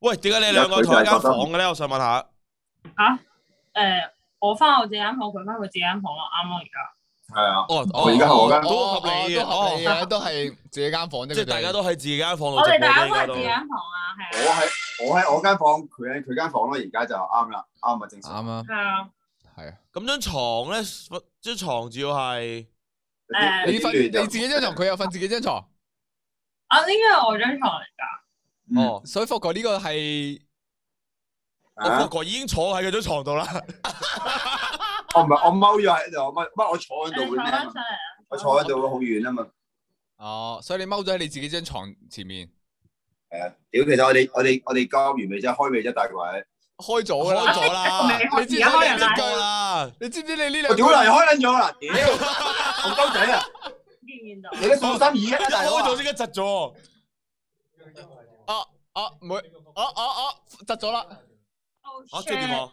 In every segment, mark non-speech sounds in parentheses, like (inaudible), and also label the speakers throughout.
Speaker 1: 喂，點解你兩個同一間房嘅咧？我想問下，
Speaker 2: 诶、呃我翻我自己間房，佢翻佢自己間房咯，啱咯而家。
Speaker 3: 係啊，
Speaker 1: 哦，
Speaker 3: 我而家係我間
Speaker 1: 都
Speaker 4: 哦
Speaker 1: 合理嘅，
Speaker 4: 哦都合理
Speaker 1: 哦，
Speaker 4: 嘅，都係自己間房啫。
Speaker 1: 即係
Speaker 4: 佢哋
Speaker 1: 大家都喺自己間房度
Speaker 2: 我
Speaker 1: 哦直播
Speaker 2: 哋大
Speaker 1: 啫，應
Speaker 2: 家都
Speaker 1: 該
Speaker 2: 係
Speaker 1: 都
Speaker 2: 自己間房啊，
Speaker 3: 我
Speaker 2: 係啊，
Speaker 3: 喺我喺我間房，佢喺佢間房咯，而家就啱啦，啱啊，正常。
Speaker 4: 啱啊，
Speaker 2: 係啊，
Speaker 4: 係啊。
Speaker 1: 咁張床咧，張床主要係
Speaker 2: 誒
Speaker 4: 啊你瞓你自己張床，佢又瞓自己張床。
Speaker 2: 啊呢個係我張床嚟㗎，
Speaker 1: 哦，
Speaker 4: 所以霍哥呢個係
Speaker 1: 我
Speaker 3: 啊
Speaker 1: 發覺已經坐喺佢張床度啦。
Speaker 3: 我唔係我踎咗喺度，我乜乜我坐喺
Speaker 2: 你
Speaker 3: 度會
Speaker 2: 坐
Speaker 3: 咩
Speaker 2: 翻
Speaker 3: 啊
Speaker 2: 上
Speaker 3: 嘛？
Speaker 2: 嚟啊，
Speaker 3: 我坐喺度會好遠啊嘛。
Speaker 4: 哦，所以你踎咗喺你自己張床前面，
Speaker 3: 係啊，屌，其實我哋我哋我哋交完未啫，開未啫，大鬼。
Speaker 4: 開咗㗎
Speaker 1: 哦開
Speaker 4: 啦。
Speaker 1: 咗
Speaker 3: (laughs)
Speaker 2: 我
Speaker 1: 啦
Speaker 2: 未，開
Speaker 4: 你知
Speaker 2: 而家
Speaker 4: 道
Speaker 2: 開
Speaker 4: 你
Speaker 2: 人
Speaker 4: 隻
Speaker 2: 啦，
Speaker 1: 夠啦，
Speaker 4: 你知唔知你呢
Speaker 3: 我
Speaker 4: 兩
Speaker 3: 屌
Speaker 4: 句
Speaker 3: 嚟開撚咗啦，
Speaker 4: (laughs)
Speaker 3: 屌，我鳩仔啊！
Speaker 2: 見唔見到？
Speaker 3: 你啲信心已經
Speaker 1: 一
Speaker 3: 大佬
Speaker 1: 開
Speaker 3: 啊
Speaker 1: 咗即刻窒咗。
Speaker 4: 啊啊唔會啊啊啊窒咗啦！
Speaker 2: Oh，
Speaker 1: 啊，即係點啊？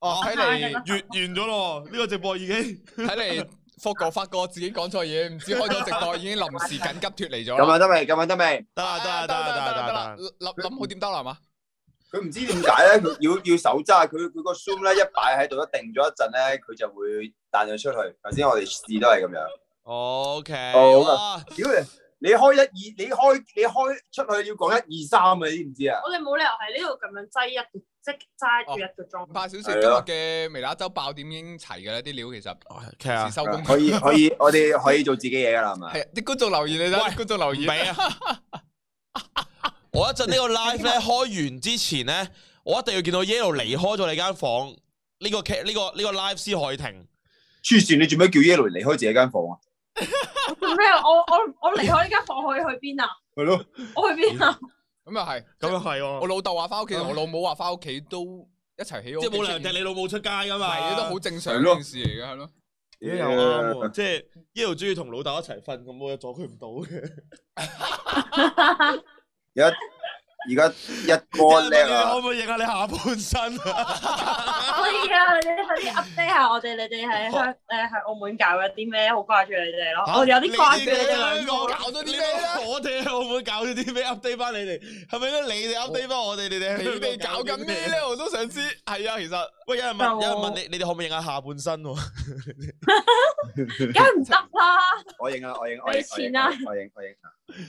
Speaker 4: 哦，睇嚟
Speaker 1: 完完咗咯，呢個直播已經。
Speaker 4: 睇嚟，霍哥發覺自己講錯嘢，唔知開咗直播已經臨時緊急脱離咗
Speaker 3: 咁
Speaker 4: 啦。
Speaker 3: 啊得未？咁啊得未？
Speaker 1: 得啦得啦得啦得啦得啦，
Speaker 4: 諗諗好點兜啦係嘛？
Speaker 3: 佢唔知點解咧，佢要要手揸，佢佢個 zoom 咧一擺喺度，一定咗一陣咧，佢就會彈咗出去。頭先我哋試都係咁樣。
Speaker 1: O K，
Speaker 3: 好啊
Speaker 1: 哇，
Speaker 3: 屌你！你開一二，你開你開出去要講一二三啊！你知唔知啊？
Speaker 2: 我哋冇理由喺呢度咁樣擠一個即揸住一個鐘。
Speaker 4: 八小時今日嘅微辣周爆點已經齊㗎啦，啲料其實
Speaker 1: K 啊
Speaker 4: 時，收工。
Speaker 3: 可以可以，我哋可以做自己嘢㗎啦，係咪？
Speaker 4: 係啲觀眾留言你
Speaker 1: 喂
Speaker 4: 睇，觀眾留
Speaker 1: 唔
Speaker 4: 言。
Speaker 1: 俾啊！我一陣呢個 live 咧開完之前咧，我一定要見到 Yellow 離開咗你間房，呢、個 ca- 呢、個呢、個 live 先可以停。
Speaker 3: 黐線，你做咩叫 Yellow 離開自己間房啊？
Speaker 2: 做咩啊？我我我離開呢間房可以去邊啊？
Speaker 3: 係咯，
Speaker 2: 我去邊啊？
Speaker 4: 咁又係，
Speaker 1: 咁又係
Speaker 4: 我
Speaker 1: 喎，
Speaker 4: 老豆話翻屋企，同我老母話翻屋企都一齊起屋
Speaker 1: 即
Speaker 4: 企
Speaker 1: 係
Speaker 4: 食
Speaker 1: 冇
Speaker 4: 完。
Speaker 1: 理由掟你老母出街噶嘛。
Speaker 4: 係都好正常
Speaker 3: 係
Speaker 4: 一
Speaker 3: 咯
Speaker 4: 件事嚟嘅，係咯。
Speaker 1: 咦又啱喎，即係 Yellow 中意同老豆一齊瞓，咁我又阻佢唔到嘅。
Speaker 3: 而家一哥
Speaker 1: 你
Speaker 3: 叻
Speaker 1: (laughs) 可
Speaker 3: 啊！
Speaker 1: 唔可以影下你下半身
Speaker 2: (laughs)
Speaker 1: 啊？
Speaker 2: 可以啊！你哋快啲 update 下我哋，你哋喺香誒喺澳門搞咗啲咩？好掛住你哋咯，哦我有啲掛住你哋兩個。
Speaker 4: 搞咗啲咩啊
Speaker 1: 我哋喺澳門搞咗啲咩 update 翻你哋？係咪應該你哋 update 翻我哋？你哋喺
Speaker 4: 你
Speaker 1: 香港
Speaker 4: 哋搞緊咩咧？？我都想知。係啊，其實
Speaker 1: 喂，有人問，有人問
Speaker 2: 就
Speaker 1: 你，你哋可唔可以影下下半身喎？ (laughs)
Speaker 2: 梗係唔得啦！
Speaker 3: 我認啊，我認，我認，我
Speaker 2: 俾錢
Speaker 3: 認
Speaker 2: 啊，
Speaker 3: 我認，我認。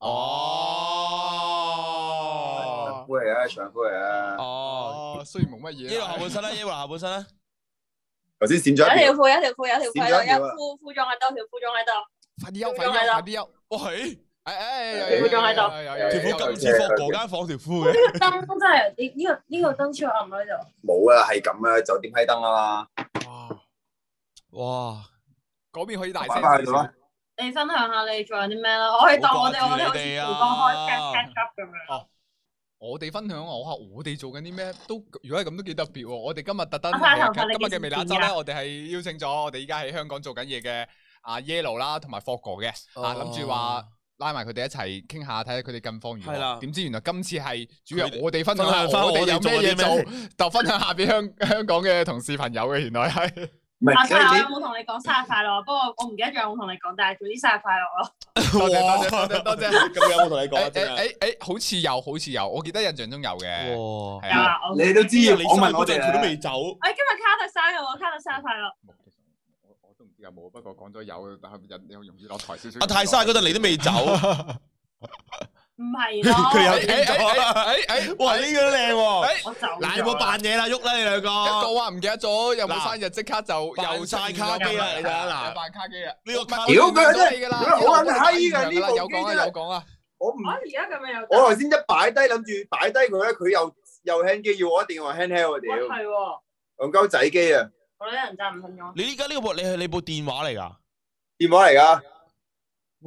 Speaker 1: 哦
Speaker 3: 長夫嚟啊，長夫嚟啊！
Speaker 1: 哦，
Speaker 4: 哦，雖然冇乜
Speaker 1: 呢度下
Speaker 4: 嘢
Speaker 1: 半
Speaker 4: 啦，
Speaker 1: 身咧，呢度下半身咧，
Speaker 3: 頭先閃咗
Speaker 2: 有
Speaker 3: 一條，
Speaker 2: 條褲，有條褲，有
Speaker 3: 閃
Speaker 2: 條
Speaker 3: 咗一
Speaker 2: 褲喺
Speaker 3: 條
Speaker 2: 度，
Speaker 3: 啊
Speaker 2: 一褲褲裝喺度，條褲裝喺度。
Speaker 4: 快啲休，快
Speaker 2: 仲喺
Speaker 4: 啲休，
Speaker 2: 度
Speaker 4: 快啲休。
Speaker 1: 喂，
Speaker 4: 誒誒，
Speaker 3: 你
Speaker 4: 有
Speaker 3: 會
Speaker 2: 仲喺度
Speaker 4: 有
Speaker 1: 條
Speaker 4: 有有
Speaker 1: 褲
Speaker 4: 有有有
Speaker 1: 咁
Speaker 4: 有
Speaker 3: 今
Speaker 1: 似
Speaker 3: 次
Speaker 1: 霍哥間房條褲嘅，
Speaker 2: 呢個燈真係呢呢個呢個燈超暗喺度。
Speaker 3: 冇啊，係咁啊，酒店開燈啊嘛，
Speaker 4: 哇
Speaker 1: 哇！
Speaker 4: 嗰邊可以大聲
Speaker 3: 擺翻喺度
Speaker 4: 少
Speaker 3: 啦
Speaker 4: 少。。
Speaker 2: 你分享下你做緊啲咩啦？我可以當我哋
Speaker 1: 好掛
Speaker 2: 我
Speaker 1: 住
Speaker 2: 哋好似
Speaker 1: 你哋啊
Speaker 2: 蒲公開 catch catch up 咁樣。
Speaker 4: 我哋分享我話我哋做緊啲咩都，如果係咁都幾特別喎。我哋今日特登
Speaker 2: 我睇下頭髮
Speaker 4: 今
Speaker 2: 你
Speaker 4: 日嘅微辣周咧，
Speaker 2: 幾時
Speaker 4: 我哋係邀請咗我哋依家喺香港做緊嘢嘅阿 Yellow 啦，同埋霍哥嘅
Speaker 1: 哦
Speaker 4: 啊，諗住話拉埋佢哋一齊傾下，睇下佢哋近況如
Speaker 1: 係啦
Speaker 4: 何。點知原來今次係主要
Speaker 1: 佢哋
Speaker 4: 我哋分
Speaker 1: 分
Speaker 4: 享下
Speaker 1: 享翻
Speaker 4: 我
Speaker 1: 我
Speaker 4: 哋
Speaker 1: 哋
Speaker 4: 有
Speaker 1: 做
Speaker 4: 咩
Speaker 1: 啲
Speaker 4: 嘢做，
Speaker 1: 咩？
Speaker 4: 就分享下俾香 (laughs) 香港嘅同事朋友嘅。原來係
Speaker 3: 唔
Speaker 2: 阿
Speaker 3: 係，
Speaker 2: 泰，
Speaker 4: 啊
Speaker 2: 我有
Speaker 3: 你
Speaker 2: 冇同你講生日快樂？不過我唔記得仲有冇同你講，但係總之生日快樂咯。
Speaker 4: 多謝多謝多謝多謝。
Speaker 1: (laughs) 咁有冇同你
Speaker 4: 誒
Speaker 1: 講真
Speaker 4: 誒
Speaker 1: 啊？哦
Speaker 4: 誒誒，好似有，好似有，我記得印象中有嘅。
Speaker 1: 哇！
Speaker 4: 係
Speaker 2: 有
Speaker 4: 啊，
Speaker 2: 啊，我。
Speaker 3: 你都知，
Speaker 1: 知啊，你
Speaker 3: 我問
Speaker 1: 生
Speaker 3: 我
Speaker 1: 我
Speaker 3: 哋
Speaker 1: 陣
Speaker 3: 啊
Speaker 1: 佢都未走，
Speaker 2: 哎，今日卡特生日喎，卡特生日快樂！
Speaker 4: 我我都唔知有冇，不過講咗有，但係人又容易落台少少。
Speaker 1: 阿泰生嗰陣你都未 (laughs) 走，
Speaker 2: 唔
Speaker 1: (laughs)
Speaker 2: 係
Speaker 1: 佢有
Speaker 2: 咯，
Speaker 4: 誒誒誒誒
Speaker 1: 哇！呢個靚喎，
Speaker 4: 誒，
Speaker 2: 我走咗啦。
Speaker 1: 嗱你冇扮嘢啦，喐啦你兩
Speaker 4: 一
Speaker 1: 哎個，
Speaker 4: 個話唔記得咗有冇生日，即刻就又扮卡機啊！
Speaker 1: 呢個
Speaker 3: 屌佢真係
Speaker 4: 係有講啊有講啊，
Speaker 3: 我唔
Speaker 2: 我而家咁樣又得
Speaker 3: 我頭先一擺低諗住擺低佢咧，佢又又 hand 機要我一定要話 hand held 啊
Speaker 2: 喂
Speaker 3: 屌，
Speaker 2: 係喎，
Speaker 3: 戇鳩仔機啊，
Speaker 2: 我呢人賺五分鐘。
Speaker 1: 你依家呢個部你係你部電話嚟㗎？
Speaker 3: 電話嚟㗎。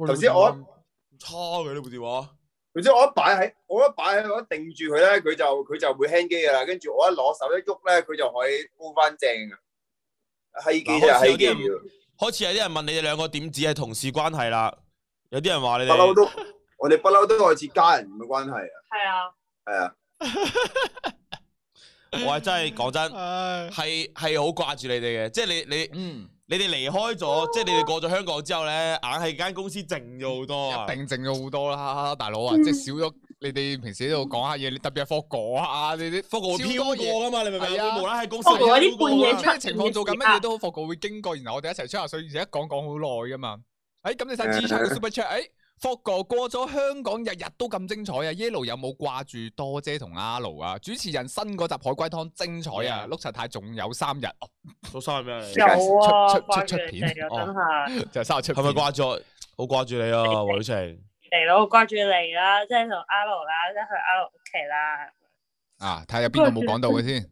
Speaker 3: 頭先我
Speaker 1: 唔差嘅呢部電話，
Speaker 3: 佢即係我一擺喺我一擺喺我一定住佢咧，佢就佢就會 hand 機㗎啦。跟住我一攞手一喐咧，佢就可以 move 翻正㗎。閪機就係閪機
Speaker 1: 嗱
Speaker 3: 要，
Speaker 1: 開始有啲人問你哋兩個點止係同事關係啦，有啲人話你
Speaker 3: 不
Speaker 1: (laughs)
Speaker 3: 嬲
Speaker 1: 哋
Speaker 3: 都我哋不嬲都係似家人嘅關係啊。
Speaker 2: 係啊，
Speaker 3: 係啊，
Speaker 1: 我係真係講真。
Speaker 4: 唉，
Speaker 1: 系系好掛住你哋嘅，即係你你
Speaker 4: 嗯，
Speaker 1: 你哋離開咗，即係你哋過咗香港之後咧，硬係間公司靜咗好多啊
Speaker 4: 一！定靜咗好多啦，大佬啊，
Speaker 3: 嗯
Speaker 4: 即係少咗你哋平時喺度講下嘢，你特別係霍哥啊，你啲
Speaker 1: 福哥會
Speaker 4: 超多
Speaker 1: 飄
Speaker 4: 嘢
Speaker 1: 過噶嘛，你明唔明
Speaker 4: 係
Speaker 1: 啊？
Speaker 4: 啊
Speaker 1: 會無啦啦喺公司
Speaker 2: 福哥嗰啲
Speaker 1: 飄過啊
Speaker 2: 半夜啊
Speaker 1: 㗎
Speaker 2: 出
Speaker 1: 嘛
Speaker 4: 咩情況做緊乜嘢都好，霍哥會經過，然後我哋一齊吹下水，而且一講講好耐噶嘛。誒，咁你
Speaker 1: 啊
Speaker 4: 睇 G 嘅 Super Chat，誒，霍哥過咗香港，日日都咁精彩啊！Yellow 有冇掛住多姐同阿盧啊？主持人新嗰集海龜湯精彩啊！碌柒太仲有三日，哦
Speaker 1: 做衫係咩嚟？
Speaker 2: 有啊，
Speaker 4: 出出
Speaker 2: 掛
Speaker 4: 出
Speaker 2: 住
Speaker 4: 出
Speaker 2: 你
Speaker 4: 片
Speaker 2: 哋
Speaker 4: 哦
Speaker 2: 啊，真係。
Speaker 4: 就係三日出
Speaker 1: 係咪
Speaker 4: 片
Speaker 1: 掛住我？好掛住你啊，黃雨晴。
Speaker 2: 嚟咯，掛住你啦，即係同阿盧啦，即係去阿盧屋企
Speaker 1: (laughs)
Speaker 2: 啦。
Speaker 4: 啊？睇下邊個冇講到嘅
Speaker 2: (laughs)
Speaker 4: 先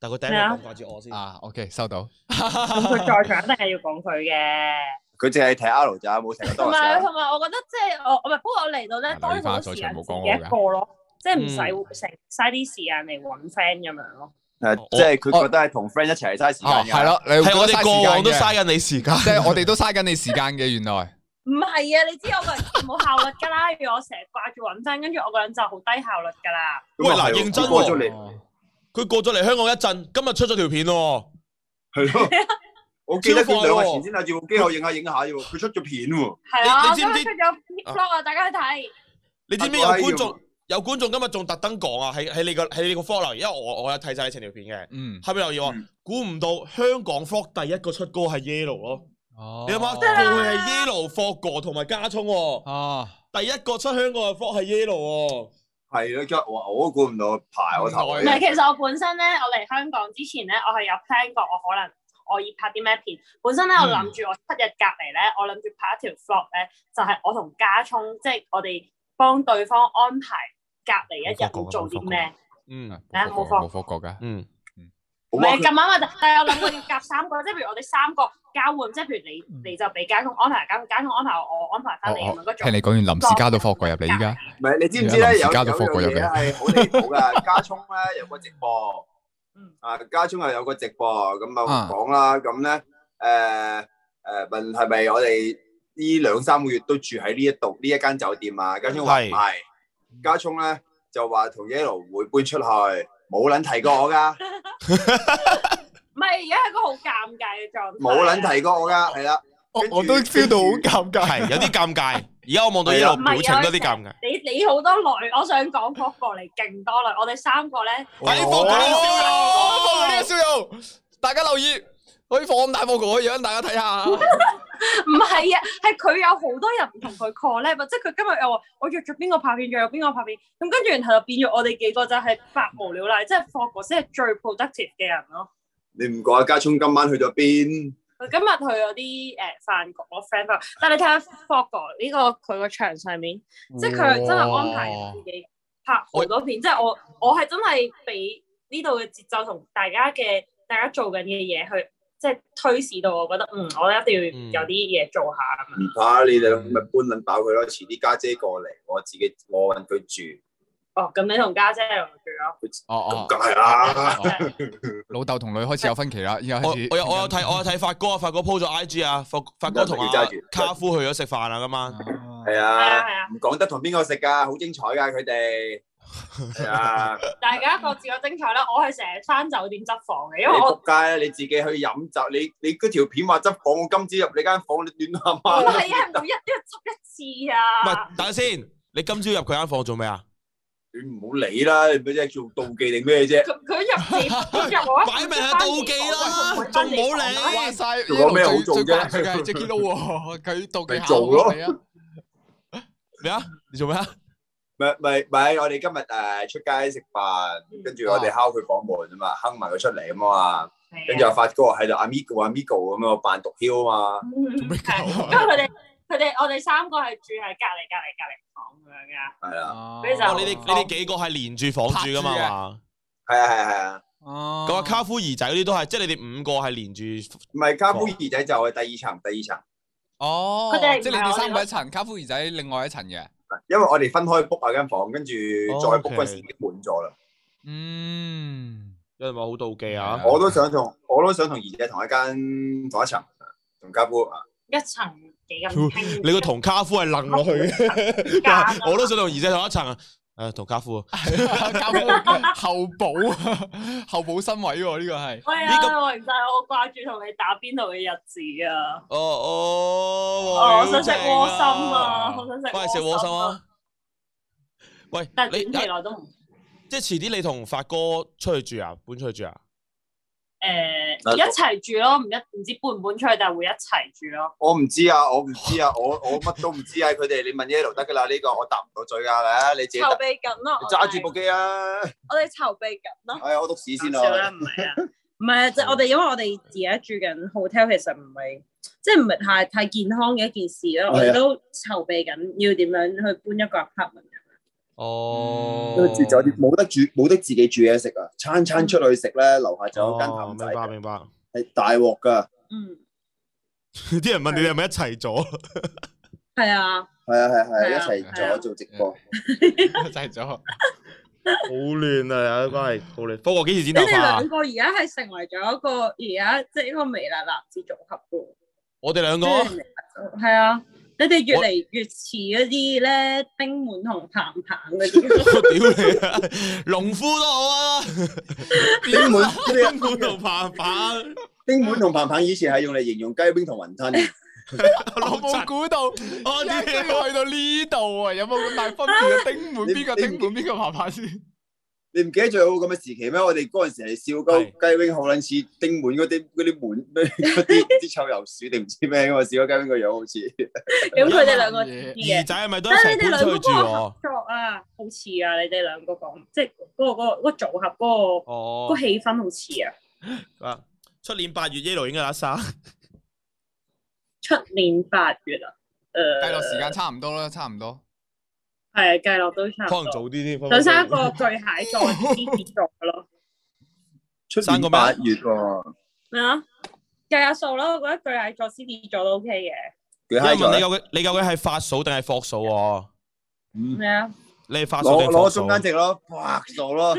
Speaker 1: 但佢第一個咁掛住
Speaker 2: 嗯
Speaker 1: 我先。
Speaker 4: 啊？OK，收到。
Speaker 2: 咁佢在場一定係要講佢嘅。
Speaker 3: 佢淨係睇 R 咋，冇睇
Speaker 2: 同
Speaker 3: 多
Speaker 2: 埋
Speaker 3: 謝。
Speaker 2: 同埋，我覺得即係我我咪不過我嚟到咧，多咗好多時間自己一個咯，即係唔
Speaker 1: 嗯
Speaker 2: 使成嘥啲時間嚟揾 friend 咁樣咯。
Speaker 3: 誒即係佢覺得係同 friend 一齊嘥時間
Speaker 4: 哦，
Speaker 3: 㗎。
Speaker 4: 係咯，你
Speaker 1: 係啊我哋過往都
Speaker 4: 嘥時
Speaker 1: 嘥緊你時間
Speaker 4: 間嘅，。即係我哋都嘥緊你時間嘅。原來
Speaker 2: 唔係啊，你知我個人冇效率㗎啦， (laughs) 如果我成日掛住揾 friend，跟住我個人就好低效率㗎啦。
Speaker 3: 啊
Speaker 1: 喂嗱認真喎
Speaker 3: 過咗嚟，
Speaker 2: 哦
Speaker 1: 佢過咗嚟香港一陣，今日出咗條片喎。
Speaker 3: 係咯。
Speaker 1: (laughs)
Speaker 3: 我記得
Speaker 1: 超
Speaker 3: 佢
Speaker 1: 快喎
Speaker 3: 兩日前先攞住部機，我影下影下啫喎，佢出咗片喎。
Speaker 2: 係啊，
Speaker 1: 你
Speaker 2: 今
Speaker 1: 你知唔哦
Speaker 2: 日
Speaker 1: 知
Speaker 2: 出咗 vlog 啊，大家去睇。
Speaker 1: 你知唔知有觀眾有觀眾今日仲特登講啊？喺喺你個喺你個 f o l 留言，因為我我有睇晒你成條片嘅。
Speaker 4: 嗯，
Speaker 1: 後面留言話
Speaker 3: 嗯，
Speaker 1: 估唔到香港 f o g 第一個出歌係 Yellow 咯。
Speaker 4: 哦
Speaker 1: 你諗下，佢係 Yellow、f 哥同埋加聰喎，
Speaker 4: 啊，
Speaker 1: 第一個出香港嘅 f o g 係 Yellow
Speaker 3: 係啊咯，即係我我都估唔到排我頭
Speaker 4: 唔
Speaker 2: 唔
Speaker 4: 係
Speaker 2: 係，其實我本身咧，我嚟香港之前咧，我係有 plan 過，我可能我要拍啲咩片。本身咧，我諗住我七日隔離咧，我諗住拍一條 vlog 咧，就係、我同家聰，即係我哋幫對方安排隔離一日要做啲咩。
Speaker 1: 喎。嗯
Speaker 2: 啊冇
Speaker 4: 霍
Speaker 2: 霍
Speaker 4: 霍國噶，
Speaker 1: 嗯，
Speaker 2: 唔係咁啱啊！但但係我諗過要夾三個，即係譬如我哋三個交換，即係譬如你你就俾家聰安排，家家聰安排我，我安排翻
Speaker 4: 我
Speaker 2: 你咁樣嗰
Speaker 4: 我聽
Speaker 2: 種。
Speaker 4: 你講完臨時加到霍國入嚟，依家
Speaker 3: 唔係，你知唔知咧？有有
Speaker 4: 加咗貨過入
Speaker 3: 樣
Speaker 4: 嚟
Speaker 3: 嘢係好離譜噶，加聰咧有個直播
Speaker 2: 嗯，
Speaker 3: 啊加聰又有個直播，咁
Speaker 4: 啊
Speaker 3: 啊講啦，咁咧誒誒問係咪我哋呢兩三個月都住喺呢一度呢一間酒店啊？加聰話唔
Speaker 1: 係
Speaker 3: 係，加聰咧就話同 Yellow 會搬出去，冇撚提過我噶，
Speaker 2: 唔係，而家係一個好尷尬嘅狀態。啊
Speaker 3: 冇撚提過我噶，係啦，
Speaker 4: 我
Speaker 3: 跟住
Speaker 4: 我都 feel 到好尷尬，
Speaker 1: 係有啲尷尬。而家我望到 Yellow 表情都有啲尷尬。
Speaker 2: 你你好多女，我想講嗰個嚟勁多女，我哋三個咧。
Speaker 1: 喂
Speaker 3: 啊
Speaker 4: 哦
Speaker 1: 霍國呢個笑啊容
Speaker 4: 霍國呢個笑容，大家留意，可以放大霍國嘅樣，大家睇下。
Speaker 2: 唔係啊，係佢有好多人唔同佢 collab，即係佢今日又話我約咗邊個拍片，約咗邊個拍片，咁跟住然後就變咗我哋幾個就係百無聊賴，即係霍哥先係最 productive 嘅人咯。
Speaker 3: 你唔講啊？加聰今晚去咗邊？
Speaker 2: 佢今日去嗰啲誒飯局，我 friend 飯局但係你睇下霍哥呢個佢個場上面， (laughs) 即係佢真係安排自己拍好多片，即係我我係真係俾呢度嘅節奏同大家嘅大家做緊嘅嘢去，即係推使到我覺得嗯，我一定要有啲嘢做下咁樣。
Speaker 3: 唔怕你哋咪搬撚飽佢咯，遲啲家姐過嚟，我自己我揾佢住，
Speaker 2: 哦，咁你同家姐又住咯？
Speaker 4: 哦
Speaker 3: 咁
Speaker 4: 哦，
Speaker 3: 梗係啦。
Speaker 4: (laughs) 老豆同女開始有分歧啦，依家
Speaker 1: 我
Speaker 4: 開始
Speaker 1: 我有我有睇我有睇發哥啊，發哥 po 咗 IG 啊，發發哥同
Speaker 3: 唔得要
Speaker 1: 阿
Speaker 3: 揸住
Speaker 1: 卡夫去咗食飯啊，今晚。
Speaker 4: 啊
Speaker 3: 係
Speaker 2: 係
Speaker 3: 啊
Speaker 2: 啊。係啊，
Speaker 3: 唔講得同邊個食㗎，好精彩㗎佢哋。係
Speaker 2: (laughs)
Speaker 3: 啊，
Speaker 2: 大家各自有精彩啦。我係成日翻酒店執房嘅，
Speaker 3: 你
Speaker 2: 因為我
Speaker 3: 仆街啊咧，你自己去飲酒，你你嗰條片話執房，我今朝入你間房，你亂喊
Speaker 2: 我 (laughs)
Speaker 3: 啊！
Speaker 2: 係啊，每一都要執一
Speaker 1: 唔
Speaker 2: 次啊。
Speaker 1: 係，等下先，你今朝入佢間房做咩啊？
Speaker 3: 你唔好理啦，你唔知做妒忌定咩啫？
Speaker 2: 佢佢入嚟佢入我，
Speaker 1: (laughs) 擺明係妒忌啦仲冇理
Speaker 2: 啊
Speaker 4: 哇晒！
Speaker 3: 仲有咩好做啫
Speaker 4: 最關注嘅係 Jacky Lou 喎，佢妒忌下
Speaker 3: 咪做咯
Speaker 4: 你啊！
Speaker 1: 咩啊？你做咩啊？
Speaker 3: 咪咪咪，我哋今日誒出街食飯，跟
Speaker 2: 哦
Speaker 3: 住我哋敲佢房門啊嘛，坑埋佢出嚟啊嘛，跟住阿發哥喺度阿 Migo 阿 Migo 咁樣扮毒枭啊嘛，
Speaker 2: 嗯
Speaker 4: 咩搞
Speaker 2: 係
Speaker 4: 啊
Speaker 2: 因為佢哋佢哋我哋三個係住喺隔離隔離隔離房咁樣噶。
Speaker 3: 係啊啦，
Speaker 2: (laughs)
Speaker 4: 啊
Speaker 2: 佢就
Speaker 1: 哦，你哋你哋幾個係連住房住噶哦嘛？係嘛
Speaker 3: 係啊係啊係啊，
Speaker 4: 哦
Speaker 1: 咁啊，卡夫兒仔嗰啲都係，即係你哋五個係連住。
Speaker 3: 唔係卡夫兒仔就係第二層第二層，
Speaker 4: 哦，
Speaker 2: 佢哋
Speaker 4: 即係你
Speaker 2: 唔係
Speaker 4: 哋
Speaker 2: 我
Speaker 4: 三
Speaker 2: 哋
Speaker 4: 個一層，卡夫兒仔另外一層嘅。
Speaker 3: 因為我哋分開 book 啊間房，跟住再 book 嗰
Speaker 1: 哦 OK
Speaker 3: 時已經滿咗啦。
Speaker 4: 嗯，
Speaker 1: 有人話好妒忌啊！
Speaker 3: 我都想同我都想同怡姐同一間同一層同家夫啊，
Speaker 2: 一層
Speaker 1: (laughs)
Speaker 2: 幾咁輕，
Speaker 1: 你個同卡夫係楞落去嘅， (laughs)
Speaker 2: 間啊 (laughs)
Speaker 1: 我都想同兒仔同一層啊！诶，同家夫啊，
Speaker 4: (laughs) 交鋒後補，後補身位喎，呢個
Speaker 2: (laughs)
Speaker 4: 係。
Speaker 2: 喂
Speaker 1: 呢個
Speaker 2: 啊，喂唔晒，我掛住同你打邊爐嘅日子啊！
Speaker 1: (laughs) 哦哦，
Speaker 2: 哦我想食
Speaker 1: 正
Speaker 2: 窩心啊，好想食
Speaker 1: 喂，食
Speaker 2: 窩
Speaker 1: 窩心！啊！喂
Speaker 2: 但，係
Speaker 1: 你啊
Speaker 2: 短期內都唔
Speaker 1: 即系遲啲你同發哥出去住啊，搬出去住啊？
Speaker 2: 誒
Speaker 3: 嗱
Speaker 2: 一齊住咯，唔一唔知搬唔搬出去，但係會一齊住咯。
Speaker 3: 我唔知啊，我唔知啊，我我乜都唔知啊。佢哋你問 Yellow 得㗎啦，呢個我答唔到嘴㗎啦，你自己
Speaker 2: 籌
Speaker 3: 答
Speaker 2: 備緊咯，
Speaker 3: 你揸住部機啊！
Speaker 2: 我哋籌備緊咯。
Speaker 3: 哎呀，我讀屎先嗯
Speaker 2: 搞笑啦，
Speaker 3: 啊！
Speaker 2: 唔係啊，唔係啊，即係我哋因為我哋而家住緊 hotel，其實唔係即係唔係太太健康嘅一件事
Speaker 3: 係啊
Speaker 2: 咯。我哋都籌備緊要點樣去搬一個 apartment。
Speaker 1: 哦，
Speaker 3: 因為住酒店冇得煮，冇得自己煮嘢食啊！餐餐出去食咧，樓下仲有間
Speaker 1: 哦，
Speaker 3: 淡仔
Speaker 1: 明白明 (laughs) 白。
Speaker 3: 係大鑊㗎，
Speaker 2: 嗯，
Speaker 1: 啲人問你哋係咪一齊咗？
Speaker 2: 係啊，
Speaker 3: 係啊係啊係
Speaker 2: 係
Speaker 3: 啊，
Speaker 2: 啊
Speaker 3: 一齊
Speaker 2: 係
Speaker 3: 做
Speaker 2: 啊
Speaker 3: 一做直播。
Speaker 4: 就係咗。
Speaker 1: 好亂啊！有關係好亂。不過我幾時剪
Speaker 2: 你
Speaker 1: 頭
Speaker 2: 哋
Speaker 1: 髮啊
Speaker 2: 兩？個而家係成為咗一個而家即係一個微辣男子組合噶喎。
Speaker 1: 我哋兩個
Speaker 2: 即係微辣組係啊，你哋越嚟越似嗰啲咧丁滿同彭彭嗰啲。
Speaker 1: (laughs) 屌你啊！農夫都好啊，
Speaker 3: (laughs) 丁滿
Speaker 1: 根本同爬爬
Speaker 3: 丁滿同彭彭以前係用嚟形容雞冰同雲吞嘅，
Speaker 4: 我冇估到，
Speaker 1: 我
Speaker 4: 我點
Speaker 1: 屌！
Speaker 4: 去到呢度啊？有冇咁大分別啊？丁滿邊個丁滿邊個麻麻先？
Speaker 3: 你唔記得最好咁嘅時期咩？我哋嗰陣時係笑鳩雞冰好撚似丁滿嗰啲嗰啲滿咩
Speaker 1: (laughs)
Speaker 3: 嗰啲啲臭油鼠定唔知咩㗎嘛？笑鳩雞冰個樣好似。
Speaker 2: 咁佢哋兩個似嘅
Speaker 1: 二。仔係咪都一
Speaker 2: 但係
Speaker 1: 齊
Speaker 2: 你
Speaker 1: 搬
Speaker 2: 哋兩
Speaker 1: 出去
Speaker 2: 個嗰
Speaker 1: 住
Speaker 2: 個
Speaker 1: 喎
Speaker 2: 合？作啊，好似啊，你哋兩個講，即係嗰、個嗰、個嗰、個組合嗰、個嗰、
Speaker 1: 哦
Speaker 2: 個，氣氛好似啊。
Speaker 1: 啊出年八月 Yellow 應該有得
Speaker 2: (laughs)
Speaker 1: 生。
Speaker 2: 出年八月啊，誒、
Speaker 4: 計落
Speaker 2: 呃，
Speaker 4: 時間差唔多啦，差唔多。
Speaker 2: 係計落都差唔
Speaker 1: 可能早
Speaker 2: 多。
Speaker 1: 啲添。分分
Speaker 2: 想生
Speaker 1: 鐘
Speaker 2: 一個巨蟹座、獅子座嘅咯，
Speaker 3: 出
Speaker 1: 生
Speaker 3: 年
Speaker 1: 個咩
Speaker 3: 八月喎，
Speaker 2: 咩啊？計下數啦，我覺得巨蟹座、獅子座都 OK 嘅。
Speaker 3: 佢
Speaker 1: 因為
Speaker 3: high
Speaker 1: 問
Speaker 3: 咗
Speaker 1: 你
Speaker 3: 啦。
Speaker 1: 究竟你究竟係發嫂定係霍嫂喎？
Speaker 3: 嗯
Speaker 2: 咩啊？
Speaker 1: 你係發嫂定
Speaker 3: 攞
Speaker 1: 係霍
Speaker 3: 攞
Speaker 1: 嫂
Speaker 3: 中間值咯，哇數咯，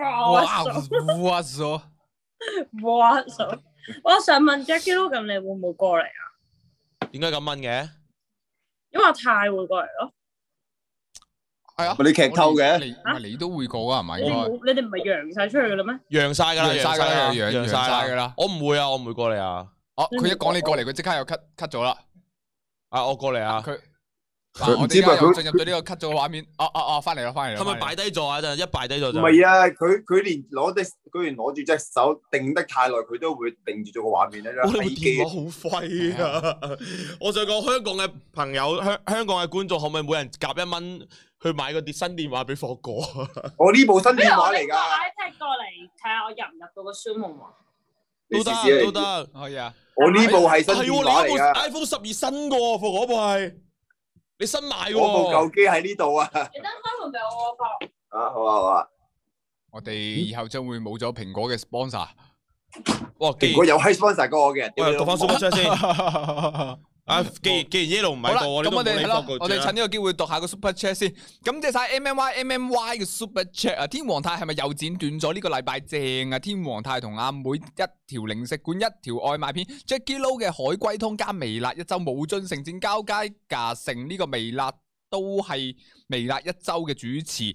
Speaker 2: 哇
Speaker 4: 哇
Speaker 2: 數
Speaker 4: 哇咗！
Speaker 2: 哇數！我想問 Jackie 咯，咁你會唔會過嚟啊？
Speaker 1: 點解咁問嘅？
Speaker 2: 因為我太會過嚟咯，
Speaker 4: 係啊，
Speaker 3: 你劇透嘅
Speaker 4: 你唔係你都會過啊？係咪
Speaker 2: 你
Speaker 4: 應該？
Speaker 2: 冇你哋唔係揚晒出去嘅啦咩？
Speaker 1: 揚晒㗎啦，
Speaker 4: 揚晒
Speaker 1: 揚
Speaker 4: 㗎
Speaker 1: 晒
Speaker 4: 啦
Speaker 1: 㗎
Speaker 4: 揚
Speaker 1: 揚
Speaker 4: 揚晒
Speaker 1: 晒
Speaker 4: 㗎啦
Speaker 1: 我唔會啊，我唔會過嚟啊。
Speaker 4: 哦，佢一講你過嚟，佢即刻又 cut cut 咗啦。
Speaker 1: 啊，我過嚟啊。
Speaker 4: 佢
Speaker 3: 佢
Speaker 4: 嗱，我
Speaker 3: 唔知
Speaker 4: 哋而家
Speaker 3: 咪佢
Speaker 4: 又進入咗呢個 cut 咗嘅畫面。哦哦哦，翻嚟啦，翻嚟啦。
Speaker 1: 係咪
Speaker 4: 返嚟啦
Speaker 1: 擺低咗啊？真係一擺低咗
Speaker 3: 唔
Speaker 1: 就
Speaker 3: 係啊，佢佢連攞隻佢連攞住隻手定得太耐，佢都會定住咗個畫面咧，
Speaker 1: 我哋部
Speaker 3: 睇機
Speaker 1: 電話好廢啊！我想講香港嘅朋友、香香港嘅觀眾，可唔可以每人夾一蚊去買個啲新電話俾霍哥啊？
Speaker 3: 我呢部新
Speaker 2: 不如
Speaker 3: 電
Speaker 2: 我
Speaker 3: 話
Speaker 2: 拎
Speaker 3: 嚟
Speaker 2: 個
Speaker 1: (laughs)
Speaker 3: 㗎，
Speaker 2: iPad 過嚟睇下我入唔入到個 Zoom 好唔好啊
Speaker 3: 你
Speaker 1: 都
Speaker 3: 試試
Speaker 1: 得
Speaker 3: 你
Speaker 1: 都得。哎
Speaker 4: 可以啊。
Speaker 3: 我呢部係新
Speaker 1: 係喎，
Speaker 3: 電話嚟
Speaker 1: 你嗰部
Speaker 3: 㗎，
Speaker 1: iPhone 十二新嘅喎，霍哥嗰部係你新買嘅
Speaker 3: 我部
Speaker 1: 喎。
Speaker 3: 舊機喺呢度啊，
Speaker 2: (laughs) 你等開門俾我個
Speaker 3: 啊好啊好啊，
Speaker 4: 我哋以後將會冇咗蘋果嘅 sponsor。
Speaker 1: 哇，既
Speaker 3: 蘋果
Speaker 1: 然
Speaker 3: 有 high sponsor 過我嘅人，
Speaker 1: 我又讀翻 super chat (laughs) 先。
Speaker 4: 好
Speaker 1: 啊，既然既然 Yellow 唔喺
Speaker 4: 啦，
Speaker 1: 度，我哋
Speaker 4: 咁
Speaker 1: 都
Speaker 4: 我
Speaker 1: 冇
Speaker 4: 哋
Speaker 1: 理
Speaker 4: 係
Speaker 1: 霍啊
Speaker 4: 咯
Speaker 1: 哥，
Speaker 4: 我哋趁呢個機會讀下個 super chat 先。感謝晒 M M Y M M Y 嘅 super chat 啊！天皇太係咪又剪短咗呢個禮拜正啊？天皇太同阿妹一條零食館，一條外賣片，Jackie Lou 嘅海龜湯加微辣一周，武進城戰交街架成呢個微辣都係微辣一周嘅主持。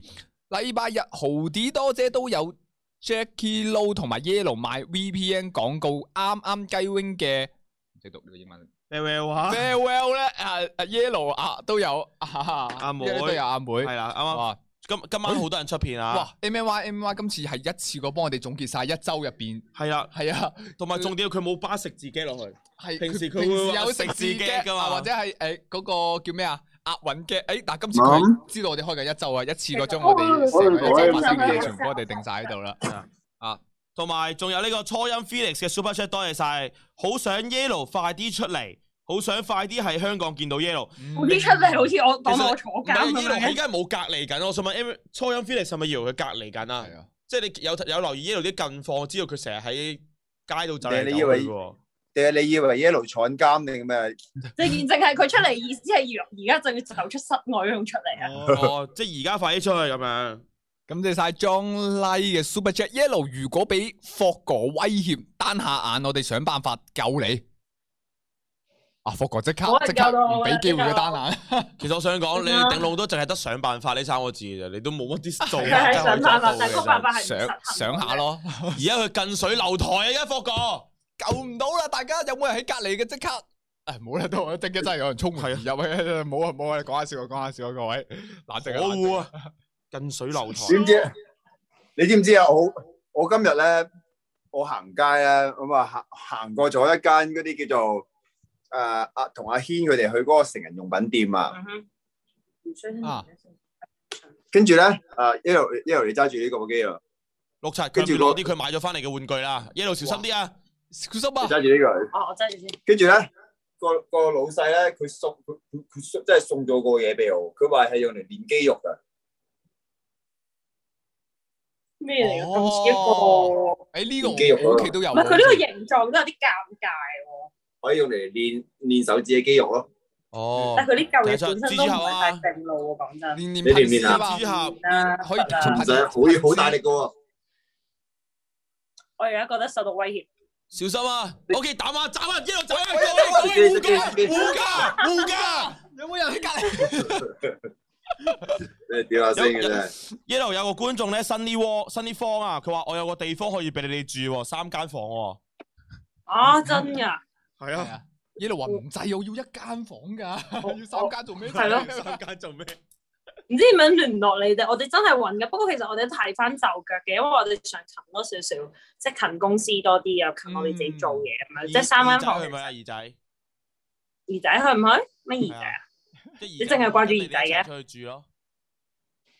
Speaker 4: 禮拜日豪啲多姐都有 Jackie Lou 同埋 Yellow 賣 VPN 廣告，啱啱雞 wing 嘅唔識讀呢個英文。
Speaker 1: 咩咩話？
Speaker 4: (laughs) farewell 咧，啊啊 yellow 啊都有，啊
Speaker 1: 阿妹
Speaker 4: Yellow 都有阿妹，
Speaker 1: 係啦，啱啱
Speaker 4: 哇
Speaker 1: 今今晚好多人出片啊。
Speaker 4: 哇 M M Y M M Y 今次係一次過幫我哋總結晒一周入邊，
Speaker 1: 係啦，
Speaker 4: 係啊，
Speaker 1: 同埋重點佢冇巴食自己落去。
Speaker 4: 係
Speaker 1: 平時佢會
Speaker 4: 平時
Speaker 1: 話
Speaker 4: 有
Speaker 1: 食自
Speaker 4: 食字
Speaker 1: 己
Speaker 4: 嘅
Speaker 1: 㗎嘛
Speaker 4: 啊或者係誒嗰個叫咩啊？押韻嘅，誒，但今次佢知道我哋開緊一周啊，一次過將我哋成個一周發生嘅嘢全部我哋定晒喺度啦。
Speaker 1: 同埋仲有呢個初音 Felix 嘅 Super Chat，多謝晒。好想 Yellow 快啲出嚟，好想快啲喺香港見到 Yellow。
Speaker 2: 好啊啲出嚟，好似我
Speaker 1: 其實
Speaker 2: 講我坐監咁
Speaker 1: 唔係，Yellow 佢而
Speaker 2: 樣。
Speaker 1: 家冇隔離緊，我想問 M- 初音 Felix 係咪以為佢隔離緊啊？
Speaker 4: 係啊，
Speaker 1: 即係你有有留意 Yellow 啲近況，知道佢成日喺街度走嚟走
Speaker 3: 你
Speaker 1: 去
Speaker 3: 以為
Speaker 1: 嘅喎。
Speaker 3: 定係你以為 Yellow 坐緊監定咩？
Speaker 2: 即係正係佢出嚟意思係而而家就要走出室外嗰種出嚟啊！
Speaker 1: (laughs) 哦，即係而家快啲出去咁樣。
Speaker 4: 感謝晒 John Lee 嘅 Super Chat Yellow，如果俾霍哥威脅，單下眼我哋想辦法救你。啊，霍哥即刻
Speaker 2: 冇人
Speaker 4: 即
Speaker 2: 救
Speaker 4: 刻
Speaker 2: 到
Speaker 4: 唔
Speaker 2: 我啊
Speaker 4: 俾
Speaker 2: 啦
Speaker 4: 機會
Speaker 2: 呢
Speaker 4: 嘅
Speaker 2: 個
Speaker 4: 單眼，
Speaker 1: 其實我想
Speaker 2: (laughs)
Speaker 1: 講，你
Speaker 2: 嗯啊
Speaker 1: 頂籠都淨係得想辦法呢三個字嘅啫，你都冇乜啲
Speaker 2: (laughs)
Speaker 1: 做啊
Speaker 2: 佢
Speaker 1: 法
Speaker 2: 係啊
Speaker 1: 真係可以做
Speaker 2: 想辦法，但係
Speaker 1: 到
Speaker 2: 嗰
Speaker 1: 嘅
Speaker 2: 辦法係唔
Speaker 4: 啊想
Speaker 2: 實行
Speaker 4: 想下咯，
Speaker 1: 而家佢近水樓台啊，而家霍哥
Speaker 3: (laughs)
Speaker 4: 救唔到啦！大家有冇人喺隔離嘅即刻？唉，冇啦，都我即刻真係有人衝入入去，冇啊冇啊，講下笑啊，講下笑啊，各位冷靜啊
Speaker 1: 可
Speaker 4: 冷靜
Speaker 1: 惡
Speaker 4: 啊！
Speaker 1: 啊，近水樓
Speaker 3: (laughs)
Speaker 1: 台。
Speaker 3: 知唔知？你知唔知啊？我我今日咧，我行街咧，咁啊行行過咗一間嗰啲叫做誒阿同阿軒佢哋去嗰個成人用品店啊。
Speaker 2: 嗯哼唔需
Speaker 4: 啊
Speaker 3: 跟住咧，誒、一路一路你揸住呢個部機
Speaker 1: 哦
Speaker 3: 啊，
Speaker 1: 六七，佢
Speaker 3: 跟
Speaker 1: 唔
Speaker 3: 住
Speaker 1: 攞
Speaker 3: 攞
Speaker 1: 啲佢買咗翻嚟嘅玩具啦，一路小心啲啊！
Speaker 4: 小心
Speaker 3: 你
Speaker 4: 啊！
Speaker 3: 揸住呢個，
Speaker 2: 哦，我揸住先。
Speaker 3: 跟住咧個個老細咧，佢送佢佢佢送真係送咗個嘢俾我，佢話係用嚟練肌肉啊㗎。
Speaker 2: 咩嚟㗎？咁似一
Speaker 4: 哦
Speaker 2: 個，
Speaker 4: 诶，呢個
Speaker 3: 肌肉
Speaker 4: 我屋企都有
Speaker 2: 唔
Speaker 4: 喎。
Speaker 2: 係佢呢個形狀都有啲尷尬喎。
Speaker 3: 可以用嚟練練手指嘅肌肉咯。
Speaker 1: 哦
Speaker 2: 但係佢呢嚿嘢本身都唔係太正路喎，講真。
Speaker 4: 年年
Speaker 3: 你哋
Speaker 4: 噴
Speaker 3: 面
Speaker 4: 啊
Speaker 3: 啊
Speaker 4: 嘛
Speaker 1: 蜘蛛，俠
Speaker 2: 啊，
Speaker 4: 可以
Speaker 2: 得啦
Speaker 4: 出
Speaker 3: 唔使好好大力嘅喎，
Speaker 2: 我而家覺得受到威脅。
Speaker 1: 小心啊！OK，打啊，斬啊，一路走啊！
Speaker 4: 喂
Speaker 1: 各位
Speaker 3: 喂
Speaker 1: 各位護駕
Speaker 3: 喂
Speaker 1: 護駕護駕！
Speaker 4: 有冇人喺隔離？
Speaker 3: 你屌下聲
Speaker 1: 有
Speaker 3: 嘅
Speaker 1: 有
Speaker 3: 啫。
Speaker 1: 一路有個觀眾咧，新呢窩新呢方啊，佢話我有個地方可以俾你哋住喎，三間房喎。
Speaker 2: 啊，真㗎，
Speaker 1: 係
Speaker 4: 係，啊，耶路話唔制，我要一間房㗎， (laughs) 要三間做咩？
Speaker 2: 係咯
Speaker 1: 三間做咩？
Speaker 2: 唔知點樣聯絡你哋？我哋真係揾㗎。不過其實我哋都睇翻就腳嘅，因為我哋想勤多少少，即係勤公司多啲，又勤我哋自己做嘢咁樣。即係三間房
Speaker 1: 二仔去。咪啊？二仔，
Speaker 2: 兒仔去唔去？乜兒
Speaker 1: 係
Speaker 2: 仔
Speaker 1: 啊
Speaker 2: 啊？
Speaker 1: 即
Speaker 2: 你淨係掛住二仔
Speaker 1: 嘅，
Speaker 2: 嘅
Speaker 1: 出去住咯。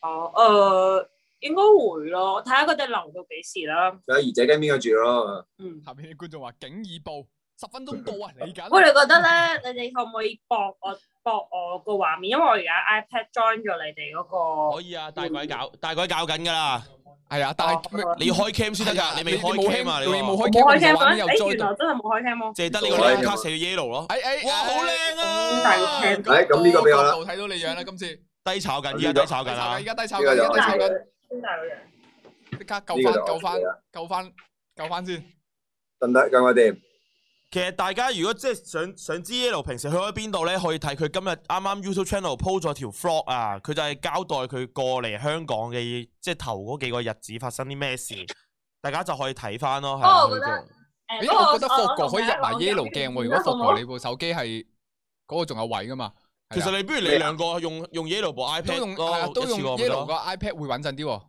Speaker 2: 哦，誒、呃，應該會咯，睇下佢哋留到幾時啦。
Speaker 3: 仲有兒仔跟邊個住咯？
Speaker 2: 嗯，
Speaker 4: 下面啲觀眾話警已報，十分鐘到啊，嚟緊。
Speaker 2: 喂，你覺得咧， (laughs) 你哋可唔可以駁我駁我個畫面？因為我而家 iPad join 咗你哋嗰、
Speaker 1: 可
Speaker 2: 個，
Speaker 1: 以啊，大鬼搞大鬼搞緊㗎啦，
Speaker 4: 係啊，但係
Speaker 2: 哦
Speaker 1: 你要開 cam 先得
Speaker 4: 係啊
Speaker 1: 㗎，你未
Speaker 4: 冇
Speaker 1: 開 cam 啊？
Speaker 4: 你
Speaker 1: 你話
Speaker 4: 冇
Speaker 2: 冇
Speaker 4: 開
Speaker 2: 開
Speaker 4: cam 嘅
Speaker 2: cam
Speaker 4: 話，
Speaker 2: 啊？
Speaker 4: 你又
Speaker 2: 誒，
Speaker 4: 再
Speaker 2: 原
Speaker 4: 度
Speaker 2: 來。真係冇開 cam 喎。
Speaker 1: 淨係得呢個
Speaker 3: 冇開
Speaker 1: name
Speaker 3: cam
Speaker 1: 卡寫咗 yellow 咯，
Speaker 4: 哎哎，
Speaker 1: 哇好靚啊
Speaker 4: 哎
Speaker 2: 咁
Speaker 3: 大個咁呢個俾我啦
Speaker 4: 角度睇到你樣啦，今次低
Speaker 1: 低炒緊，
Speaker 3: 我
Speaker 1: 而
Speaker 3: 知
Speaker 1: 家
Speaker 3: 道
Speaker 1: 低炒緊
Speaker 4: 炒
Speaker 1: 啦
Speaker 4: 緊，而。家低炒
Speaker 3: 呢
Speaker 4: 緊，
Speaker 3: 個
Speaker 4: 而
Speaker 3: 就我
Speaker 4: 家低炒
Speaker 3: 哋
Speaker 4: 緊，
Speaker 3: 嘅，
Speaker 2: 咁大個樣，
Speaker 4: 即刻
Speaker 3: 呢
Speaker 4: 救
Speaker 3: 個就我
Speaker 4: 翻救翻
Speaker 3: 哋嘅，
Speaker 4: 救翻救翻先。
Speaker 3: 得唔得？咁我哋
Speaker 1: 其實大家如果即係想想知 Yellow 平時去開邊度咧，可以睇佢今日啱啱 YouTube channel 鋪咗條 vlog 啊，佢就係交代佢過嚟香港嘅即係頭嗰幾個日子發生啲咩事，大家就可以睇翻咯。係啊
Speaker 2: 哦不過我覺得
Speaker 1: 佢就
Speaker 2: 誒不過
Speaker 4: 诶，我覺得霍哥
Speaker 2: 同
Speaker 4: 可以入
Speaker 2: 大家
Speaker 4: 埋
Speaker 2: 講
Speaker 4: yellow
Speaker 2: 有片
Speaker 4: 鏡喎。如
Speaker 2: 啦
Speaker 4: 果
Speaker 2: 好
Speaker 4: 霍
Speaker 2: 唔
Speaker 4: 哥
Speaker 2: 好
Speaker 4: 你部手機係嗰個仲有位噶嘛，
Speaker 1: 其實你不如你兩個用用 Yellow 部
Speaker 4: 啊都
Speaker 1: iPad
Speaker 4: 用
Speaker 1: 咯
Speaker 4: 係啊都用
Speaker 1: 一次過咪得
Speaker 4: yellow 個 iPad 會穩陣啲喎。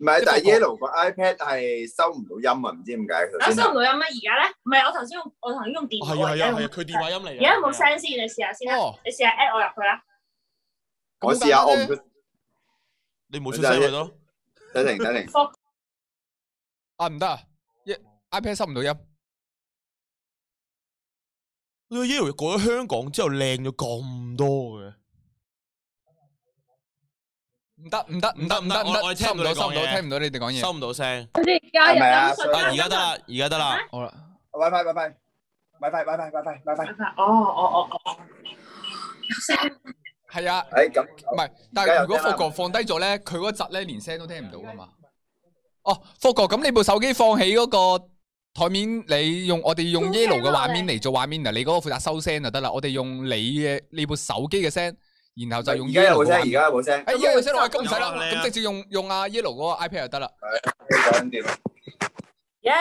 Speaker 3: 唔係，但係
Speaker 4: 即係
Speaker 3: Yellow 個 iPad 係收唔到音啊，唔知點解
Speaker 2: 啊
Speaker 3: 頭先
Speaker 2: 收唔。到音咩？而家咧，唔係我頭先用我頭先用電
Speaker 1: 哦
Speaker 2: 腦
Speaker 1: 係啊係啊係
Speaker 2: 而
Speaker 1: 啊，佢電話音嚟嘅。
Speaker 2: 家有冇聲先？你試下先啦，
Speaker 4: 哦，
Speaker 2: 你試下 at 我入去啦。
Speaker 3: 我試下，我唔
Speaker 4: 咁簡單啫
Speaker 3: 出
Speaker 1: 你冇出聲咪得咯。
Speaker 3: 等陣等陣，
Speaker 2: Focus
Speaker 4: 啊唔得啊一，iPad 收唔到音。
Speaker 1: 呢個 Yellow 過咗香港之後靚咗咁多嘅，
Speaker 4: 唔得唔得唔得
Speaker 1: 唔得唔得
Speaker 4: 唔
Speaker 1: 我我
Speaker 4: 得，
Speaker 1: 聽
Speaker 4: 收
Speaker 1: 唔
Speaker 4: 唔
Speaker 1: 到
Speaker 4: 到
Speaker 1: 你
Speaker 4: 收唔
Speaker 1: 講
Speaker 4: 到，
Speaker 1: 嘢
Speaker 4: 聽唔到你哋講嘢。
Speaker 1: 收唔到聲。
Speaker 2: 佢啊哋而家
Speaker 3: 係咪啊
Speaker 2: 有
Speaker 3: 啊
Speaker 1: 啊，而家得啦，而家得啦。
Speaker 4: 好啦，
Speaker 3: 拜拜拜拜拜拜拜拜拜拜拜拜。
Speaker 2: 哦哦哦哦，有聲。
Speaker 4: 係啊，
Speaker 3: 誒咁
Speaker 4: 唔係，但係如果霍哥放低咗咧，佢嗰陣咧連聲都聽唔到噶嘛。哦，霍哥，咁你部手機放喺嗰個台面，你用我哋用
Speaker 2: 收聲
Speaker 4: yellow 嘅
Speaker 2: 啊
Speaker 4: 畫面嚟做畫面嗱，你嗰個負責收聲啊就得啦。我哋用你嘅你部手機嘅聲，然後就用
Speaker 3: 而家有冇
Speaker 4: yellow 嘅
Speaker 3: 聲？
Speaker 4: 畫
Speaker 3: 而
Speaker 4: 面。
Speaker 3: 家有冇聲？
Speaker 4: 誒，而家有聲啦，咁唔使啦，
Speaker 1: 有啊你啊
Speaker 4: 咁直接用用阿 yellow 嗰個 iPad 就得啦。
Speaker 3: 你講緊點啊？
Speaker 2: 耶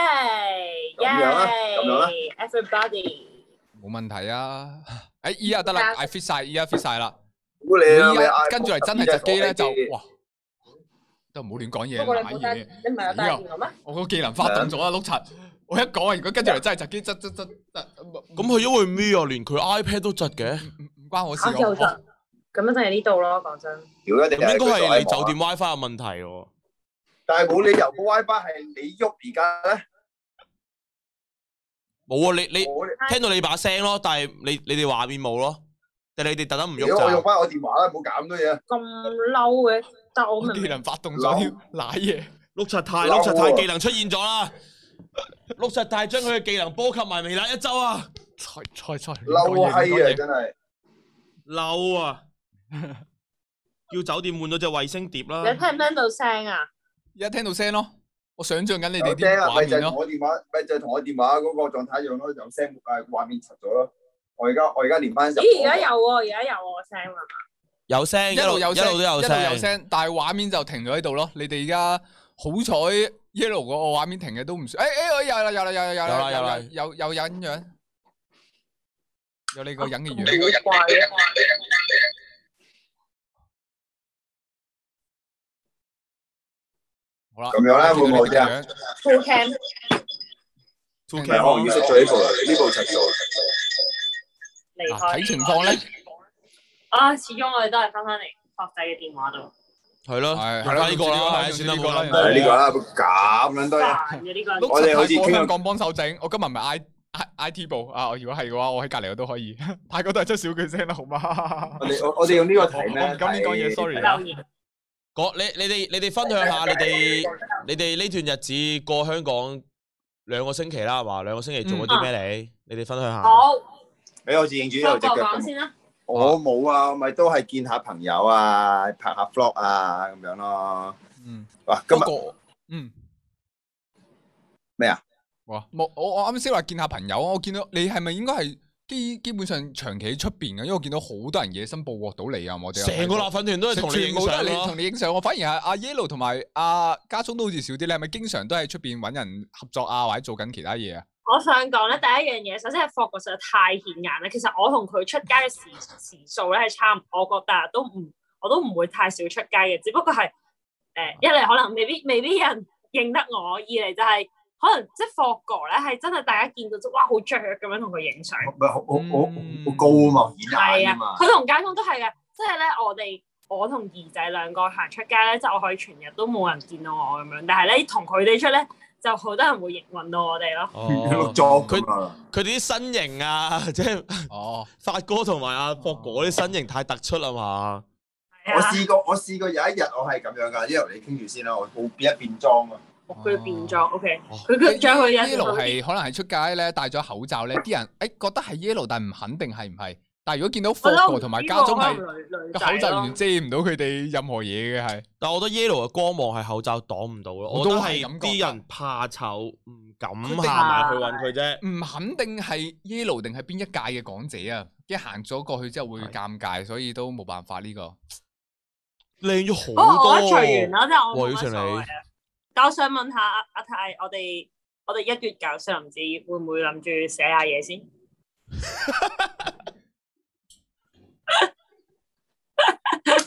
Speaker 3: 咁樣啦咁樣啦
Speaker 2: 耶，everybody，
Speaker 4: 冇問題啊。 (laughs) 誒，依家得啦，I fit 晒，依家 fit 晒啦。
Speaker 3: 估你啊
Speaker 4: 依
Speaker 3: 你
Speaker 4: 家
Speaker 3: iPhone
Speaker 4: 跟住嚟真係隻機咧就
Speaker 3: 手機
Speaker 4: 哇，都唔好亂講嘢
Speaker 2: 不
Speaker 4: 啦
Speaker 2: 過，你
Speaker 4: 買
Speaker 2: 冇帶，
Speaker 4: 嘢。
Speaker 2: 你唔係有帶電腦咩？
Speaker 4: 我個技能發動咗啦，
Speaker 3: 啊
Speaker 4: 碌柒！我一講啊，如果跟住嚟真係窒機，窒窒窒窒，
Speaker 1: 咁
Speaker 4: 咁
Speaker 1: 佢因為咩啊？連佢 iPad 都窒嘅，
Speaker 4: 唔唔唔關我事
Speaker 2: 啊，又得
Speaker 4: 我，
Speaker 2: 咁樣就係呢度咯，講真。
Speaker 3: 屌一定
Speaker 1: 咁應該係你酒店
Speaker 3: 店，
Speaker 1: WiFi 有問題喎。
Speaker 3: 但係冇理由個 WiFi 係你喐而家咧，
Speaker 1: 冇啊，你你。
Speaker 3: 我哋
Speaker 1: 聽到你把聲咯，但係你你哋畫面冇咯，但係你哋特登唔
Speaker 3: 如果我
Speaker 1: 喐
Speaker 3: 用
Speaker 1: 咋？
Speaker 3: 翻我電話啦，唔好搞咁多嘢。
Speaker 2: 咁嬲嘅，但我
Speaker 4: 我
Speaker 2: 明
Speaker 4: 技
Speaker 2: 明
Speaker 4: 能發動咗添，賴嘢。
Speaker 1: 碌柒太
Speaker 3: 嬲
Speaker 1: 碌
Speaker 3: 啊
Speaker 1: 柒太技能出現咗啦！ (laughs) 碌柒太將佢嘅技能波及埋微辣一周啊！
Speaker 4: 菜菜菜，
Speaker 3: 嬲
Speaker 4: 講嘢
Speaker 3: 閪啊！！
Speaker 4: 講嘢
Speaker 3: 真係
Speaker 1: 嬲啊！ (laughs) 叫酒店換咗隻衛星碟
Speaker 2: 你
Speaker 1: 啦！
Speaker 2: 聽唔聽到聲啊？
Speaker 4: 而家聽到聲咯，我想象緊你哋
Speaker 3: 有
Speaker 4: 啲
Speaker 3: 聲啊，咪
Speaker 4: 畫
Speaker 3: 就
Speaker 4: 面
Speaker 3: 係同
Speaker 4: 咯。
Speaker 3: 我電話，咪就係同我電話嗰個狀態一樣咯，有聲誒畫面柒咗咯。我而家我而家連翻十。
Speaker 2: 咦，而家有喎，而家有喎聲啦。
Speaker 1: 有聲，
Speaker 4: 一路有
Speaker 1: 一路都有
Speaker 4: 一路有
Speaker 1: 聲。
Speaker 4: 聲，但係畫面就停咗喺度咯。你哋而家好彩 yellow 個畫面停嘅都唔算。诶诶，我有啦有啦有啦有啦
Speaker 1: 有啦
Speaker 4: 有有有隱樣，有你個隱嘅樣。
Speaker 2: 好怪嘅，
Speaker 4: 好啦，
Speaker 3: 咁樣啦
Speaker 4: 我見到
Speaker 3: 會唔會
Speaker 4: 你個
Speaker 3: 好啲啊
Speaker 4: 樣？
Speaker 2: full cam
Speaker 1: 2K
Speaker 4: 唔
Speaker 3: 唔係，我已經識咗呢部啦，呢部就做。
Speaker 2: 離
Speaker 4: 啊
Speaker 2: 開。
Speaker 4: 睇情況咧。
Speaker 2: 啊，始終我哋都係翻返嚟國際嘅電話度，
Speaker 1: 係咯，
Speaker 4: 係
Speaker 1: 用翻呢個啦，係啊
Speaker 4: 用
Speaker 1: 算
Speaker 4: 呢
Speaker 1: 啦，
Speaker 4: 個啦
Speaker 1: 冇
Speaker 4: 用
Speaker 1: 啦
Speaker 3: 係呢個啦，咁撚多嘢。
Speaker 2: 煩嘅呢個人。
Speaker 3: 我哋好似
Speaker 4: 碌柒泰國
Speaker 3: 傾
Speaker 4: 香港幫手整，我今日唔係 I I I T 部啊，我如果係嘅話，我喺隔離我都可以。 (laughs) 泰國都係出少句聲啦，好嘛？
Speaker 3: 我哋我我哋用呢個睇咩？
Speaker 4: 我唔敢亂講嘢
Speaker 3: 睇
Speaker 4: ，sorry
Speaker 2: 留言，
Speaker 1: 講你你哋你哋分享下你哋你哋呢段日子過香港兩個星期啦，係嘛？兩個星期做
Speaker 2: 嗯啊
Speaker 1: 咗啲咩？你你哋分享下。
Speaker 2: 好，
Speaker 3: 你好似影住呢
Speaker 2: 發
Speaker 3: 度
Speaker 2: 哥
Speaker 3: 只腳
Speaker 2: 講
Speaker 3: 咁。
Speaker 2: 先啦。
Speaker 3: 我冇啊，我咪都係見下朋友啊，拍下 vlog 啊咁樣咯。
Speaker 4: 嗯，
Speaker 3: 哇，今日
Speaker 4: 不過嗯
Speaker 3: 啊咩啊？
Speaker 4: 哇，冇我我啱先話見下朋友，啊我見到你係咪應該係基基本上長期喺出邊嘅？因為我見到好多人野生捕獲到你啊！我哋有睇
Speaker 1: 成個
Speaker 4: 過
Speaker 1: 立粉團都係同你
Speaker 4: 全
Speaker 1: 影
Speaker 4: 部都係
Speaker 1: 相
Speaker 4: 你
Speaker 1: 咯
Speaker 4: 同。你影相，我反而係阿 Yellow 同埋阿家聰都好似少啲，你係咪經常都喺出邊揾人合作啊，或者做緊其他嘢啊？
Speaker 2: 我想講咧，第一樣嘢，首先係霍國實在太顯眼啦。其實我同佢出街嘅時時數咧係差唔，我覺得啊都唔，我都唔會太少出街嘅。只不過係誒、
Speaker 4: 啊
Speaker 2: 呃一嚟可能未必未必有人認得我，二嚟就係、可能即係霍國咧係真係大家見到就哇好着咁樣同佢影相。
Speaker 3: 唔係好好好好
Speaker 4: 嗯
Speaker 3: 高啊嘛，顯
Speaker 2: 係
Speaker 3: 眼啊
Speaker 2: 啊
Speaker 3: 嘛，。
Speaker 2: 佢同街坊都係嘅，即係咧我哋我同兒仔兩個行出街咧，即係我可以全日都冇人見到我咁樣，但係咧同佢哋出咧就好多人會認揾到我哋咯。
Speaker 3: 碌
Speaker 4: (laughs)
Speaker 1: 哦
Speaker 3: 裝
Speaker 1: 佢
Speaker 3: 咁啊！
Speaker 1: 佢哋啲身形啊， (laughs) 即係
Speaker 4: 哦，
Speaker 1: 發哥同埋阿博哥啲身形太突出啦嘛。
Speaker 2: 係
Speaker 3: 我
Speaker 2: 啊。
Speaker 3: 試過，我試過有一日我係咁樣㗎，因為你傾住先啦，我好變一變裝啊，
Speaker 2: 佢變咗，OK，
Speaker 1: 哦
Speaker 2: 佢佢將佢嘅
Speaker 4: Yellow 係可能係出街咧戴咗口罩咧，啲人誒覺得係 Yellow，但係唔肯定係唔係。但係如果見到
Speaker 2: 我覺得
Speaker 4: Fogo 同埋家
Speaker 2: 呢個
Speaker 4: 聰
Speaker 2: 可能
Speaker 4: 係
Speaker 2: 女女
Speaker 4: 個
Speaker 2: 仔
Speaker 4: 口罩
Speaker 2: 咯
Speaker 4: 完全遮唔到佢哋任何嘢嘅係。
Speaker 1: 但我覺得 yellow 嘅光芒係口罩擋唔到咯，
Speaker 4: 我
Speaker 1: 我
Speaker 4: 都
Speaker 1: 覺得
Speaker 4: 係
Speaker 1: 係
Speaker 4: 咁覺
Speaker 1: 啲人怕醜，唔敢行
Speaker 4: 定
Speaker 1: 埋去揾佢啫。
Speaker 4: 唔肯定係 Yellow 定係邊一屆嘅港姐啊，一行咗過去之後會
Speaker 1: 係
Speaker 4: 尷尬，所以都冇辦法呢、個。
Speaker 1: 靚咗
Speaker 2: 不過
Speaker 1: 好
Speaker 2: 哦我覺得
Speaker 1: 多
Speaker 2: 隨緣
Speaker 1: 喎。
Speaker 2: 啦，即係我
Speaker 1: 哇
Speaker 2: 冇
Speaker 1: 要
Speaker 2: 乜
Speaker 1: 成
Speaker 2: 所謂
Speaker 1: 你
Speaker 2: 啊。但我想問下阿阿泰，我哋我哋一月九少林寺會唔會諗住寫下嘢先？
Speaker 1: (laughs)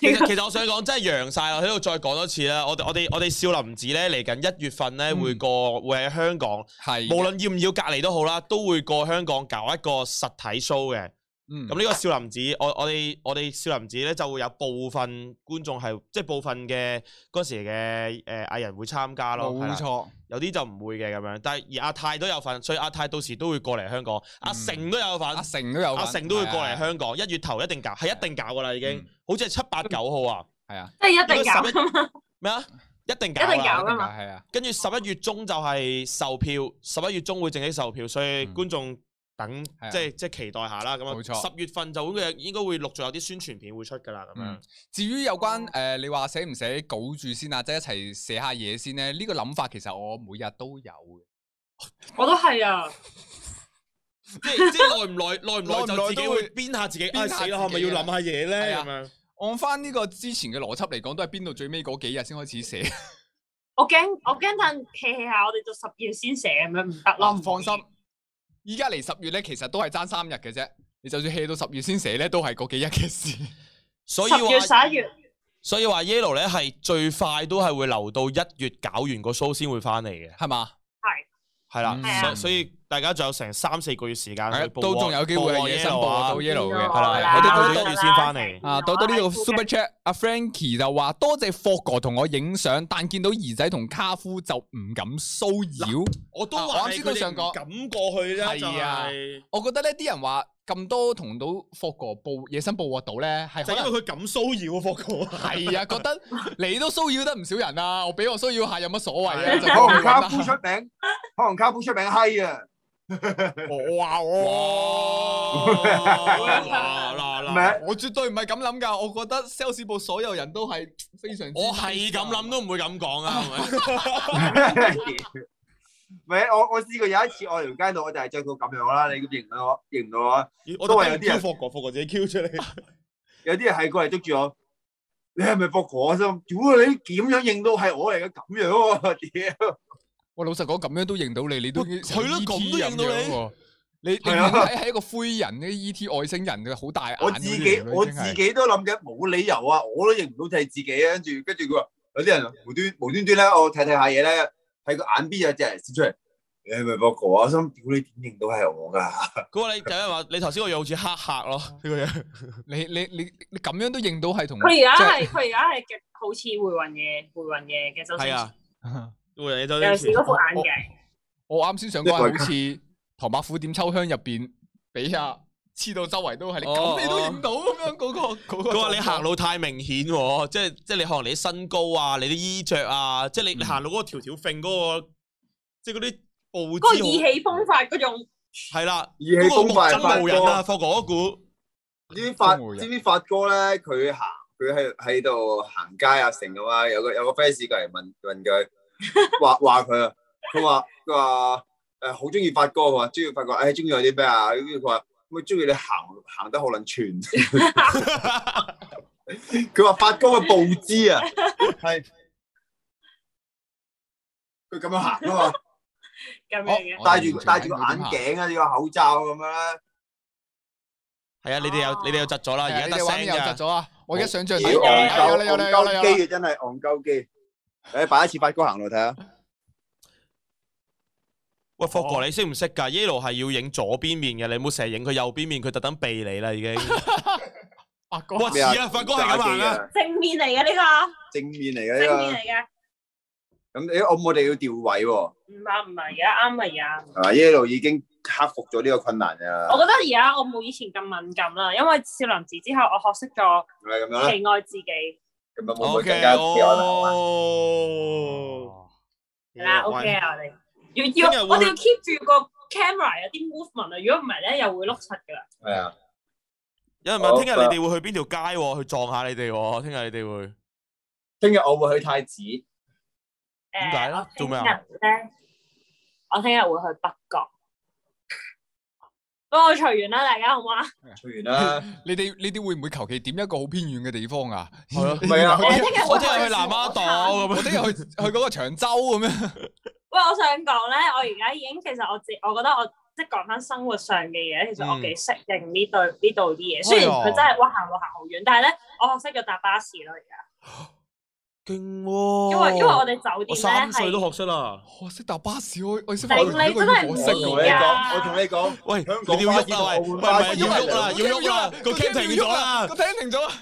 Speaker 1: 其實其實我想講，真係揚晒啦！喺度再講多次啦。我哋我哋我哋少林寺咧嚟緊一月份咧
Speaker 4: 嗯
Speaker 1: 會過會喺香港，
Speaker 4: 係
Speaker 1: 無論要唔要隔離都好啦，都會過香港搞一個實體 show 嘅。
Speaker 4: 嗯
Speaker 1: 咁呢個少林寺，我我哋我哋少林寺咧就會有部分觀眾係即係部分嘅嗰時嘅誒藝人會參加咯，係啦
Speaker 4: 冇錯，
Speaker 1: 有啲就唔會嘅咁樣。但係而阿泰都有份，所以阿泰到時都會過嚟香港，阿成都有份，
Speaker 4: 阿成嗯都有份，
Speaker 1: 阿成都會過嚟
Speaker 4: 係啊
Speaker 1: 香港，一月頭一定搞，係一定搞噶啦已經
Speaker 4: 嗯，
Speaker 1: 好似係七八九號啊，
Speaker 4: 係啊，
Speaker 2: 即係一定搞
Speaker 1: 應該十一咩啊？一定搞
Speaker 2: 一定
Speaker 1: 啦
Speaker 2: 搞，
Speaker 4: 一定㗎係啊，
Speaker 1: 跟住十一月中就係售票，十一月中會正式售票，所以
Speaker 4: 嗯
Speaker 1: 觀眾等
Speaker 4: 係啊
Speaker 1: 即係即係期待下啦。咁
Speaker 4: 冇
Speaker 1: 樣
Speaker 4: 錯
Speaker 1: 十月份就會應該會陸續有啲宣傳片會出㗎啦。咁樣
Speaker 4: 嗯至於有關誒、呃你話寫唔寫稿住先啊，即係一齊寫下嘢先咧，呢、個諗法其實我每日都有嘅。
Speaker 2: 我都係啊，
Speaker 1: 即係即 (laughs) 係耐唔耐，耐唔耐
Speaker 4: 耐唔耐
Speaker 1: 就自己
Speaker 4: 都會
Speaker 1: 會鞭下自己，
Speaker 4: 鞭
Speaker 1: 唉
Speaker 4: 下
Speaker 1: 死啦，係
Speaker 4: 自
Speaker 1: 咪
Speaker 4: 己
Speaker 1: 要
Speaker 4: 啊
Speaker 1: 諗下嘢
Speaker 4: 係
Speaker 1: 咧？
Speaker 4: 啊
Speaker 1: 咁樣
Speaker 4: 按翻呢個之前嘅邏輯嚟講，都係邊到最尾嗰幾日先開始寫。
Speaker 2: 我驚我驚陣 hea 下，我哋到十月先寫咁樣唔得咯。
Speaker 4: 嗱，放心，依家嚟十月咧，其實都係爭三日嘅啫。你就算 hea 到十月先寫咧，都係嗰幾日嘅事。 (laughs)
Speaker 1: 所以
Speaker 2: 十月
Speaker 1: 話，
Speaker 2: 十一月，
Speaker 1: 所以話 Yellow 咧係最快都係會留到一月搞完個 show 先會翻嚟嘅，
Speaker 4: 係嘛？
Speaker 1: 係啦
Speaker 4: 嗯
Speaker 2: 係。
Speaker 1: 所
Speaker 4: 啊
Speaker 1: 所以大家仲有成三四個月時間去
Speaker 4: 係啊
Speaker 1: 報
Speaker 4: 都仲有機
Speaker 1: 啊
Speaker 4: 會係野生捕獲到
Speaker 1: 係
Speaker 4: yellow
Speaker 2: 啊
Speaker 4: 嘅，
Speaker 1: 係啦
Speaker 4: 係
Speaker 1: 啦
Speaker 4: 我
Speaker 1: 我
Speaker 4: 哋
Speaker 1: 哋
Speaker 4: 都
Speaker 1: 都
Speaker 4: 到
Speaker 1: 要先返嚟
Speaker 4: 啊，到到呢度 super chat，阿 Frankie 就話多謝霍哥同我影相，但見到兒仔同卡夫就唔敢騷擾。
Speaker 1: 我都
Speaker 4: 啊我
Speaker 1: 話
Speaker 4: 啱
Speaker 1: 係
Speaker 4: 先
Speaker 1: 佢
Speaker 4: 都想
Speaker 1: 哋
Speaker 4: 講
Speaker 1: 唔敢過去啫，就
Speaker 4: 係啊
Speaker 1: 係
Speaker 4: 我覺得呢啲人話咁多同到霍哥捕野生捕獲到咧，係可
Speaker 1: 就因
Speaker 4: 能
Speaker 1: 為佢敢騷擾霍哥啊。(laughs)
Speaker 4: 係啊，覺得你都騷擾得唔少人啊，我俾我騷擾下有乜所謂
Speaker 1: 係
Speaker 4: 啊
Speaker 1: 啊
Speaker 4: 就
Speaker 3: 可
Speaker 4: 咁
Speaker 3: 能
Speaker 4: 樣啦
Speaker 3: 卡夫出名，可能卡夫出名閪啊， (laughs)
Speaker 4: 啊我話
Speaker 1: 哇嗱
Speaker 4: 我
Speaker 1: 嗱
Speaker 3: 唔係
Speaker 4: 我絕對唔係咁諗㗎，我覺得 sales 部所有人都係非常之
Speaker 1: (laughs) 我係咁諗都唔會咁講啊，係咪？
Speaker 3: 係唔係我我試過有一次我條街度，我就係着到咁樣啦，你咁認唔到我，認唔到我，
Speaker 1: 咦我
Speaker 3: 都
Speaker 1: 都
Speaker 3: 話
Speaker 1: 系有
Speaker 3: 有啲
Speaker 1: 啲
Speaker 3: 人
Speaker 1: Q 霍哥，霍哥自己 Q 出嚟。
Speaker 3: 有啲人係過嚟捉住我，你係咪博我我心諗？屌啊你點樣認到係我嚟嘅咁樣喎？
Speaker 4: (laughs)
Speaker 3: 屌！
Speaker 4: 喂，老實講，咁樣都認到你，你都
Speaker 1: 喂
Speaker 4: 成
Speaker 1: 係咯
Speaker 4: E.T.
Speaker 1: 咁都認到你
Speaker 4: 咁樣喎你你
Speaker 3: 係啊
Speaker 4: 睇係一個灰人啲 E.T. 外星人嘅好大眼
Speaker 3: 我
Speaker 4: 嗰
Speaker 3: 自
Speaker 4: 啲
Speaker 3: 己
Speaker 4: 嚟㗎
Speaker 3: 我
Speaker 4: 已經係
Speaker 3: 自己都諗緊冇理由啊，我都認唔到係自己啊。跟住跟住佢話有啲人無端無端端咧，我睇睇下嘢咧，喺個眼邊有隻人閃出嚟，你係咪博哥啊？我心諗屌你點認到係我㗎？
Speaker 1: (laughs) 佢話你有人話你頭先個樣好似黑客咯，呢個樣。
Speaker 4: 你你你你咁樣都認到係同
Speaker 2: 佢而家
Speaker 4: 即係
Speaker 2: 係佢而家係極好似回魂夜，回魂夜嘅周星
Speaker 1: 係啊
Speaker 2: 馳，，
Speaker 1: 會人你周
Speaker 2: 尤
Speaker 1: 星
Speaker 2: 其是
Speaker 1: 馳
Speaker 2: 嗰副眼鏡，
Speaker 4: 我啱先想講係好似唐伯虎點秋香入邊俾啊黐到周圍都係，你
Speaker 1: 哦
Speaker 4: 咁你都認到咁樣嗰個嗰個。
Speaker 1: 佢話你行路太明顯喎，即係即係你可能你啲身高啊，你啲衣着啊，即係你你
Speaker 4: 嗯
Speaker 1: 行路嗰個條條揈嗰個，即係嗰啲步
Speaker 2: 嗰個
Speaker 1: 姿
Speaker 2: 意
Speaker 1: 好
Speaker 2: 氣風發嗰種，
Speaker 1: 係啦，
Speaker 3: 意氣
Speaker 1: 嗰個
Speaker 3: 風
Speaker 1: 目
Speaker 3: 發
Speaker 1: 真
Speaker 3: 係發
Speaker 1: 無人啊，
Speaker 3: 哥，
Speaker 1: 霍哥嗰股
Speaker 3: 知唔知發
Speaker 4: 真無
Speaker 3: 知
Speaker 4: 人
Speaker 3: 唔知發哥咧？佢行佢喺喺度行街啊成咁啊，有個有個 fans 過嚟問問佢，話話佢啊，佢話佢話誒好中意發哥，佢話中意發哥，誒中意佢啲咩啊？跟住佢話咁中意你行行得好撚全。佢話發哥嘅步姿啊，係佢咁樣行啊嘛，
Speaker 2: 咁樣嘅。
Speaker 3: 戴住戴住個眼鏡啊，呢個口罩咁樣咧。
Speaker 1: 係啊，你哋有你哋有窒咗啦，
Speaker 4: 係啊，
Speaker 1: 而家
Speaker 4: 你
Speaker 1: 得
Speaker 4: 哋
Speaker 1: 聲
Speaker 4: 玩嘢又窒
Speaker 1: 㗎。
Speaker 4: 咗啊！我而家想象
Speaker 3: 屌
Speaker 4: 到有
Speaker 2: 戇
Speaker 4: 啦有啦有啦
Speaker 3: 戇
Speaker 4: 有啦有
Speaker 3: 鳩
Speaker 4: 啦
Speaker 3: 機啊，真係戇鳩機。誒，擺一次發哥行路睇下。
Speaker 1: 喂，霍哥你識唔識㗎？Yellow 係要影左邊面嘅，你唔好成日影佢右邊面，佢特登避你啦已經。
Speaker 3: (laughs)
Speaker 4: 啊哥，
Speaker 1: 哇，
Speaker 4: 嗰
Speaker 1: 是
Speaker 3: 咩啊
Speaker 1: 啊，發哥係咁行啊。！
Speaker 2: 正面嚟嘅呢
Speaker 3: 正面嚟
Speaker 2: 個，
Speaker 3: 嘅
Speaker 2: 正面嚟
Speaker 3: 呢
Speaker 2: 嘅，
Speaker 3: 個。咁你我我哋要調位喎，
Speaker 2: 唔係唔係，而家啱啊而家。
Speaker 3: 係嘛？Yellow 已經克服咗呢個困難㗎，
Speaker 2: 我覺得而家我冇以前咁敏感啦，因為少林寺之後，我學識咗
Speaker 3: 係咁樣啦。
Speaker 2: 期愛自己。
Speaker 3: 咁啊，冇
Speaker 1: O
Speaker 3: 會更
Speaker 1: K，
Speaker 3: 加有
Speaker 1: 哦，
Speaker 2: 係啦
Speaker 1: 喂
Speaker 2: ，OK 啊，我哋
Speaker 1: 今日
Speaker 2: 要要
Speaker 1: 會
Speaker 2: 我哋要 keep 住個 camera 有啲 movement 啊，如果唔係咧又會碌柒噶啦。
Speaker 3: 係啊，
Speaker 1: 有人
Speaker 3: 好
Speaker 1: 問聽日你哋會去邊條街喎？去撞下你哋喎？聽日你哋會
Speaker 3: 聽日我會去太子，
Speaker 1: 點解咧
Speaker 2: 誒
Speaker 1: 做咩啊？
Speaker 2: 我聽日咧，我聽日會去北角。幫我隨緣啦，大家好啊嘛？
Speaker 3: 去完啦。
Speaker 4: 你哋你哋會唔會求其點一個好偏遠嘅地方啊？
Speaker 1: 係咯
Speaker 3: 唔係啊，
Speaker 2: 誒，聽日
Speaker 1: 我
Speaker 2: 會
Speaker 1: 聽日去南丫島咁樣
Speaker 4: 我。聽日去去嗰個長洲咁樣。
Speaker 2: 喂，我想講咧，我而家已經其實我自，我覺得我即係講翻生活上嘅嘢，其實我
Speaker 1: 嗯
Speaker 2: 幾適應呢對呢度啲嘢。雖然
Speaker 1: 哎
Speaker 2: 佢真係哇行路行好遠，但係咧我學識咗搭巴士咯而家，
Speaker 1: 劲喎！
Speaker 2: 因為因為我哋酒
Speaker 1: 我
Speaker 2: 店
Speaker 1: 三
Speaker 2: 咧
Speaker 1: 歲都
Speaker 2: 係
Speaker 1: 學識啦。
Speaker 4: 我識搭巴士，我我識
Speaker 2: 頂你真係唔
Speaker 4: 我
Speaker 3: 我
Speaker 4: 識
Speaker 3: 同你
Speaker 2: 易㗎
Speaker 4: 嘅。
Speaker 3: 講，我同你講，
Speaker 1: 喂，你
Speaker 3: 香
Speaker 1: 哋
Speaker 3: 港
Speaker 1: 要
Speaker 3: 巴
Speaker 1: 喐
Speaker 3: 士
Speaker 1: 啦喂，喂
Speaker 3: 同澳門
Speaker 1: 唔
Speaker 3: 巴
Speaker 1: 係
Speaker 3: 士
Speaker 1: 要喐啦，
Speaker 3: 同澳
Speaker 1: 要喐啦，個 cam 停咗啦
Speaker 4: 個。cam 停咗啦。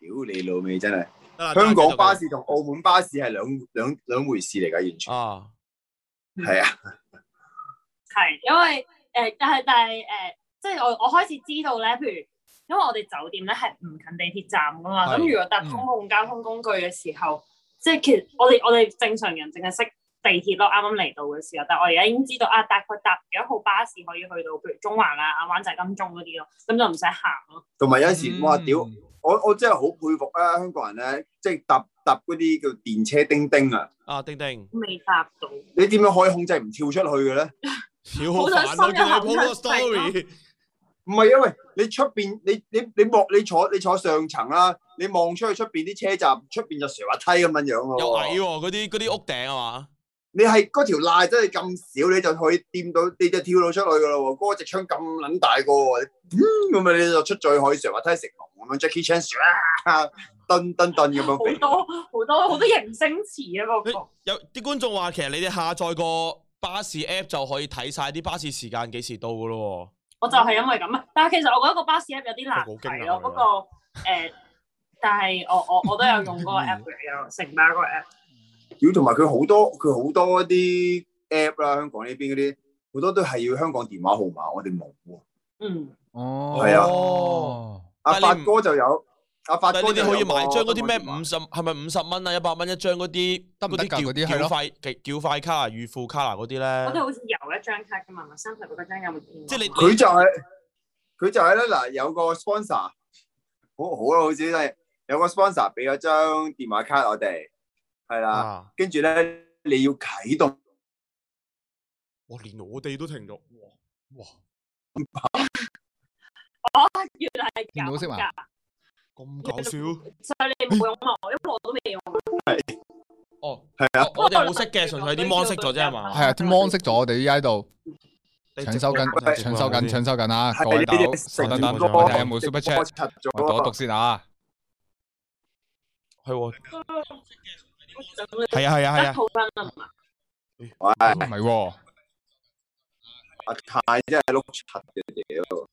Speaker 3: 屌你老味真係！
Speaker 1: 得啦
Speaker 3: 香港巴
Speaker 1: 繼
Speaker 3: 士同澳門巴士係兩兩兩回事嚟㗎，完
Speaker 1: 續
Speaker 3: 全
Speaker 1: 啊，
Speaker 3: 係啊。
Speaker 2: 係因為誒，但係但係誒，呃即係我我開始知道咧，譬如因為我哋酒店咧係唔近地鐵站噶嘛，
Speaker 1: 係
Speaker 2: 咁如果搭公共交通工具嘅時候，即係其實我哋我哋正常人淨係識地鐵咯，啱啱嚟到嘅時候，但係我而家已經知道啊，大概搭幾多號巴士可以去到，譬如中環啊、灣仔金鐘嗰啲咯，咁就唔使行咯。
Speaker 3: 同埋有時哇
Speaker 4: 嗯
Speaker 3: 屌！我我真係好佩服啊！香港人咧，即係搭搭嗰啲叫電車叮叮啊，
Speaker 1: 啊丁丁，
Speaker 2: 未搭到，
Speaker 3: 你點樣可以控制唔跳出去嘅咧？
Speaker 1: 屌好煩啊！
Speaker 2: 好
Speaker 1: 見
Speaker 2: 想
Speaker 1: 你
Speaker 2: 深入
Speaker 1: po 個
Speaker 2: 咁樣
Speaker 1: story，
Speaker 3: 唔係因為你出邊，你你你望你坐你坐上層啦，你望出去出邊啲車站，出邊就斜滑梯咁樣樣咯。
Speaker 1: 又矮喎，嗰啲嗰啲屋頂啊嘛。
Speaker 3: 你係嗰條罅真係咁少，你就可以掂到，你就跳到出去噶咯喎。嗰、隻槍咁撚大個喎，嗯咁啊你就出咗去可以斜滑梯成龍咁樣，Jackie Chan 唰蹬蹬蹬咁樣
Speaker 2: 好
Speaker 3: 飛。
Speaker 2: 多好多好多形聲詞啊！個個
Speaker 1: 有啲觀眾話，其實你哋下載個巴士 app 就可以睇晒啲巴士時間幾時到噶咯
Speaker 2: 我就係因為咁啊， (laughs) 但係其實我覺得個巴士 app 有啲難睇
Speaker 1: 我好驚訝
Speaker 2: 咯，不過誒，但係我我我都有用嗰個
Speaker 1: (laughs)
Speaker 2: app 嘅，有城巴嗰個 app。
Speaker 3: 屌，同埋佢好多佢好多啲 app 啦，香港呢邊嗰啲好多都係要香港電話號碼，我哋冇喎。
Speaker 2: 嗯，
Speaker 4: 哦
Speaker 3: 係啊
Speaker 1: 哦
Speaker 3: 阿
Speaker 1: 但係
Speaker 3: 發
Speaker 1: 你唔
Speaker 3: 哥就有，阿發
Speaker 1: 喎。但係
Speaker 3: 哥
Speaker 1: 你
Speaker 3: 就
Speaker 1: 哋
Speaker 3: 有
Speaker 1: 可以
Speaker 3: 個
Speaker 1: 買張嗰啲咩
Speaker 3: 香港電話
Speaker 1: 五十係咪五十蚊啊一百蚊一張嗰啲
Speaker 4: 得唔得㗎
Speaker 1: 嗰啲
Speaker 4: 嗰啲
Speaker 1: 叫叫
Speaker 4: 係咯
Speaker 1: 快叫叫快卡啊預付卡啊嗰啲
Speaker 2: 我哋
Speaker 1: 咧？
Speaker 2: 好似有一張卡㗎嘛，咪三十嗰張有冇見過？
Speaker 1: 即係你
Speaker 3: 佢就係佢就係咧嗱，有個 sponsor，好好啦，好似真係有個 sponsor 俾咗張電話卡我哋，係啦，
Speaker 1: 啊
Speaker 3: 跟住咧你要啟動
Speaker 1: 哇，連我哋都停咗，哇！
Speaker 2: 原來係
Speaker 4: 見到
Speaker 2: 咁
Speaker 4: 識嘛
Speaker 2: 㗎，
Speaker 1: 咁搞笑，
Speaker 2: 所以你冇用啊，因為我都未用。
Speaker 4: 哦，
Speaker 3: 係啊
Speaker 4: 哦，
Speaker 1: 我哋冇識嘅，純粹啲 mon 識咗啫係嘛
Speaker 2: (laughs)
Speaker 4: 系。啊，啲 mon 熄咗，我哋依家喺度搶收緊，
Speaker 3: 喂
Speaker 4: 搶收緊，搶收緊啊！各
Speaker 3: 係
Speaker 4: 位
Speaker 3: 你
Speaker 4: 大佬，
Speaker 3: 哋
Speaker 4: 等
Speaker 3: 成
Speaker 1: 等等
Speaker 4: 等等，
Speaker 3: 條
Speaker 1: 等
Speaker 3: 歌
Speaker 4: 我睇下有冇 super
Speaker 3: 直播
Speaker 4: chat，
Speaker 3: 柒
Speaker 4: 我讀一讀
Speaker 3: 咗，
Speaker 4: 先啊！
Speaker 1: 係喎，係啊係啊係
Speaker 2: 得
Speaker 1: 啊，
Speaker 2: 好分啊嘛，
Speaker 3: 喂，
Speaker 4: 唔係喎，
Speaker 3: 阿泰真係碌柒嘅屌，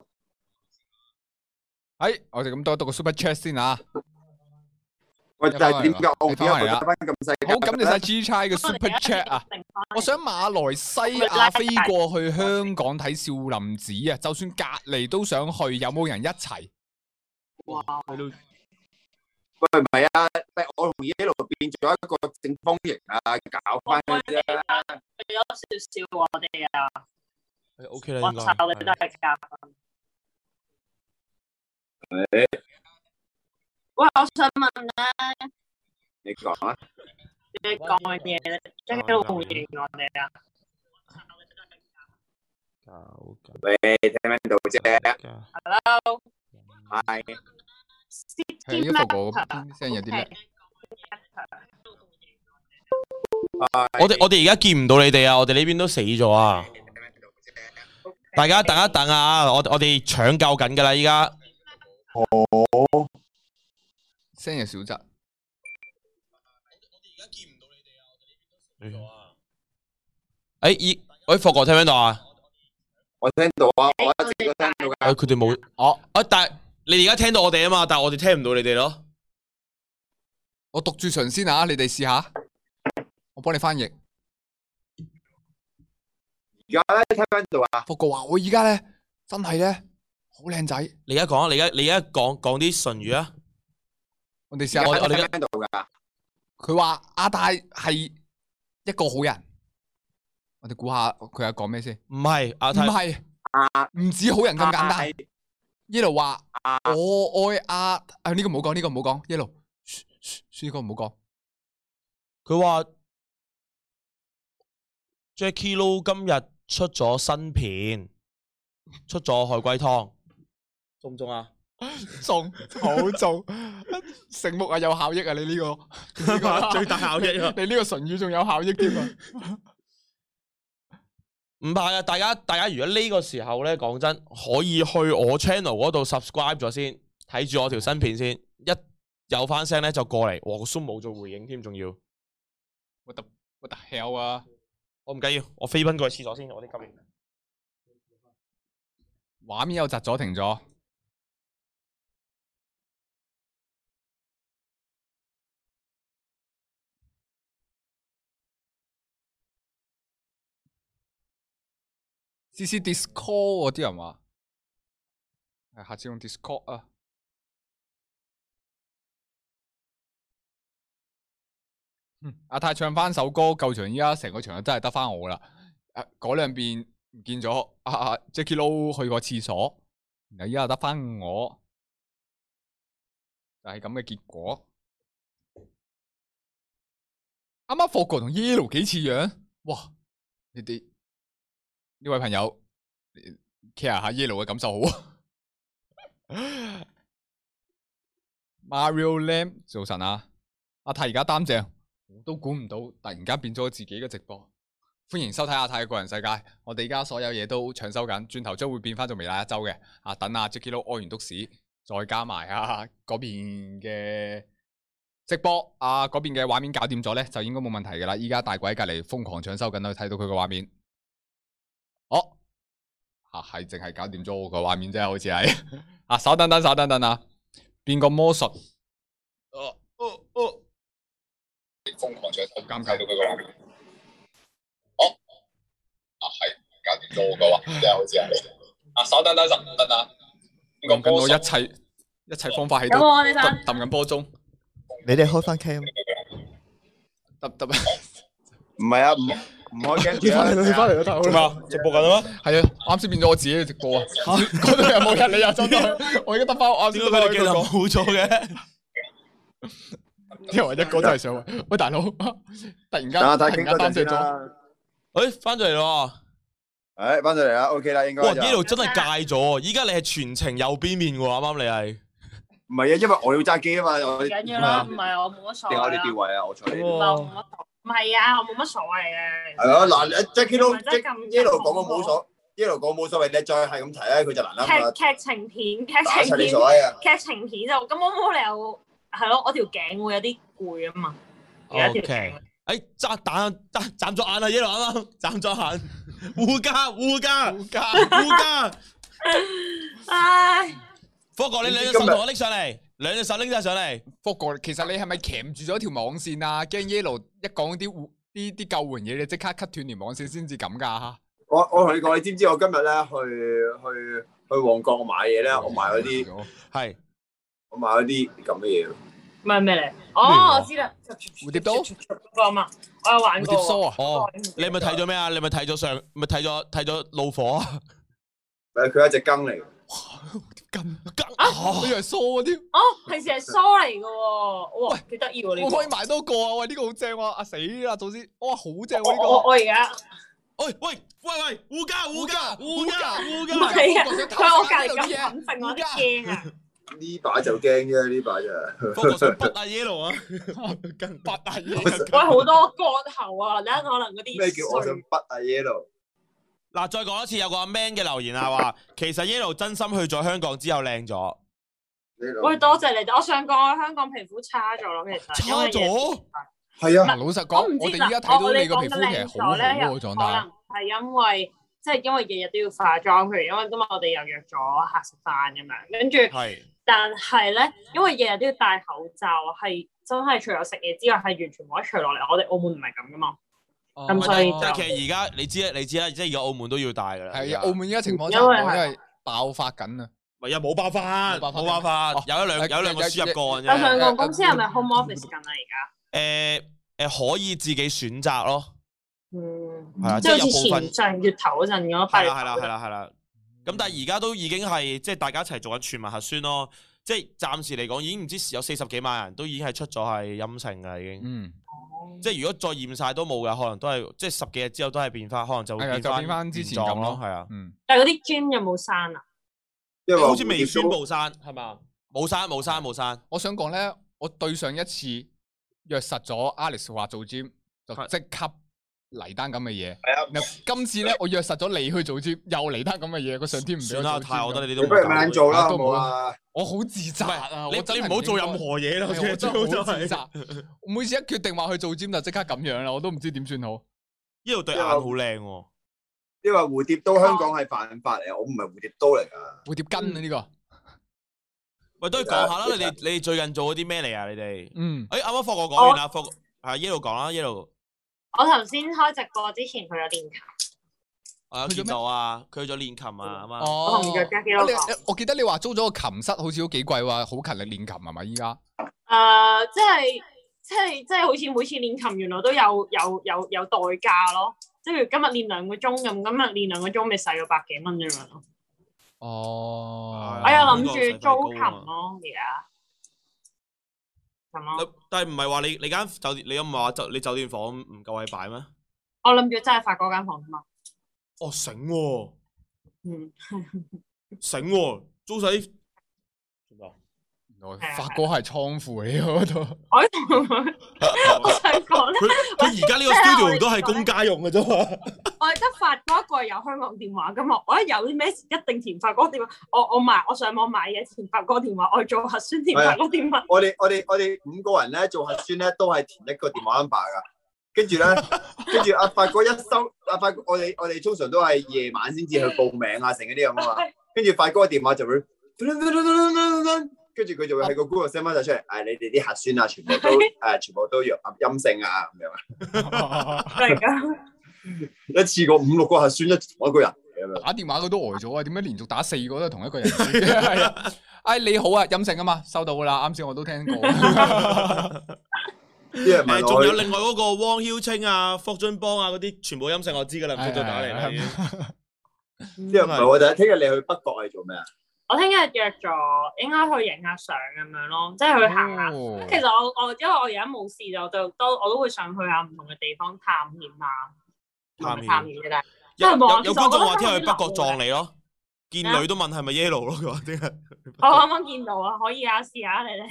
Speaker 4: 哎，我哋咁多讀個 super chat 先啊！
Speaker 3: 喂，但係點解我
Speaker 4: 你
Speaker 3: 點
Speaker 4: 翻
Speaker 3: 解
Speaker 4: 嚟啦
Speaker 3: 打翻咁細？
Speaker 4: 好，感謝晒 G Chai 嘅 super chat 啊！！我想馬來西亞飛過去香港睇少林寺啊，就算隔離都想去，有冇人一齊？
Speaker 2: 哇，
Speaker 3: 喂，唔係啊，喂我同 Yellow 變咗一個正方形啊，搞翻佢啫。
Speaker 2: 有少少我哋啊，
Speaker 1: 係 OK 啦
Speaker 2: 我
Speaker 1: 應該
Speaker 2: 手嘅都
Speaker 1: 係。
Speaker 2: 係夾。喂，我想問咧，
Speaker 3: 你講啊，
Speaker 2: 你講嘅嘢咧，即係都冇應我哋啊？
Speaker 1: 啊搞緊
Speaker 3: 喂，聽唔聽到啫？
Speaker 1: 㗎
Speaker 2: Hello，
Speaker 3: 係，
Speaker 4: 係呢個個
Speaker 3: 啊
Speaker 4: 聲有啲咩？
Speaker 1: 我哋我哋而家見唔到你哋啊！我哋呢邊都死咗啊！大家等一等啊！我我哋搶救緊㗎啦，依家
Speaker 4: 聲有小質，
Speaker 1: 誒哎依喂霍哥聽唔聽到啊？
Speaker 3: 我聽到啊，我一直都聽到
Speaker 1: 誒
Speaker 3: 㗎。
Speaker 1: 佢哋冇
Speaker 4: 哦，
Speaker 1: 啊！但係你哋而家聽到我哋啊嘛，但係我哋聽唔到你哋咯。
Speaker 4: 我讀住唇先啊，你哋試下，我幫你翻譯。
Speaker 3: 而家咧聽唔聽到啊？
Speaker 4: 福哥話：我而家咧真係咧好靚仔，
Speaker 1: 你而家講啊，你而家你而家講講啲唇語啊！
Speaker 4: 我哋試
Speaker 3: 而
Speaker 4: 下
Speaker 1: 我哋
Speaker 3: 家
Speaker 1: 而
Speaker 3: 聽唔
Speaker 1: 家
Speaker 3: 聽到㗎？
Speaker 4: 佢話阿泰係一個好人，我哋估下佢係講咩先？
Speaker 1: 唔係阿
Speaker 4: 唔
Speaker 1: 泰，
Speaker 4: 係，
Speaker 3: 啊
Speaker 4: 唔止好人咁簡單。
Speaker 3: 係
Speaker 4: 耶路話：
Speaker 1: 啊
Speaker 4: 我愛阿啊呢個唔好講，呢個唔好講。耶路，嘘嘘嘘呢個唔好講。
Speaker 1: 佢話 Jackie Lou 今日出咗新片，出咗海龜湯，中唔中啊？
Speaker 4: 中好中，醒目啊，有效益啊！你呢
Speaker 1: (laughs)
Speaker 4: 個
Speaker 1: 最大效益啊
Speaker 4: (laughs) 你呢個唇語仲有效益添啊！
Speaker 1: 唔怕啊嘅，大家大家如果呢個時候呢，講真可以去我 channel 嗰度 subscribe 咗先，睇住我條新片先，一有翻聲呢，就過嚟。我個 Zoom 冇做回應添，仲要
Speaker 4: 我特我特 hell 啊！
Speaker 1: 我唔緊要，我飛奔過去廁所先，我啲急完。
Speaker 4: 畫面又窒咗，停咗。C C Discord 喎啲人話，係下次用 Discord 啊。嗯阿泰唱翻首歌，救場依家成個場真係得翻我啦。誒嗰兩邊唔見咗，阿、啊、Jackie Lou 去過廁所，然後依家得翻我，就係咁嘅結果。啱啱霍哥同 Yellow 幾似樣，哇！你哋呢位朋友你 care 下 Yellow 嘅感受好啊。Mario Lam 早晨啊，阿泰而家擔正，我都估唔到，突然間變咗自己嘅直播。歡迎收睇阿泰嘅個人世界，我哋而家所有嘢都搶收緊，轉頭將會變翻做微辣一周嘅。啊，等阿 Jacky Lou 屙完督屎，再加埋啊嗰邊嘅直播，啊嗰邊嘅畫面搞掂咗咧，就應該冇問題噶啦。依家大鬼喺隔離瘋狂搶收緊啦，睇到佢個畫面。哦，啊係淨係搞掂咗我個畫面啫，好似係。 (laughs) 啊，稍等等，稍等等啊，變個魔術。哦哦哦！瘋狂搶收監睇到佢個畫面。哦啊，係搞掂咗我嘅話，真係好似係。啊，稍等等陣，等啊，用緊我一切一切方法喺度
Speaker 2: 有冇啊你睇
Speaker 4: 揼揼緊波鐘，
Speaker 5: 你哋開翻 cam，
Speaker 4: 揼揼。
Speaker 3: (laughs) 唔係啊，唔唔 (laughs) 開
Speaker 5: 你
Speaker 3: 驚住啊
Speaker 5: 翻嚟
Speaker 4: Dạ.
Speaker 5: 啦，你翻嚟啦，大佬。
Speaker 1: 啊？直播緊啦咩？
Speaker 4: 係啊，啱先變咗我自己嘅直播啊！ (laughs) 嗰度又冇人，你又走咗去，我而家得翻我啱先
Speaker 1: 點解佢
Speaker 4: 得翻我
Speaker 1: 哋
Speaker 4: 一
Speaker 1: 技
Speaker 4: 個
Speaker 1: 能
Speaker 4: 講，
Speaker 1: 冇咗嘅？ (laughs)
Speaker 4: 因為一個真係上位。喂，大佬，突然間 (laughs)
Speaker 3: 等下
Speaker 4: 突
Speaker 3: 睇
Speaker 4: 然間
Speaker 3: 傾多
Speaker 4: 擔
Speaker 3: 陣
Speaker 4: 正
Speaker 3: 先
Speaker 4: 咗，
Speaker 3: 啦。
Speaker 1: 诶，翻咗嚟咯，
Speaker 3: 诶，翻到嚟啦，OK 啦，應該
Speaker 1: 哇！
Speaker 3: 就
Speaker 1: 呢度真係戒咗，依家你係全程右邊面喎，啱啱你係。
Speaker 3: 唔係啊，因為我要揸機啊嘛，我
Speaker 2: 唔
Speaker 3: 哋
Speaker 2: 緊要啦，唔係我冇乜所
Speaker 3: 定
Speaker 2: 謂
Speaker 3: 我哋
Speaker 2: 啦，
Speaker 3: 調位啊，我坐你呢邊。
Speaker 2: 唔係我冇乜所唔係啊，我冇乜所謂嘅。
Speaker 3: 係咯，嗱，Jackie Ờ, 都
Speaker 2: 唔係真係咁
Speaker 3: Yellow 講我冇所，Yellow 講冇所謂，你再係咁提咧，佢就難啦嘛，
Speaker 2: 劇劇情片，劇
Speaker 3: 打
Speaker 2: 情
Speaker 3: 晒你
Speaker 2: 片
Speaker 3: 所，謂啊！
Speaker 2: 劇情片就咁，我冇理由係咯，我條頸會有啲攰啊嘛。有一
Speaker 1: O
Speaker 2: 條
Speaker 1: K，诶，眨哎打眨眨咗眼啦，一路啱啱眨咗眼，護家護家護家護家，
Speaker 2: 唉，
Speaker 1: 科哥你兩隻手同我拎上嚟，兩隻手拎晒上嚟，
Speaker 4: 福哥，其實你係咪钳住咗條網線啊？驚 yellow 一講啲護啲啲救援嘢，你即刻 cut 斷條網線先至咁噶。
Speaker 3: 我我同你講，你知唔知我今日咧去去去旺角買嘢咧，我買嗰
Speaker 4: 哎
Speaker 3: 啲
Speaker 1: 係
Speaker 3: 我買嗰啲咁嘅嘢。
Speaker 2: 唔係咩嚟？
Speaker 1: 咩嚟
Speaker 2: 哦，
Speaker 1: 啊
Speaker 2: 我知啦，
Speaker 4: 蝴蝶刀
Speaker 2: 嗰個啊嘛，我有玩
Speaker 4: 蝴
Speaker 2: 過
Speaker 4: 蝶
Speaker 2: 喎。
Speaker 4: 梳啊，
Speaker 1: 哦，你咪睇咗咩啊？你咪睇咗上，咪睇咗睇咗怒火啊？
Speaker 3: 誒，佢係一隻羹嚟，
Speaker 4: 咁
Speaker 1: 哦
Speaker 4: 我以為梳啊添，
Speaker 2: 哦，平時係梳嚟嘅喎，哇，幾得意喎呢
Speaker 4: 我可以
Speaker 2: 個！
Speaker 4: 買多個啊！喂，呢個好正喎，啊死啦，早知哇好正喎
Speaker 2: 我
Speaker 3: 哦
Speaker 2: 我
Speaker 4: 呢
Speaker 2: 我而家
Speaker 1: (laughs) 喂喂喂喂，護家護家護
Speaker 4: 護
Speaker 1: 家
Speaker 4: 家
Speaker 1: 護
Speaker 2: 唔
Speaker 1: 家，
Speaker 2: 係啊，
Speaker 4: 我想偷
Speaker 2: 佢喺我隔
Speaker 4: 睇
Speaker 2: 離
Speaker 4: 呢度啲嘢
Speaker 2: 咁品性，我都驚啊！
Speaker 4: (laughs)
Speaker 3: 呢把就驚啫，呢把就
Speaker 1: 科哥想筆啊 yellow (laughs) 啊，
Speaker 4: 個，八大嘢
Speaker 2: 喂，好多割喉啊！你睇可能嗰啲
Speaker 3: 咩叫我想筆啊 Yellow？
Speaker 1: 嗱再講一次，有個阿 man 嘅留言啊話，其實 yellow 真心去咗香港之後靚咗，
Speaker 3: 你諗
Speaker 2: 喂，多謝你哋。我想講，香港皮膚差咗咯，其實因
Speaker 1: 差
Speaker 2: 為
Speaker 1: 咗，
Speaker 3: 係啊，
Speaker 4: 嗱，老實
Speaker 2: 我
Speaker 4: 講，
Speaker 2: 唔
Speaker 4: 我
Speaker 2: 知
Speaker 4: 哋
Speaker 2: 嗱
Speaker 4: 依家睇
Speaker 2: 我
Speaker 4: 到你個
Speaker 2: 講
Speaker 4: 皮
Speaker 2: 得
Speaker 4: 膚其實
Speaker 2: 靚
Speaker 4: 好啊好
Speaker 2: 咗咧
Speaker 4: 喎，
Speaker 2: 又
Speaker 4: 狀
Speaker 2: 可
Speaker 4: 態。
Speaker 2: 能係因為即係因為日日都要化妝，譬如因為今日我哋又約咗客食飯咁樣，跟住
Speaker 1: 係
Speaker 2: 但係咧，因為日日都要戴口罩，係真係除咗食嘢之外，係完全冇得除落嚟。我哋澳門唔係咁噶嘛，
Speaker 4: 哦
Speaker 2: 咁
Speaker 1: 唔係
Speaker 2: 所以
Speaker 1: 但係
Speaker 2: 就
Speaker 1: 其實而家你知啦，你知啦，即係而家澳門都要戴噶啦。
Speaker 4: 係啊，
Speaker 1: 而家
Speaker 4: 澳門依家情況差唔
Speaker 2: 因為
Speaker 4: 多，
Speaker 2: 係
Speaker 4: 因為爆發緊啊。
Speaker 1: 咪又冇辦法，
Speaker 4: 冇辦法
Speaker 1: 冇辦法，有一兩
Speaker 4: 誒
Speaker 1: 有一兩個輸入個
Speaker 2: 我想
Speaker 1: 案啫。
Speaker 2: 講公司係咪 home
Speaker 4: 嗯
Speaker 2: office 緊啊？而家
Speaker 1: 誒誒，可以自己選擇咯，
Speaker 2: 嗯，
Speaker 1: 係啊，
Speaker 2: 即
Speaker 1: 即
Speaker 2: 係
Speaker 1: 係有
Speaker 2: 好
Speaker 1: 部
Speaker 2: 似
Speaker 1: 分
Speaker 2: 前上月頭嗰陣咁
Speaker 1: 係
Speaker 2: 八月
Speaker 1: 啦係
Speaker 2: 頭
Speaker 1: 啦
Speaker 2: 嗰
Speaker 1: 係
Speaker 2: 陣
Speaker 1: 啦係啦。咁但係而家都已經係即係大家一齊做緊全民核酸咯，即係暫時嚟講已經唔知有四十幾萬人都已經係出咗係陰性㗎啦，已經。
Speaker 4: 嗯，
Speaker 1: 即係如果再驗晒都冇嘅，可能都係即係十幾日之後都係變翻，可能就會
Speaker 4: 係啊，
Speaker 1: 變
Speaker 4: 就
Speaker 1: 翻
Speaker 4: 變翻之前
Speaker 1: 狀
Speaker 4: 咁
Speaker 1: 咯
Speaker 4: 咯，，
Speaker 1: 係啊。
Speaker 4: 嗯，
Speaker 2: 但係嗰啲 gym 有冇刪啊？
Speaker 3: 因為
Speaker 1: 好似未宣布刪係嘛？冇刪冇刪冇刪，
Speaker 4: 我想講咧，我對上一次約實咗 Alex 話做 gym，就
Speaker 1: 係
Speaker 4: 即刻嚟單咁嘅
Speaker 3: 係
Speaker 4: 嘢。
Speaker 3: 啊，
Speaker 4: 嗱，今次咧我約實咗你去做 gym，又嚟單咁嘅嘢，個上天唔俾
Speaker 1: 算啦，
Speaker 4: 嗯我做 gym
Speaker 1: 太，我覺得你
Speaker 3: 你
Speaker 1: 哋都
Speaker 3: 不如咪
Speaker 1: 夠
Speaker 3: 撚做啦，
Speaker 4: 都
Speaker 3: 好
Speaker 4: 冇
Speaker 3: 冇啊？
Speaker 4: 我好自責啊！
Speaker 1: 你
Speaker 4: 我真係
Speaker 1: 你唔好做
Speaker 4: 應該
Speaker 1: 任何嘢啦，
Speaker 4: 係我真
Speaker 1: 最
Speaker 4: 係
Speaker 1: 好就
Speaker 4: 好自
Speaker 1: 係
Speaker 4: 責。我每次一決定話去做 gym 就即刻咁樣啦，我都唔知點算好。
Speaker 1: (laughs) 呢度對眼好靚喎，
Speaker 3: 因為蝴蝶刀香港係犯法嚟，我唔係蝴蝶刀嚟㗎。
Speaker 4: 蝴蝶根啊
Speaker 1: 嗯
Speaker 4: 呢個，
Speaker 1: 喂，都要講下啦，你哋你哋最近做咗啲咩嚟啊？你哋，
Speaker 4: 嗯，
Speaker 1: 誒啱啱霍哥講完啦，霍係 yellow 講啦，yellow
Speaker 2: 我頭先開直播之前，佢有練琴，
Speaker 1: 啊，
Speaker 4: 去咗咩
Speaker 1: 見到啊，佢去咗練琴啊，啱啱。
Speaker 2: 我
Speaker 4: 哦
Speaker 2: 同，約家基
Speaker 4: 我
Speaker 2: 佬
Speaker 4: 你
Speaker 2: 講，
Speaker 4: 我記得你話租咗個琴室，好似都幾貴喎，好勤力練琴係咪？依家
Speaker 2: 誒，呃即係即係即係好似每次練琴，原來都有有有有代價咯。即係譬如今日練兩個鐘咁，今日練兩個鐘咪使咗百幾蚊咁樣咯。
Speaker 4: 哦
Speaker 1: 啊
Speaker 2: 我有諗
Speaker 1: 呢個
Speaker 2: 住
Speaker 1: 使費
Speaker 2: 租琴
Speaker 1: 高啊
Speaker 2: 咯，而家咁咯。
Speaker 1: 但係唔係話你你間酒店，你有冇話酒你酒店房唔夠位擺咩？
Speaker 2: 我諗住真係發嗰間房啫嘛。
Speaker 1: 哦，醒喎， (laughs)
Speaker 2: 嗯， (laughs)
Speaker 1: 醒喎，租使做咩啊？
Speaker 4: 原來發哥係倉庫嚟嘅嗰度，
Speaker 2: 我同佢，我想講咧，
Speaker 1: 佢佢而家呢個 studio 都係啊公家用嘅啫嘛。
Speaker 2: 我係得發嗰一個有香港電話噶嘛。我一有啲咩事一定填發嗰個電話。我我買我上網買嘢填發嗰個電話，我做核酸
Speaker 1: 啊
Speaker 2: 填發嗰個電話。
Speaker 3: 我哋我哋我哋五個人咧做核酸咧，都係填一個電話 number 㗎。跟住咧，
Speaker 1: (laughs)
Speaker 3: 跟住阿發哥一收，阿發哥我哋我哋通常都係夜晚先至去報名啊，成嗰啲咁啊嘛。跟住發哥個電話就會，跟住佢就會喺個 Google send 翻晒出嚟，誒你哋啲核酸啊，全部
Speaker 1: (laughs)
Speaker 3: 都誒全部都陽陰性啊咁樣啊，
Speaker 2: 嚟
Speaker 1: (laughs)
Speaker 2: 噶。
Speaker 3: 一次過五六個核酸一同一個人嚟咁樣。
Speaker 4: 打電話佢都呆咗啊！點解連續打四個都係同一個人？係啊，哎你好啊，陰性啊嘛，收到㗎啦，啱先我都聽過。哦
Speaker 1: 誒，
Speaker 3: 啲人問
Speaker 1: 仲有
Speaker 3: 我，
Speaker 1: 另外嗰個汪曉清啊、霍俊邦啊嗰啲，全部音性我知㗎啦，唔使再打嚟啦已經。
Speaker 3: 啲人問我就係聽日你去北角係做咩啊？
Speaker 2: 我聽日約咗，應該去影下相咁樣咯，即係去行下。
Speaker 1: 嗯
Speaker 4: 哦
Speaker 2: 其實我我因為我而家冇事，就就都我都會想去下唔同嘅地方探險啊，唔
Speaker 1: 探險
Speaker 2: 係探險嘅，但係
Speaker 1: 有
Speaker 2: 真係冇啊
Speaker 1: 有有
Speaker 2: 其實
Speaker 1: 觀
Speaker 2: 我
Speaker 1: 眾
Speaker 2: 覺得
Speaker 1: 話聽日去
Speaker 2: 真係
Speaker 1: 北
Speaker 2: 好
Speaker 1: 角
Speaker 2: 難
Speaker 1: 撞你咯，見女都問係咪 yellow 咯，佢話點解？
Speaker 2: 我啱啱見到啊，可以啊，試下啊你
Speaker 1: (laughs)
Speaker 2: 哋。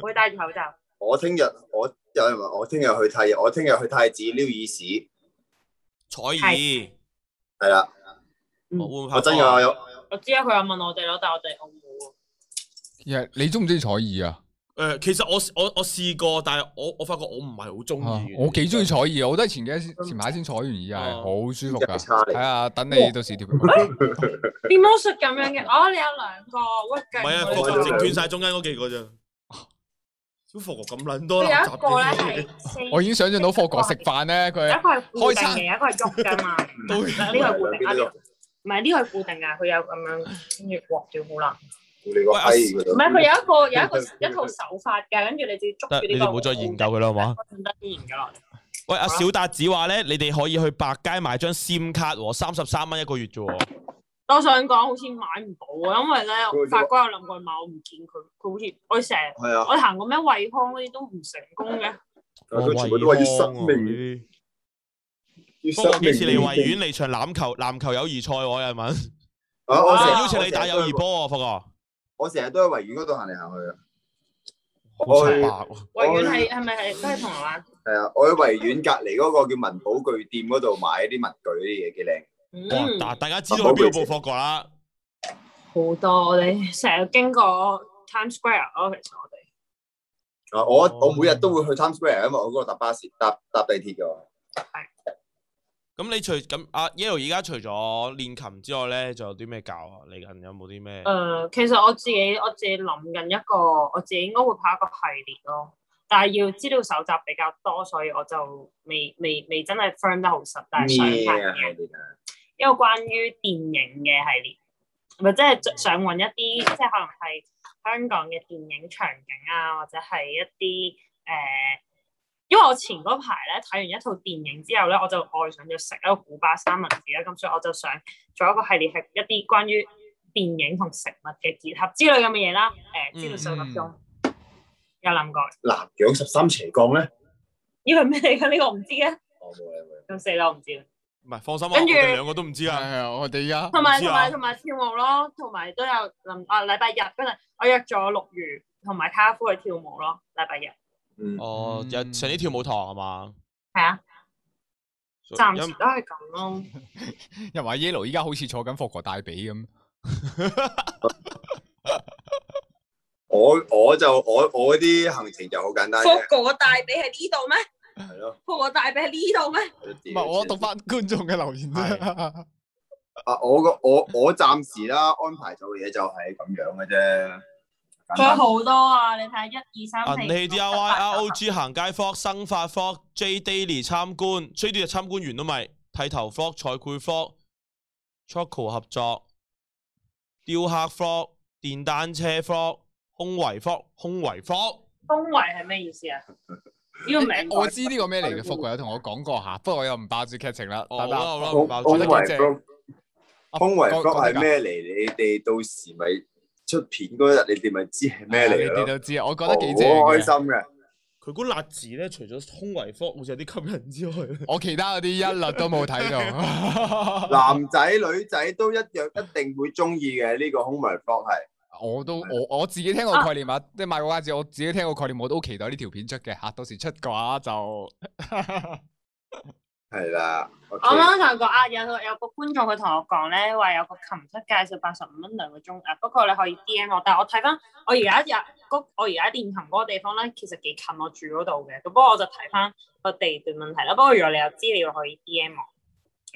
Speaker 2: 我會戴住口罩，
Speaker 3: 我聽日我有人問我聽日去太我聽日去太子撩耳屎，
Speaker 1: 彩兒，
Speaker 3: 係啦，
Speaker 1: 我會唔會拍
Speaker 3: 我真
Speaker 1: 拖啊
Speaker 3: 嘅有
Speaker 2: 我知啊，佢有問我哋咯，但我哋我冇啊。
Speaker 4: 而係你中唔中意彩兒啊？
Speaker 1: 誒、呃其實我我我試過，但係我我發覺我唔係好中
Speaker 4: 啊
Speaker 1: 意。
Speaker 4: 我幾中意彩兒啊，我都係前幾日先前排先彩完耳啊，係
Speaker 1: 哦
Speaker 4: 好舒服
Speaker 3: 真係
Speaker 4: 㗎。
Speaker 3: 差
Speaker 4: 係
Speaker 3: 嚟，
Speaker 4: 啊，等你到時貼佢。
Speaker 2: 變魔術咁樣嘅，哦，你有兩個屈
Speaker 1: 唔
Speaker 2: 計。
Speaker 1: 係啊，服
Speaker 2: 我哋仲
Speaker 1: 就
Speaker 2: 有
Speaker 1: 直斷晒中間嗰幾個啫。小服咁撚
Speaker 2: 佢
Speaker 1: 多
Speaker 2: 有
Speaker 1: 垃
Speaker 2: 一
Speaker 1: 圾
Speaker 2: 個
Speaker 1: 嘅
Speaker 2: 咧
Speaker 1: 嘢，
Speaker 2: 係四，
Speaker 4: 我已經想象到霍哥食飯咧，
Speaker 2: 有 (laughs)
Speaker 4: 佢
Speaker 2: 一個係固定嘅，有一個係喐噶嘛。
Speaker 1: 都
Speaker 2: 呢個係固定，啊唔係呢個係固定㗎，佢有咁樣跟住哇，屌好難。
Speaker 3: 你個閪嗰度
Speaker 2: 唔係佢有一個有一個一套手法㗎，跟住你就要捉住呢個。
Speaker 1: 佢啦，好嘛？
Speaker 2: 唔得研究落嚟。
Speaker 1: 喂，阿
Speaker 2: 好啊
Speaker 1: 小達子話咧，你哋可以去百佳買張 SIM 卡喎，三十三蚊一個月啫
Speaker 3: 啊
Speaker 1: 喎。
Speaker 2: 我想講好似買唔到啊，因為咧
Speaker 3: 佢
Speaker 2: 法國有諗過買，我唔見佢，佢好似我成日
Speaker 3: 係啊，
Speaker 2: 我行過咩惠康嗰啲都唔成功嘅。
Speaker 3: 佢全部都話要失明，
Speaker 1: 命。
Speaker 3: 要
Speaker 1: 不過
Speaker 3: 失
Speaker 1: 幾
Speaker 3: 明。
Speaker 1: 時嚟維園嚟場籃球籃球友誼賽喎？有人問，
Speaker 3: 啊！我
Speaker 1: 我
Speaker 3: 成
Speaker 1: 成日
Speaker 3: 日
Speaker 1: 邀請你打友誼，波啊，福哥。
Speaker 3: 我成日都喺維園嗰度行嚟行去啊。
Speaker 1: 好
Speaker 3: 我
Speaker 1: 失
Speaker 3: 去
Speaker 1: 敗喎
Speaker 2: 惠遠係係咪係都係銅鑼灣？
Speaker 3: 係啊，我喺維園隔離嗰個叫文寶具店嗰度買啲文具嗰啲嘢幾靚。
Speaker 1: 哇！
Speaker 2: 嗯，
Speaker 1: 大大家知道去邊度報福哥啦。
Speaker 2: 好多我哋成日經過 Times Square 咯，其實我哋
Speaker 3: 啊！我
Speaker 1: 哦
Speaker 3: 我每日都會去 Times Square，因為我嗰度搭巴士、搭搭地鐵嘅。
Speaker 1: 咁你除咁阿 Yellow 而家除咗練琴之外咧，仲有啲咩教啊？嚟緊有冇啲咩？
Speaker 2: 誒，呃其實我自己我自己諗緊一個，我自己應該會拍一個系列咯，但係要資料搜集比較多，所以我就未未未真係 firm 得好實，但係想拍
Speaker 3: 啊？
Speaker 2: 嘅。
Speaker 3: 係啊
Speaker 2: 一個關於電影嘅系列，或者係想揾一啲即係可能係香港嘅電影場景啊，或者係一啲誒、呃因為我前嗰排咧睇完一套電影之後咧，我就愛上咗食一個古巴三文治啦，咁所以我就想做一個系列係一啲關於電影同食物嘅結合之類咁嘅嘢啦。誒、呃資料收集中有諗過，
Speaker 3: 南洋十三斜槓咧？
Speaker 2: 呢個係咩嚟㗎？呢、個我唔知嘅，
Speaker 3: 我冇啦，冇啦。
Speaker 2: 咁死啦，我唔知啦。
Speaker 1: 唔係放心啊，我
Speaker 2: 跟住
Speaker 1: 哋兩個都唔知
Speaker 4: 係
Speaker 1: 啊。
Speaker 4: 啊，我哋而家
Speaker 2: 同埋
Speaker 1: 唔知
Speaker 2: 同
Speaker 1: 啊
Speaker 2: 埋同埋跳舞咯，同埋都有臨啊禮拜日嗰陣，我約咗陸瑜同埋卡夫去跳舞咯，禮拜日
Speaker 3: 嗯，
Speaker 1: 哦，有上啲跳舞堂係嘛？
Speaker 2: 係啊，暫時
Speaker 1: 因
Speaker 2: 都係咁咯。
Speaker 4: 又話 Yellow 依家好似坐緊霍哥大髀咁。
Speaker 3: 我我就我我啲行程就好簡單啫，
Speaker 2: 哥大髀喺呢度咩？
Speaker 3: 係咯。
Speaker 2: 福哥大髀喺呢度咩？
Speaker 4: 唔
Speaker 3: 唔
Speaker 4: 係我讀翻觀眾嘅留言啫。
Speaker 3: 啊！我個我我暫時啦安排做嘅嘢就係咁樣嘅啫，簡
Speaker 2: 仲有
Speaker 3: 單。
Speaker 2: 好多啊！你睇下一二三四
Speaker 1: 銀器 DIY、ROG 行街 f o 生發 f J Daily 參觀，J Daily 參觀完都咪剃頭 f o 彩繪 f o Choco 合作，雕刻 f o 電單車 f o 胸圍 f o 胸圍 f o
Speaker 2: 風圍係咩意思啊？呢個名
Speaker 4: (laughs) 我知呢個咩嚟嘅，福哥有同我講過下，不過我又唔爆住劇情啦。
Speaker 1: 哦好
Speaker 4: 得啊唔得
Speaker 1: 啦好啦，
Speaker 3: 空
Speaker 1: 唔爆
Speaker 4: 我
Speaker 1: 粗
Speaker 4: 我覺
Speaker 3: 空
Speaker 4: 得
Speaker 3: 圍
Speaker 4: 幾正
Speaker 3: blog
Speaker 4: 啊
Speaker 3: 空圍
Speaker 4: 講
Speaker 3: blog
Speaker 4: 講
Speaker 3: 係
Speaker 4: 得㗎
Speaker 3: 咩嚟？你哋到時咪出片嗰日，你哋咪知係咩
Speaker 4: 係啊
Speaker 3: 嚟
Speaker 4: 你哋
Speaker 3: 咯。哦
Speaker 4: 都知啊，我覺
Speaker 3: 我
Speaker 4: 得幾正
Speaker 3: 好開
Speaker 4: 嘅。
Speaker 3: 心嘅。
Speaker 1: 佢嗰辣字咧，除咗胸圍 f o 好似有啲吸引之外 (laughs) 咧，
Speaker 4: 我其他嗰啲一律都冇
Speaker 1: (laughs)
Speaker 4: 睇到。
Speaker 3: 男仔女仔都一樣，一定會中意嘅呢個空圍 blog 係。
Speaker 4: 我都我我自己聽過概念啊，即係賣個瓜子，我自己聽過概念，我都好期待呢條片出嘅吓，到時出嘅話就
Speaker 3: 係啦，OK，
Speaker 2: 我啱啱同個啊，有個有個觀眾佢同我講咧，話有個琴室介紹八十五蚊兩個鐘啊，不過你可以 D M 我，但係我睇翻我而家日嗰我而家練琴嗰個地方咧，其實幾近我住嗰度嘅，咁不過我就睇翻個地段問題啦。不過如果你有資料可以 D M 我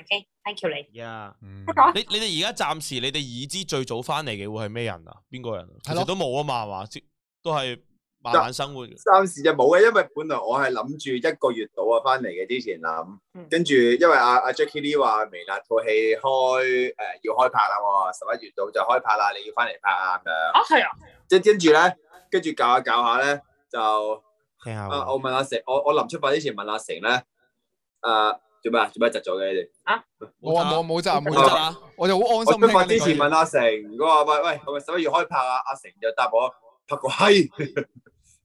Speaker 2: ，OK，thank you 你。
Speaker 1: 呀！
Speaker 4: 嗯
Speaker 1: 你你哋而家暫時你哋已知最早翻嚟嘅會係咩人啊？邊個人啊？其
Speaker 4: 係咯
Speaker 1: 實都冇啊嘛，係嘛？即都係慢慢生活嘅。
Speaker 3: 暫時就冇嘅，因為本來我係諗住一個月到啊翻嚟嘅，之前諗
Speaker 2: 嗯，
Speaker 3: 跟住因為阿阿 Jackie Lee 話微辣套戲開誒、呃要開拍啦喎，十一月到就開拍啦，你要翻嚟拍啊咁樣，
Speaker 2: 啊，係啊，
Speaker 3: 即跟住咧，跟住搞下搞下咧就。
Speaker 1: 聽下
Speaker 3: 啊！我問阿成，我我臨出發之前問阿成咧，啊做咩啊？做咩窒咗嘅你哋？
Speaker 4: 我話冇冇咋冇
Speaker 1: 冇
Speaker 4: 咋
Speaker 1: 得，啊！
Speaker 4: 我就好安
Speaker 3: 我
Speaker 4: 心
Speaker 3: 出發之
Speaker 4: 聽緊
Speaker 3: 前
Speaker 4: 你講嘢。
Speaker 3: 問阿成，我話喂喂，係咪十一月開拍啊？阿成就答我拍個閪， (laughs)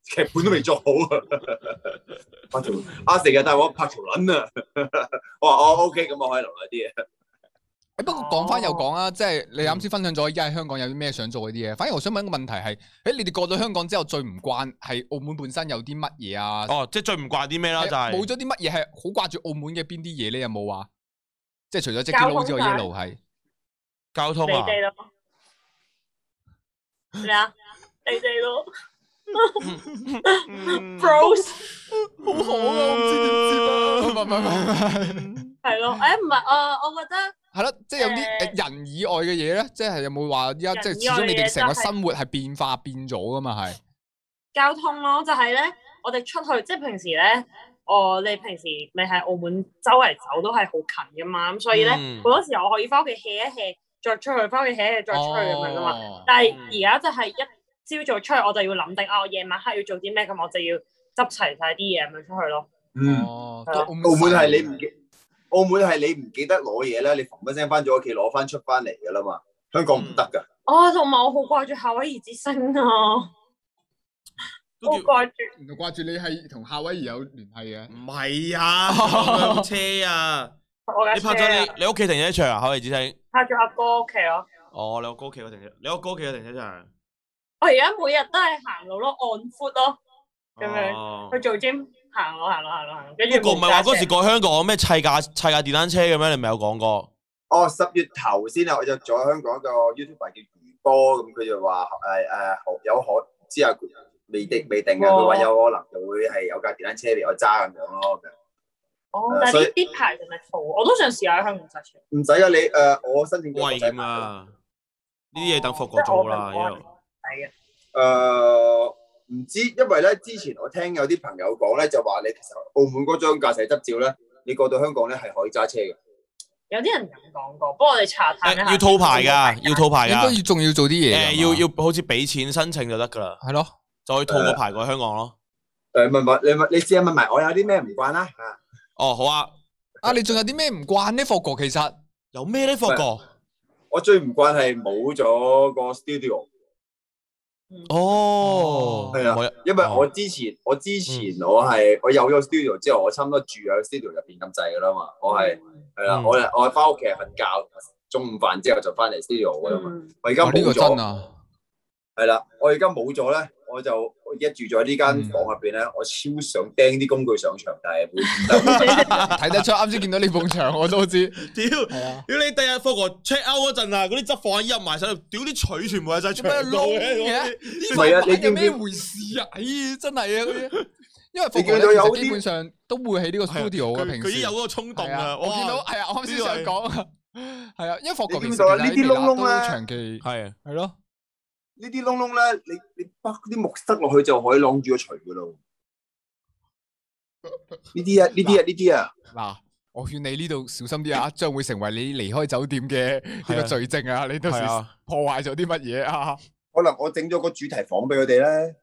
Speaker 3: 劇本都未作好啊！ (laughs) 拍條阿成日帶我拍條撚啊！ (laughs) 我話我 OK，咁我可以留耐啲嘅。
Speaker 4: 誒不過講翻又講啊啦，即係你啱先分享咗而家喺香港有啲咩想做嗰啲嘢，反而我想問一個問題係，誒你哋過咗香港之後最唔慣係澳門本身有啲乜嘢啊？
Speaker 1: 哦，即係最唔慣啲咩啦，就
Speaker 4: 誒
Speaker 1: 係
Speaker 4: 冇咗啲乜嘢係好掛住澳門嘅邊啲嘢咧？有冇話？即係除咗 j a c
Speaker 2: 交
Speaker 4: k
Speaker 2: 通
Speaker 4: i 之外
Speaker 2: 帶
Speaker 4: ，Yellow 係
Speaker 1: 交通
Speaker 2: 你
Speaker 1: 啊，
Speaker 2: 哋咯，咩啊？你哋咯 (laughs)
Speaker 1: 嗯
Speaker 2: ，bros
Speaker 4: 好好啊，我唔知點接啊，唔係唔係唔係，
Speaker 2: 係咯，誒唔係啊，我覺得
Speaker 4: 係咯，即係有
Speaker 2: 誒
Speaker 4: 啲誒人以外嘅嘢咧，即係有冇話而家即係
Speaker 2: 人以
Speaker 4: 始
Speaker 2: 外
Speaker 4: 終
Speaker 2: 嘅
Speaker 4: 你哋
Speaker 2: 嘢
Speaker 4: 成個
Speaker 2: 就係
Speaker 4: 生活係變化變咗噶嘛係？
Speaker 2: 交通咯，就係咧，我哋出去即係平時咧，我哋平時咪喺澳門周圍走都係好近噶嘛，咁所以咧好、
Speaker 1: 嗯
Speaker 2: 多時候我可以翻屋企 hea 一 hea，再出去翻屋企 hea 一 hea，再出
Speaker 4: 哦
Speaker 2: 去咁樣噶嘛。
Speaker 1: 哦
Speaker 4: 嘛
Speaker 2: 但
Speaker 1: 嗯
Speaker 2: 係而家就係一朝早出去，我就要諗定啊，我夜晚黑要做啲咩，咁我就要執齊晒啲嘢咁樣出去咯。
Speaker 3: 嗯，
Speaker 4: 哦，
Speaker 2: 係啊
Speaker 4: 澳
Speaker 3: 澳門係你
Speaker 4: 細
Speaker 3: 唔記，澳門係你唔記得攞嘢咧，你嘣一聲翻咗屋企攞翻出翻嚟㗎啦嘛。香港唔得㗎，
Speaker 2: 哦，同埋我好掛住夏威夷之星啊，
Speaker 1: 都
Speaker 2: 好
Speaker 1: 叫
Speaker 2: 掛住。
Speaker 4: 原來掛住你係同夏威夷有聯繫嘅。
Speaker 1: 唔係啊，有車
Speaker 2: (laughs)
Speaker 1: 啊，
Speaker 2: 我架
Speaker 1: 你
Speaker 2: 車
Speaker 1: 拍咗你你屋企停車場啊，可以只星。
Speaker 2: 拍咗阿哥屋企咯。
Speaker 1: 哦，你有高企嘅停車，你有高企嘅停車場。
Speaker 2: 我而家每日都係行路咯，on foot 咯，咁樣
Speaker 1: 哦
Speaker 2: 去做 gym 行路行路行路行路，跟住
Speaker 1: 不過唔係話
Speaker 2: 揸車
Speaker 1: 嗰時過香港咩砌架砌架電單車嘅咩？你咪有講過？
Speaker 3: 哦，十月頭先啊，我就咗香港一個 YouTuber 叫余波，咁佢就話誒誒有可之後未定未定嘅，
Speaker 1: 哦
Speaker 3: 佢話有可能就會係有架電單車俾我揸咁樣咯。
Speaker 2: 哦，
Speaker 1: 呃
Speaker 3: 誒
Speaker 2: 但係
Speaker 3: 所以
Speaker 2: 呢啲牌就咪嘈，我都想試下喺香港揸車。
Speaker 3: 唔使噶，你誒、呃我申請咗
Speaker 1: 危
Speaker 3: 國際
Speaker 1: 險
Speaker 3: 牌啦。
Speaker 1: 啊！呢啲嘢等霍國做啦，
Speaker 2: 係
Speaker 1: 一路
Speaker 2: 啊，
Speaker 3: 誒、唔知，因為咧之前我聽有啲朋友講咧，就話你其實澳門嗰張駕駛執照咧，你過到香港咧係可以揸車嘅。
Speaker 2: 有啲人咁講過，不過我哋查探一下
Speaker 1: 誒要套牌㗎，要套牌
Speaker 4: 應該
Speaker 1: 㗎。
Speaker 4: 要仲要做啲嘢㗎嘛。
Speaker 1: 啊誒要要好似俾錢申請就得㗎啦，
Speaker 4: 係咯，
Speaker 1: 就可以套個牌過香港咯。
Speaker 3: 誒、問問你問你試下問埋我有啲咩唔慣啦啊嚇。
Speaker 1: 哦，好啊，
Speaker 4: 啊你仲有啲咩唔慣呢？霍哥其實
Speaker 1: 有咩咧？霍國
Speaker 3: 我最唔慣係冇咗個 studio，
Speaker 1: 哦，
Speaker 3: 係啊
Speaker 1: 我有
Speaker 3: 因為我之前我之前
Speaker 4: 嗯
Speaker 3: 我係我有咗 studio 之後，我差唔多住喺 studio 入邊咁滯㗎啦嘛。我係係啦
Speaker 1: 嗯，
Speaker 3: 我係我翻屋企係瞓覺，中午飯之後就翻嚟 studio 㗎啦嘛。
Speaker 2: 嗯
Speaker 3: 我而家
Speaker 4: 哦呢個
Speaker 3: 冇咗
Speaker 4: 真。啊，
Speaker 3: 系啦，我而家冇咗咧，我就我而家住咗呢間
Speaker 4: 嗯
Speaker 3: 房入邊咧，我超想釘啲工具上牆，但係會
Speaker 4: 嗯
Speaker 3: 唔得。
Speaker 4: 睇得出。啱先見到呢埲牆我都知。
Speaker 1: 屌。
Speaker 4: 係啊。
Speaker 1: 屌你第日霍哥 check out 嗰陣啊，嗰啲執放喺入埋手，屌啲取全部喺晒
Speaker 4: 做咩
Speaker 1: 牆度
Speaker 4: 窿
Speaker 1: 嘅
Speaker 4: 嘅
Speaker 1: 嗰啲。
Speaker 4: 呢
Speaker 3: 係啊
Speaker 4: 塊板
Speaker 3: 你
Speaker 4: 有
Speaker 3: 見唔
Speaker 4: 咩
Speaker 3: 見
Speaker 4: 回事啊？哎，真係啊嗰啲，因為霍
Speaker 3: 你
Speaker 4: 哥
Speaker 3: 見
Speaker 4: 咧
Speaker 3: 到
Speaker 4: 其
Speaker 3: 有
Speaker 4: 實
Speaker 3: 啲
Speaker 4: 基本上都會喺呢個 studio 嘅
Speaker 1: 啊佢
Speaker 4: 平
Speaker 1: 佢已經
Speaker 4: 時
Speaker 1: 有。嗰個衝動
Speaker 4: 係啊
Speaker 1: 啦，
Speaker 4: 我見到
Speaker 1: 哇
Speaker 4: 係啊，我啱先
Speaker 1: 呢個
Speaker 4: 想
Speaker 1: 係
Speaker 4: 講啊，係啊，因為霍哥其
Speaker 3: 你知唔
Speaker 4: 實
Speaker 3: 知道啊呢啲窿窿咧
Speaker 4: 長期
Speaker 1: 係啊，
Speaker 4: 係咯，
Speaker 3: 呢啲窿窿咧，你你北啲木塞落去就可以晾住個除噶咯。呢
Speaker 4: (laughs)
Speaker 3: 啲啊，呢啲啊，呢啲啊，
Speaker 4: 嗱，我勸你呢度小心啲啊，將會成為你離開酒店
Speaker 1: (laughs)
Speaker 4: 嘅呢
Speaker 1: 係
Speaker 4: 個
Speaker 1: 啊
Speaker 4: 罪證啊！你到時
Speaker 1: 係啊。
Speaker 4: 破壞咗啲乜嘢啊？
Speaker 3: 可能我整咗個主題房俾佢哋咧。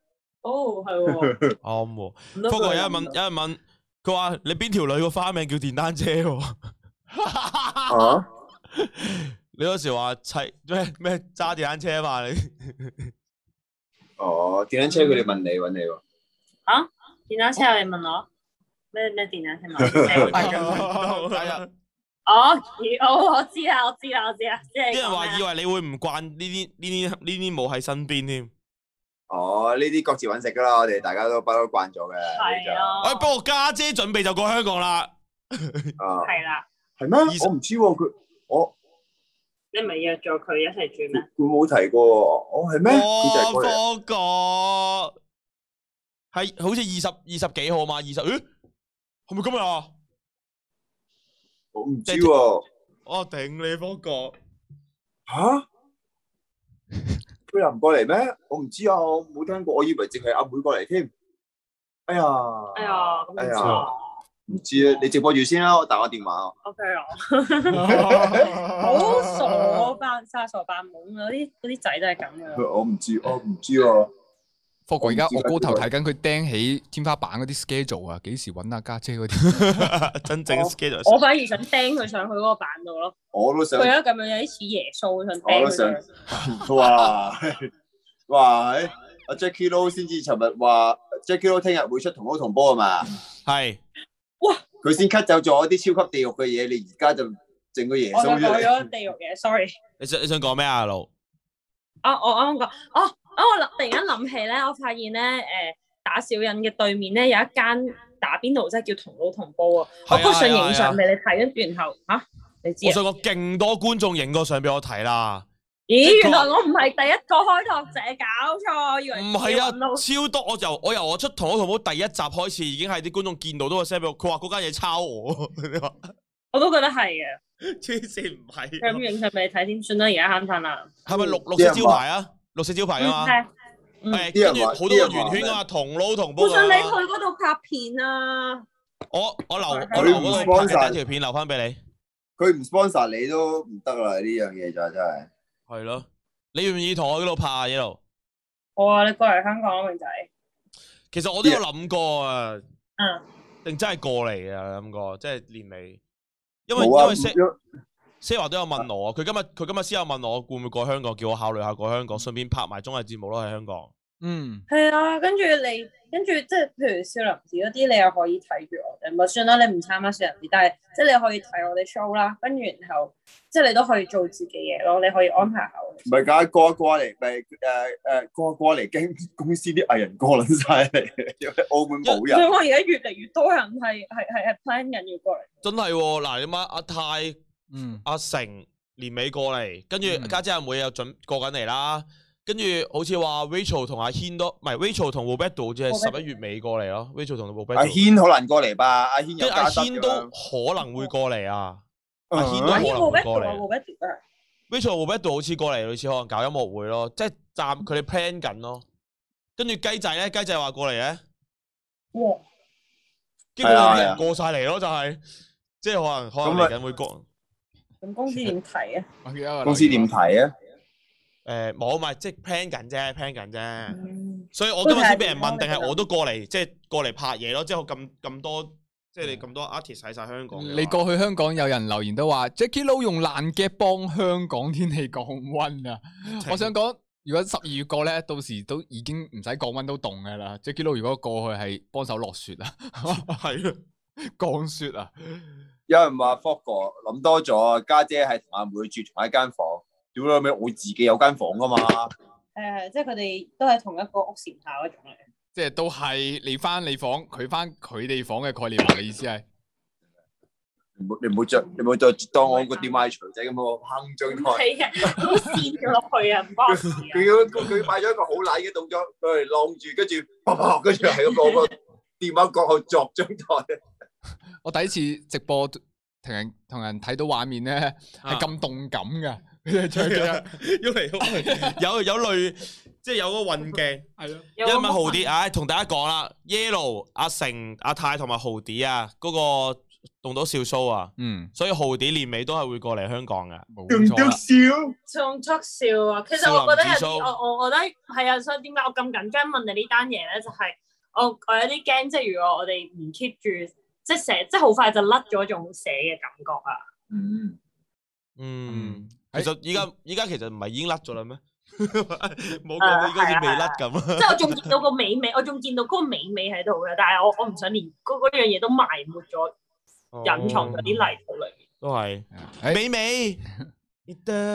Speaker 2: 哦，係喎，
Speaker 1: 啱喎，
Speaker 2: 咁
Speaker 1: 不
Speaker 2: 都
Speaker 1: 過有人問，啊有人問佢話你邊條女個花名叫電單車喎？ (laughs)
Speaker 3: 啊，
Speaker 1: 你嗰時話砌 (laughs) 咩咩揸電單車嘛？你
Speaker 3: 哦，電單車佢哋問你揾你喎。
Speaker 2: 電單車有人問我咩咩電
Speaker 1: (laughs)
Speaker 2: 單車問我？
Speaker 4: 係啊係啊
Speaker 1: 啲
Speaker 2: 哦，我我知啊，我知啊，我知啊，即係
Speaker 1: 人話以
Speaker 2: 為
Speaker 1: 為你會唔慣呢啲呢啲呢啲冇喺身邊添。
Speaker 3: 哦，呢啲各自揾食噶啦，我哋大家都不嬲慣咗嘅。
Speaker 2: 係
Speaker 3: 呢
Speaker 2: 啊，
Speaker 1: 哎，不過家姐準備就過香港啦。
Speaker 3: 就啊，
Speaker 2: 係啦，
Speaker 3: 係咩？
Speaker 1: 二十
Speaker 3: 我唔知喎，佢我
Speaker 2: 你唔係約咗佢一齊住咩？
Speaker 3: 佢冇提過喎。我係咩？佢就係過嚟。
Speaker 1: 我嗰個係好似二十二十幾號嘛？二十，咦，係咪今日啊？
Speaker 3: 我唔知喎。
Speaker 1: 我頂你方哥， (laughs)
Speaker 3: 吓？佢又唔過嚟咩？我唔知啊，我冇聽過，我以為淨係阿妹過嚟添。哎呀，
Speaker 2: 哎呀，咁唔
Speaker 3: 哎
Speaker 2: 知
Speaker 3: 呀
Speaker 2: 喎
Speaker 3: 唔知
Speaker 2: 哦
Speaker 3: 啊，你直播住先啦，我打個電話。
Speaker 2: ，OK 啊。好傻啊扮晒傻扮懵嗰啲嗰啲仔都係咁嘅。
Speaker 3: 我唔知，我唔知啊。
Speaker 4: 霍哥而家我高頭睇緊佢釘起天花板嗰啲 schedule 啊，幾時揾阿家姐
Speaker 1: (laughs)
Speaker 4: 嗰啲？
Speaker 1: 真正 schedule
Speaker 2: 我反而想釘佢上去嗰個板度咯，
Speaker 3: 我都想 (laughs)
Speaker 2: 佢，啊而家咁樣有啲似耶穌，想
Speaker 3: 我
Speaker 2: 釘
Speaker 3: 都
Speaker 2: 佢
Speaker 3: 想
Speaker 2: 上
Speaker 3: (laughs)
Speaker 2: 去。
Speaker 3: 哎哇哇！阿 Jackie Lou 先至尋日話 Jacky Lou 聽日會出同撈同波啊嘛，
Speaker 1: 係
Speaker 3: 佢先 cut 走咗啲超級地獄嘅嘢，你而家就整個耶
Speaker 2: 我就
Speaker 3: 穌出
Speaker 2: 講
Speaker 3: 嚟。
Speaker 2: 咗地獄嘢，sorry。 (laughs)
Speaker 1: 你想你想講咩啊？阿盧
Speaker 2: 啊，我啱啱講，哦，啊，我諗突然間諗起咧，我發現咧，誒、打小人嘅對面咧有一間打邊爐，真係叫同老同煲啊！
Speaker 1: 係
Speaker 2: 我
Speaker 1: 啊
Speaker 2: p 上
Speaker 1: 係啊
Speaker 2: 影
Speaker 1: 係
Speaker 2: 相
Speaker 1: 啊
Speaker 2: 俾你睇，跟住然後嚇、你知
Speaker 1: 我
Speaker 2: 啊？
Speaker 1: 想講勁多觀眾影過相俾我睇啦。
Speaker 2: 咦，
Speaker 1: 的確
Speaker 2: 原來我唔係第一個開拓者，搞錯，我以為
Speaker 1: 唔係啊
Speaker 2: 自己
Speaker 1: 超
Speaker 2: 揾到，
Speaker 1: 多！我由我由我出同我同母第一集開始，已經係啲觀眾見到都個 send 俾我，佢話嗰間嘢抄我， (laughs) 你話
Speaker 2: 我都覺得係嘅。
Speaker 1: 黐線唔係？
Speaker 2: 咁影相俾你睇先算啦，而家慳翻啦。
Speaker 1: 係咪綠綠
Speaker 3: 啲
Speaker 1: 色
Speaker 3: 人
Speaker 1: 招牌啊？綠色招牌啊嘛，
Speaker 2: 係嗯
Speaker 1: 誒
Speaker 3: 啲人
Speaker 1: 跟住
Speaker 3: 話
Speaker 1: 好多
Speaker 3: 啲
Speaker 1: 個
Speaker 3: 人
Speaker 1: 圓圈啊，同撈同煲
Speaker 2: 我想你去
Speaker 1: 啊！
Speaker 2: 嗰度拍片啊！
Speaker 1: 我我留
Speaker 2: 佢
Speaker 1: 我留
Speaker 3: 唔
Speaker 1: 嗰
Speaker 3: sponsor
Speaker 1: 度拍緊條片留翻俾你，
Speaker 3: 佢唔 sponsor 你都唔得啦，呢樣嘢就真係。
Speaker 1: 係咯。你願唔願意同我嗰度拍啊？一路
Speaker 2: 好啊，你過嚟香港啊，明仔。
Speaker 1: 其實我都有諗過啊，
Speaker 2: 嗯，
Speaker 1: 定真係過嚟啊諗過，即係年尾，因為因
Speaker 3: 冇啊，
Speaker 1: 為
Speaker 3: 唔
Speaker 1: Sa-
Speaker 3: 喐
Speaker 1: Sarah 都有問我啊，佢今日佢今日先有問我會唔會過香港，叫我考慮下過香港，順便拍埋綜藝節目咯喺香港。
Speaker 4: 嗯，
Speaker 2: 係啊，跟住你，跟住即係譬如少林寺嗰啲，你又可以睇住我哋，咪算啦，你唔參加少林寺，但係即係你可以睇我哋 show 啦，跟住然後即係你都可以做自己嘢咯，你可以安排下我哋。
Speaker 3: 唔係㗎，過一過嚟咪誒誒過一過嚟，驚公司啲藝人過撚晒嚟，因為 (laughs) 澳門冇
Speaker 2: (laughs) 所以
Speaker 3: 人。
Speaker 2: 我而家越嚟越多人係係係係 plan 緊要過嚟。
Speaker 1: 真係喎，嗱你媽阿泰、
Speaker 4: 嗯，
Speaker 1: 阿成年尾過嚟，跟住
Speaker 4: 嗯
Speaker 1: 家姐阿妹又準過緊嚟啦，跟住好似話 Rachel 同阿軒都，唔係 Rachel 同 Roberto 好似係
Speaker 2: Roberto
Speaker 1: 十一月尾過嚟咯，Rachel 同 Roberto，
Speaker 3: 阿軒可能過嚟吧，阿軒有
Speaker 1: 跟住阿
Speaker 3: 家室嗯
Speaker 1: 軒
Speaker 3: 㗎
Speaker 1: 都
Speaker 3: 嘛
Speaker 1: 可能會過嚟啊阿軒都
Speaker 2: 阿
Speaker 1: 冇
Speaker 2: 軒
Speaker 1: 人
Speaker 2: 冇
Speaker 1: 會
Speaker 2: b
Speaker 1: 過
Speaker 2: a
Speaker 1: 嚟
Speaker 2: 啊，冇 b a 啊。
Speaker 1: ，Rachel 同 Roberto 好似過嚟，類似可能搞音樂會咯，即係暫佢哋 plan 緊咯，跟住雞仔咧，雞仔話過嚟咧，
Speaker 2: 哇！
Speaker 1: 基本上啲
Speaker 3: 係
Speaker 1: 人
Speaker 3: 啊
Speaker 1: 過晒嚟咯，就係即係可能可能
Speaker 3: 咁咪
Speaker 1: 嚟緊會過。
Speaker 2: 咁公司點睇啊？
Speaker 4: 我記得我
Speaker 3: 公司點
Speaker 4: 留意
Speaker 3: 睇啊？
Speaker 1: 誒冇咪即係 plan 緊啫，plan 緊啫。
Speaker 2: 嗯
Speaker 1: 所以我今日先俾人問，定係我都過嚟，即係過嚟拍嘢咯。即係我咁咁多，即係你咁多 artist 喺晒香港嘅話。
Speaker 4: 嗯你過去香港有人留言都話 Jacky Lou 用爛嘅幫香港天氣降
Speaker 1: (laughs)
Speaker 4: 温啊！我想講，如果十二月過咧，到時都已經唔使降温都凍噶啦。Jacky Lou 如果過去係幫手落雪啊，
Speaker 1: (laughs) 係啊，
Speaker 4: (laughs) 降雪啊，
Speaker 3: 有人話 f o g 諗多咗啊，家姐係同阿妹住同一間房，屌你咩？我自己有間房㗎嘛，
Speaker 2: 誒，即係佢哋都係同一個屋檐下嗰種嚟。
Speaker 4: 即係都係你翻你房，佢翻佢哋房嘅概念啊！你意思係？
Speaker 3: 你唔好你唔好着，你唔好再當我個 D I 長仔咁喎，坑張台。
Speaker 2: 係啊，好跣咗落去啊，唔關我事啊
Speaker 3: 佢。 (laughs) 要佢佢買咗一個好懶嘅動作，佢係晾住，跟住啪啪，跟住喺個個電話角後作張台。
Speaker 4: 我第一次直播同人同人睇到畫面咧，
Speaker 1: 啊
Speaker 4: 係咁動感噶，佢哋唱嘅
Speaker 1: 喐啊嚟喐去，有有類，即係有個運鏡。
Speaker 4: 係咯，
Speaker 1: 因為豪啲，唉，同大家講啦，Yellow、阿成、阿泰同埋豪啲啊，嗰個動到笑 show 啊，
Speaker 4: 嗯，
Speaker 1: 所以豪啲年尾都係會過嚟香港噶。
Speaker 4: 冇
Speaker 3: 仲
Speaker 4: 錯
Speaker 3: 要
Speaker 4: 啦。
Speaker 3: 笑，
Speaker 2: 仲促笑啊！其實我覺得
Speaker 1: 少林
Speaker 2: 有啲，
Speaker 1: 寺
Speaker 2: 我我覺得係啊，所以點解我咁緊張問你呢單嘢咧？就係、我我有啲驚，即係如果我哋唔 keep 住，即係寫，即係好快就甩咗種寫嘅感覺啊！
Speaker 3: 嗯，
Speaker 1: 嗯
Speaker 4: 嗯，
Speaker 1: 其實依家依家其實唔係已經甩咗啦 (laughs) 咩？冇講，依家好似未甩咁啊。
Speaker 2: 即係我仲見到個美美， (laughs) 我仲見到嗰個美美喺度嘅，但係我我唔想連嗰嗰樣嘢都埋沒咗，隱藏咗啲泥土裏面。
Speaker 1: 都係。
Speaker 4: 誒
Speaker 1: 美美，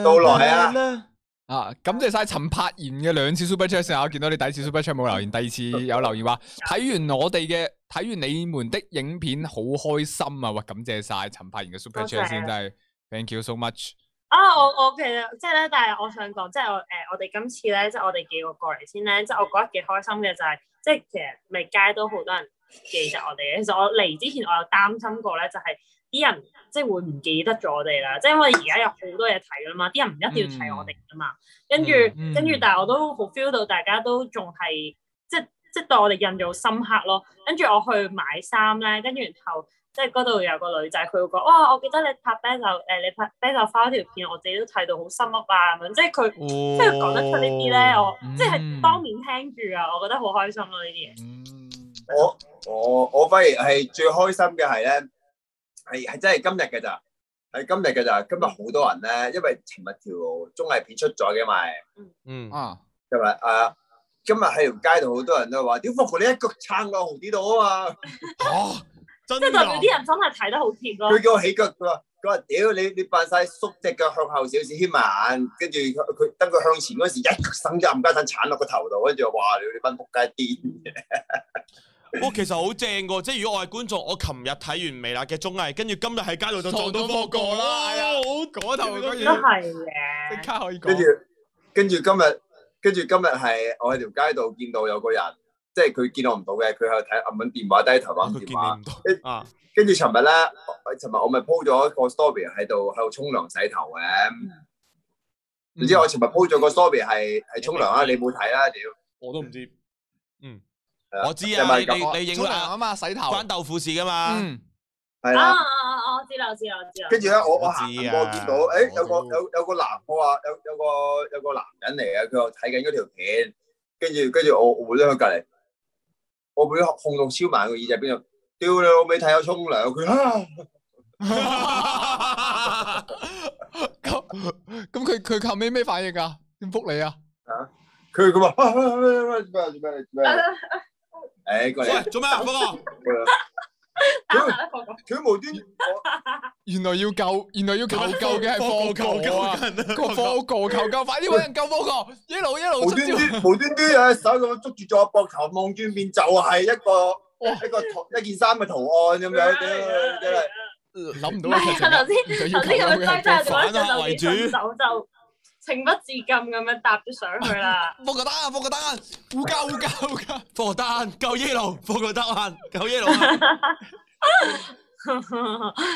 Speaker 3: 到來啊！
Speaker 4: 啊！感謝晒陳柏賢嘅兩次 super chat 先啊，我見到你第一次 super chat 冇留言，第二次有留
Speaker 2: (laughs)
Speaker 4: 言話睇完我哋嘅睇完你們的影片好開心啊！哇，感謝晒陳柏賢嘅 super
Speaker 2: 多謝
Speaker 4: chat 先，真係 thank you so much。
Speaker 2: 啊！我我其實即係咧，但係我想講，即係我誒、我哋今次咧，即係我哋幾個過嚟先咧，即係我覺得幾開心嘅就係、即係其實咪街都好多人記得我哋嘅。其實我嚟之前，我有擔心過咧，就係、啲人即係會唔記得咗我哋啦。即係因為而家有好多嘢睇啦嘛，啲人唔一定要睇我哋噶嘛。跟住
Speaker 4: 嗯
Speaker 2: 跟住，但係我都好 feel 到大家都仲係即即對我哋印象深刻咯。跟住我去買衫咧，跟住然後即係嗰度有個女仔，佢會講：哦哇！我記得你拍啤酒誒、你拍啤酒花條片，我自己都睇到好深刻啊咁樣。即係佢即係講得出呢啲咧，我
Speaker 4: 嗯
Speaker 2: 即係當面聽住啊，我覺得好開心咯呢啲嘢。
Speaker 4: 嗯
Speaker 3: 我我我反而係最開心嘅係咧，係係真係今日嘅咋，係今日嘅咋，今日好多人
Speaker 1: Ừ.
Speaker 4: Ờ.
Speaker 3: 咧，因為尋日條綜藝片出咗嘅嘛，
Speaker 1: 嗯，
Speaker 4: 啊，
Speaker 3: 今日啊今日喺條街度好多人都話：屌霍哥你一腳撐我紅啲度啊嘛！
Speaker 4: 吓，
Speaker 1: 真
Speaker 2: 即係代
Speaker 1: 噶
Speaker 2: 表，啲人真係睇得好貼咯。
Speaker 3: 佢叫我起腳，佢話佢話屌你你扮晒縮只腳向後少少牽埋眼，跟住佢佢等佢向前嗰時一腳省咗冚家鏟鏟落個頭度，跟住我話你你班仆街癲嘅，
Speaker 1: 哇，其實好正喎！即係如果我係觀眾，我琴日睇完微辣嘅綜藝，跟住今日喺街度就撞到
Speaker 4: 撞到
Speaker 1: 霍
Speaker 4: 個
Speaker 1: 哥
Speaker 4: 啦係啊
Speaker 1: 啦，好
Speaker 4: 嗰頭嗰
Speaker 2: 都
Speaker 4: 嘢
Speaker 2: 係嘅
Speaker 4: 即，刻可以
Speaker 3: 跟住
Speaker 4: 講。
Speaker 3: 跟住今日跟住今日係我喺條街度見到有個人，即係佢見我唔到嘅，佢喺度睇暗揾電話低頭
Speaker 1: 佢
Speaker 3: 玩
Speaker 1: 見
Speaker 3: 電話。
Speaker 1: 你唔到啊！
Speaker 3: 跟住尋日咧，我尋日我咪 po 咗一個 story 喺度喺度沖涼洗頭嘅，唔
Speaker 1: 嗯
Speaker 3: 知我尋日 po 咗個 story 係係沖涼啊，你冇睇啦，屌！
Speaker 1: 我都唔知。嗯
Speaker 3: 係，啊
Speaker 1: 我知
Speaker 3: 就
Speaker 1: 啊，
Speaker 3: 咪
Speaker 1: 你
Speaker 3: 咁
Speaker 1: 你你影
Speaker 4: 沖涼
Speaker 1: 啦，
Speaker 4: 啊嘛，洗頭。
Speaker 1: 關豆腐事噶嘛？
Speaker 4: 嗯，
Speaker 3: 係
Speaker 2: 啊
Speaker 3: 啦
Speaker 2: 啊。啊！我知啦，我知啦，我知啦。
Speaker 3: 跟住咧，我我
Speaker 1: 我
Speaker 3: 行
Speaker 1: 知啊
Speaker 3: 過見到，誒有個
Speaker 1: 我都
Speaker 3: 有有個男，我話有有個有個男人嚟嘅，佢又睇緊嗰條片，跟住跟住我我咗佢隔離，我會控到超慢個耳仔邊度，屌你老味睇我沖涼，佢啊
Speaker 1: (laughs)
Speaker 4: 咁咁佢佢後尾咩反應啊？點覆你啊？
Speaker 3: 佢佢話啊啊啊啊做咩做咩做咩，誒過嚟
Speaker 1: 喂，做咩啊，霍哥？
Speaker 3: 過嚟，
Speaker 2: 打下啦，個個。
Speaker 3: 佢無端我。
Speaker 4: 原來要救，原來要求救
Speaker 1: (laughs)
Speaker 4: 嘅係
Speaker 1: 霍
Speaker 4: 科
Speaker 1: 哥
Speaker 4: 救啊！個科救求救，
Speaker 1: (laughs)
Speaker 4: 快啲搵人救科救！一路一路
Speaker 3: 無
Speaker 4: 出
Speaker 3: 端
Speaker 4: 招，
Speaker 3: 端無端端有隻手咁樣捉住咗我膊頭，望轉面就係一個一個圖一件衫嘅圖案咁樣，真係
Speaker 4: 諗唔
Speaker 2: 唔
Speaker 4: 到嘅劇
Speaker 2: 係
Speaker 4: 情
Speaker 2: 啊，
Speaker 4: 啊。
Speaker 2: 頭先
Speaker 4: 原來
Speaker 2: 頭先咁樣低低
Speaker 4: 要求救嘅係
Speaker 2: 下
Speaker 1: 就話
Speaker 2: 電話上就
Speaker 1: 為
Speaker 2: 俾
Speaker 1: 主
Speaker 2: 分手就情不自禁咁樣搭咗上去啦。 (laughs)
Speaker 4: 科個單，科個單，護救護救護救！
Speaker 1: 霍哥丹救耶路，霍哥
Speaker 2: (laughs)
Speaker 1: 丹救耶路啊！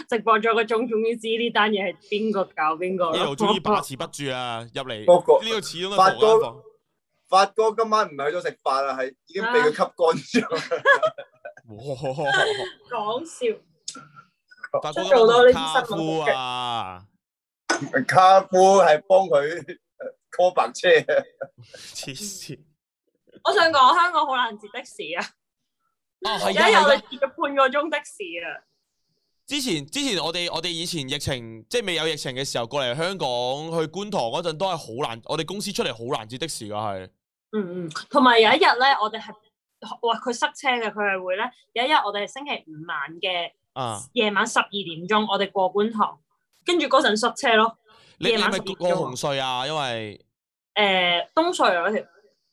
Speaker 2: 直播咗個鐘，終於知呢單嘢係邊個搞邊個
Speaker 1: 耶
Speaker 2: 啦
Speaker 1: 路哎終於把持不住啊！入嚟
Speaker 3: 霍哥
Speaker 1: 呢個始終都
Speaker 3: 發
Speaker 1: 係霍
Speaker 3: 哥
Speaker 1: 間房。
Speaker 3: 發哥今晚唔係去咗食飯啊啦，係已經俾佢吸乾咗。
Speaker 2: (laughs)
Speaker 1: 哇！
Speaker 2: (laughs) 講笑，
Speaker 1: 發哥
Speaker 2: 出到多呢啲
Speaker 1: 卡
Speaker 2: 新聞
Speaker 1: 夫啊！
Speaker 3: (laughs) 卡夫係幫佢呃 call 白車，
Speaker 1: 黐線！
Speaker 2: 我想講香港好難截的士啊！
Speaker 4: 啊
Speaker 2: 而
Speaker 4: 係啊
Speaker 2: 嗯家有
Speaker 4: 係
Speaker 2: 你
Speaker 4: 啊！
Speaker 2: 截咗半個鐘的士啊！
Speaker 1: 之前之前我哋我哋以前疫情即係未有疫情嘅時候過嚟香港去觀塘嗰陣都係好難，我哋公司出嚟好難截的士噶係。
Speaker 2: 嗯嗯，同埋有一日咧，我哋係哇佢塞車嘅，佢係會咧有一日我哋係星期五晚嘅
Speaker 1: 啊！
Speaker 2: 夜晚十二點鐘，我哋過觀塘，跟住嗰陣塞車咯。
Speaker 1: 你你
Speaker 2: 夜
Speaker 1: 係
Speaker 2: 晚
Speaker 1: 咪
Speaker 2: 十二點
Speaker 1: 過
Speaker 2: 鐘啊
Speaker 1: 紅隧啊？因為
Speaker 2: 誒、東隧啊嗰條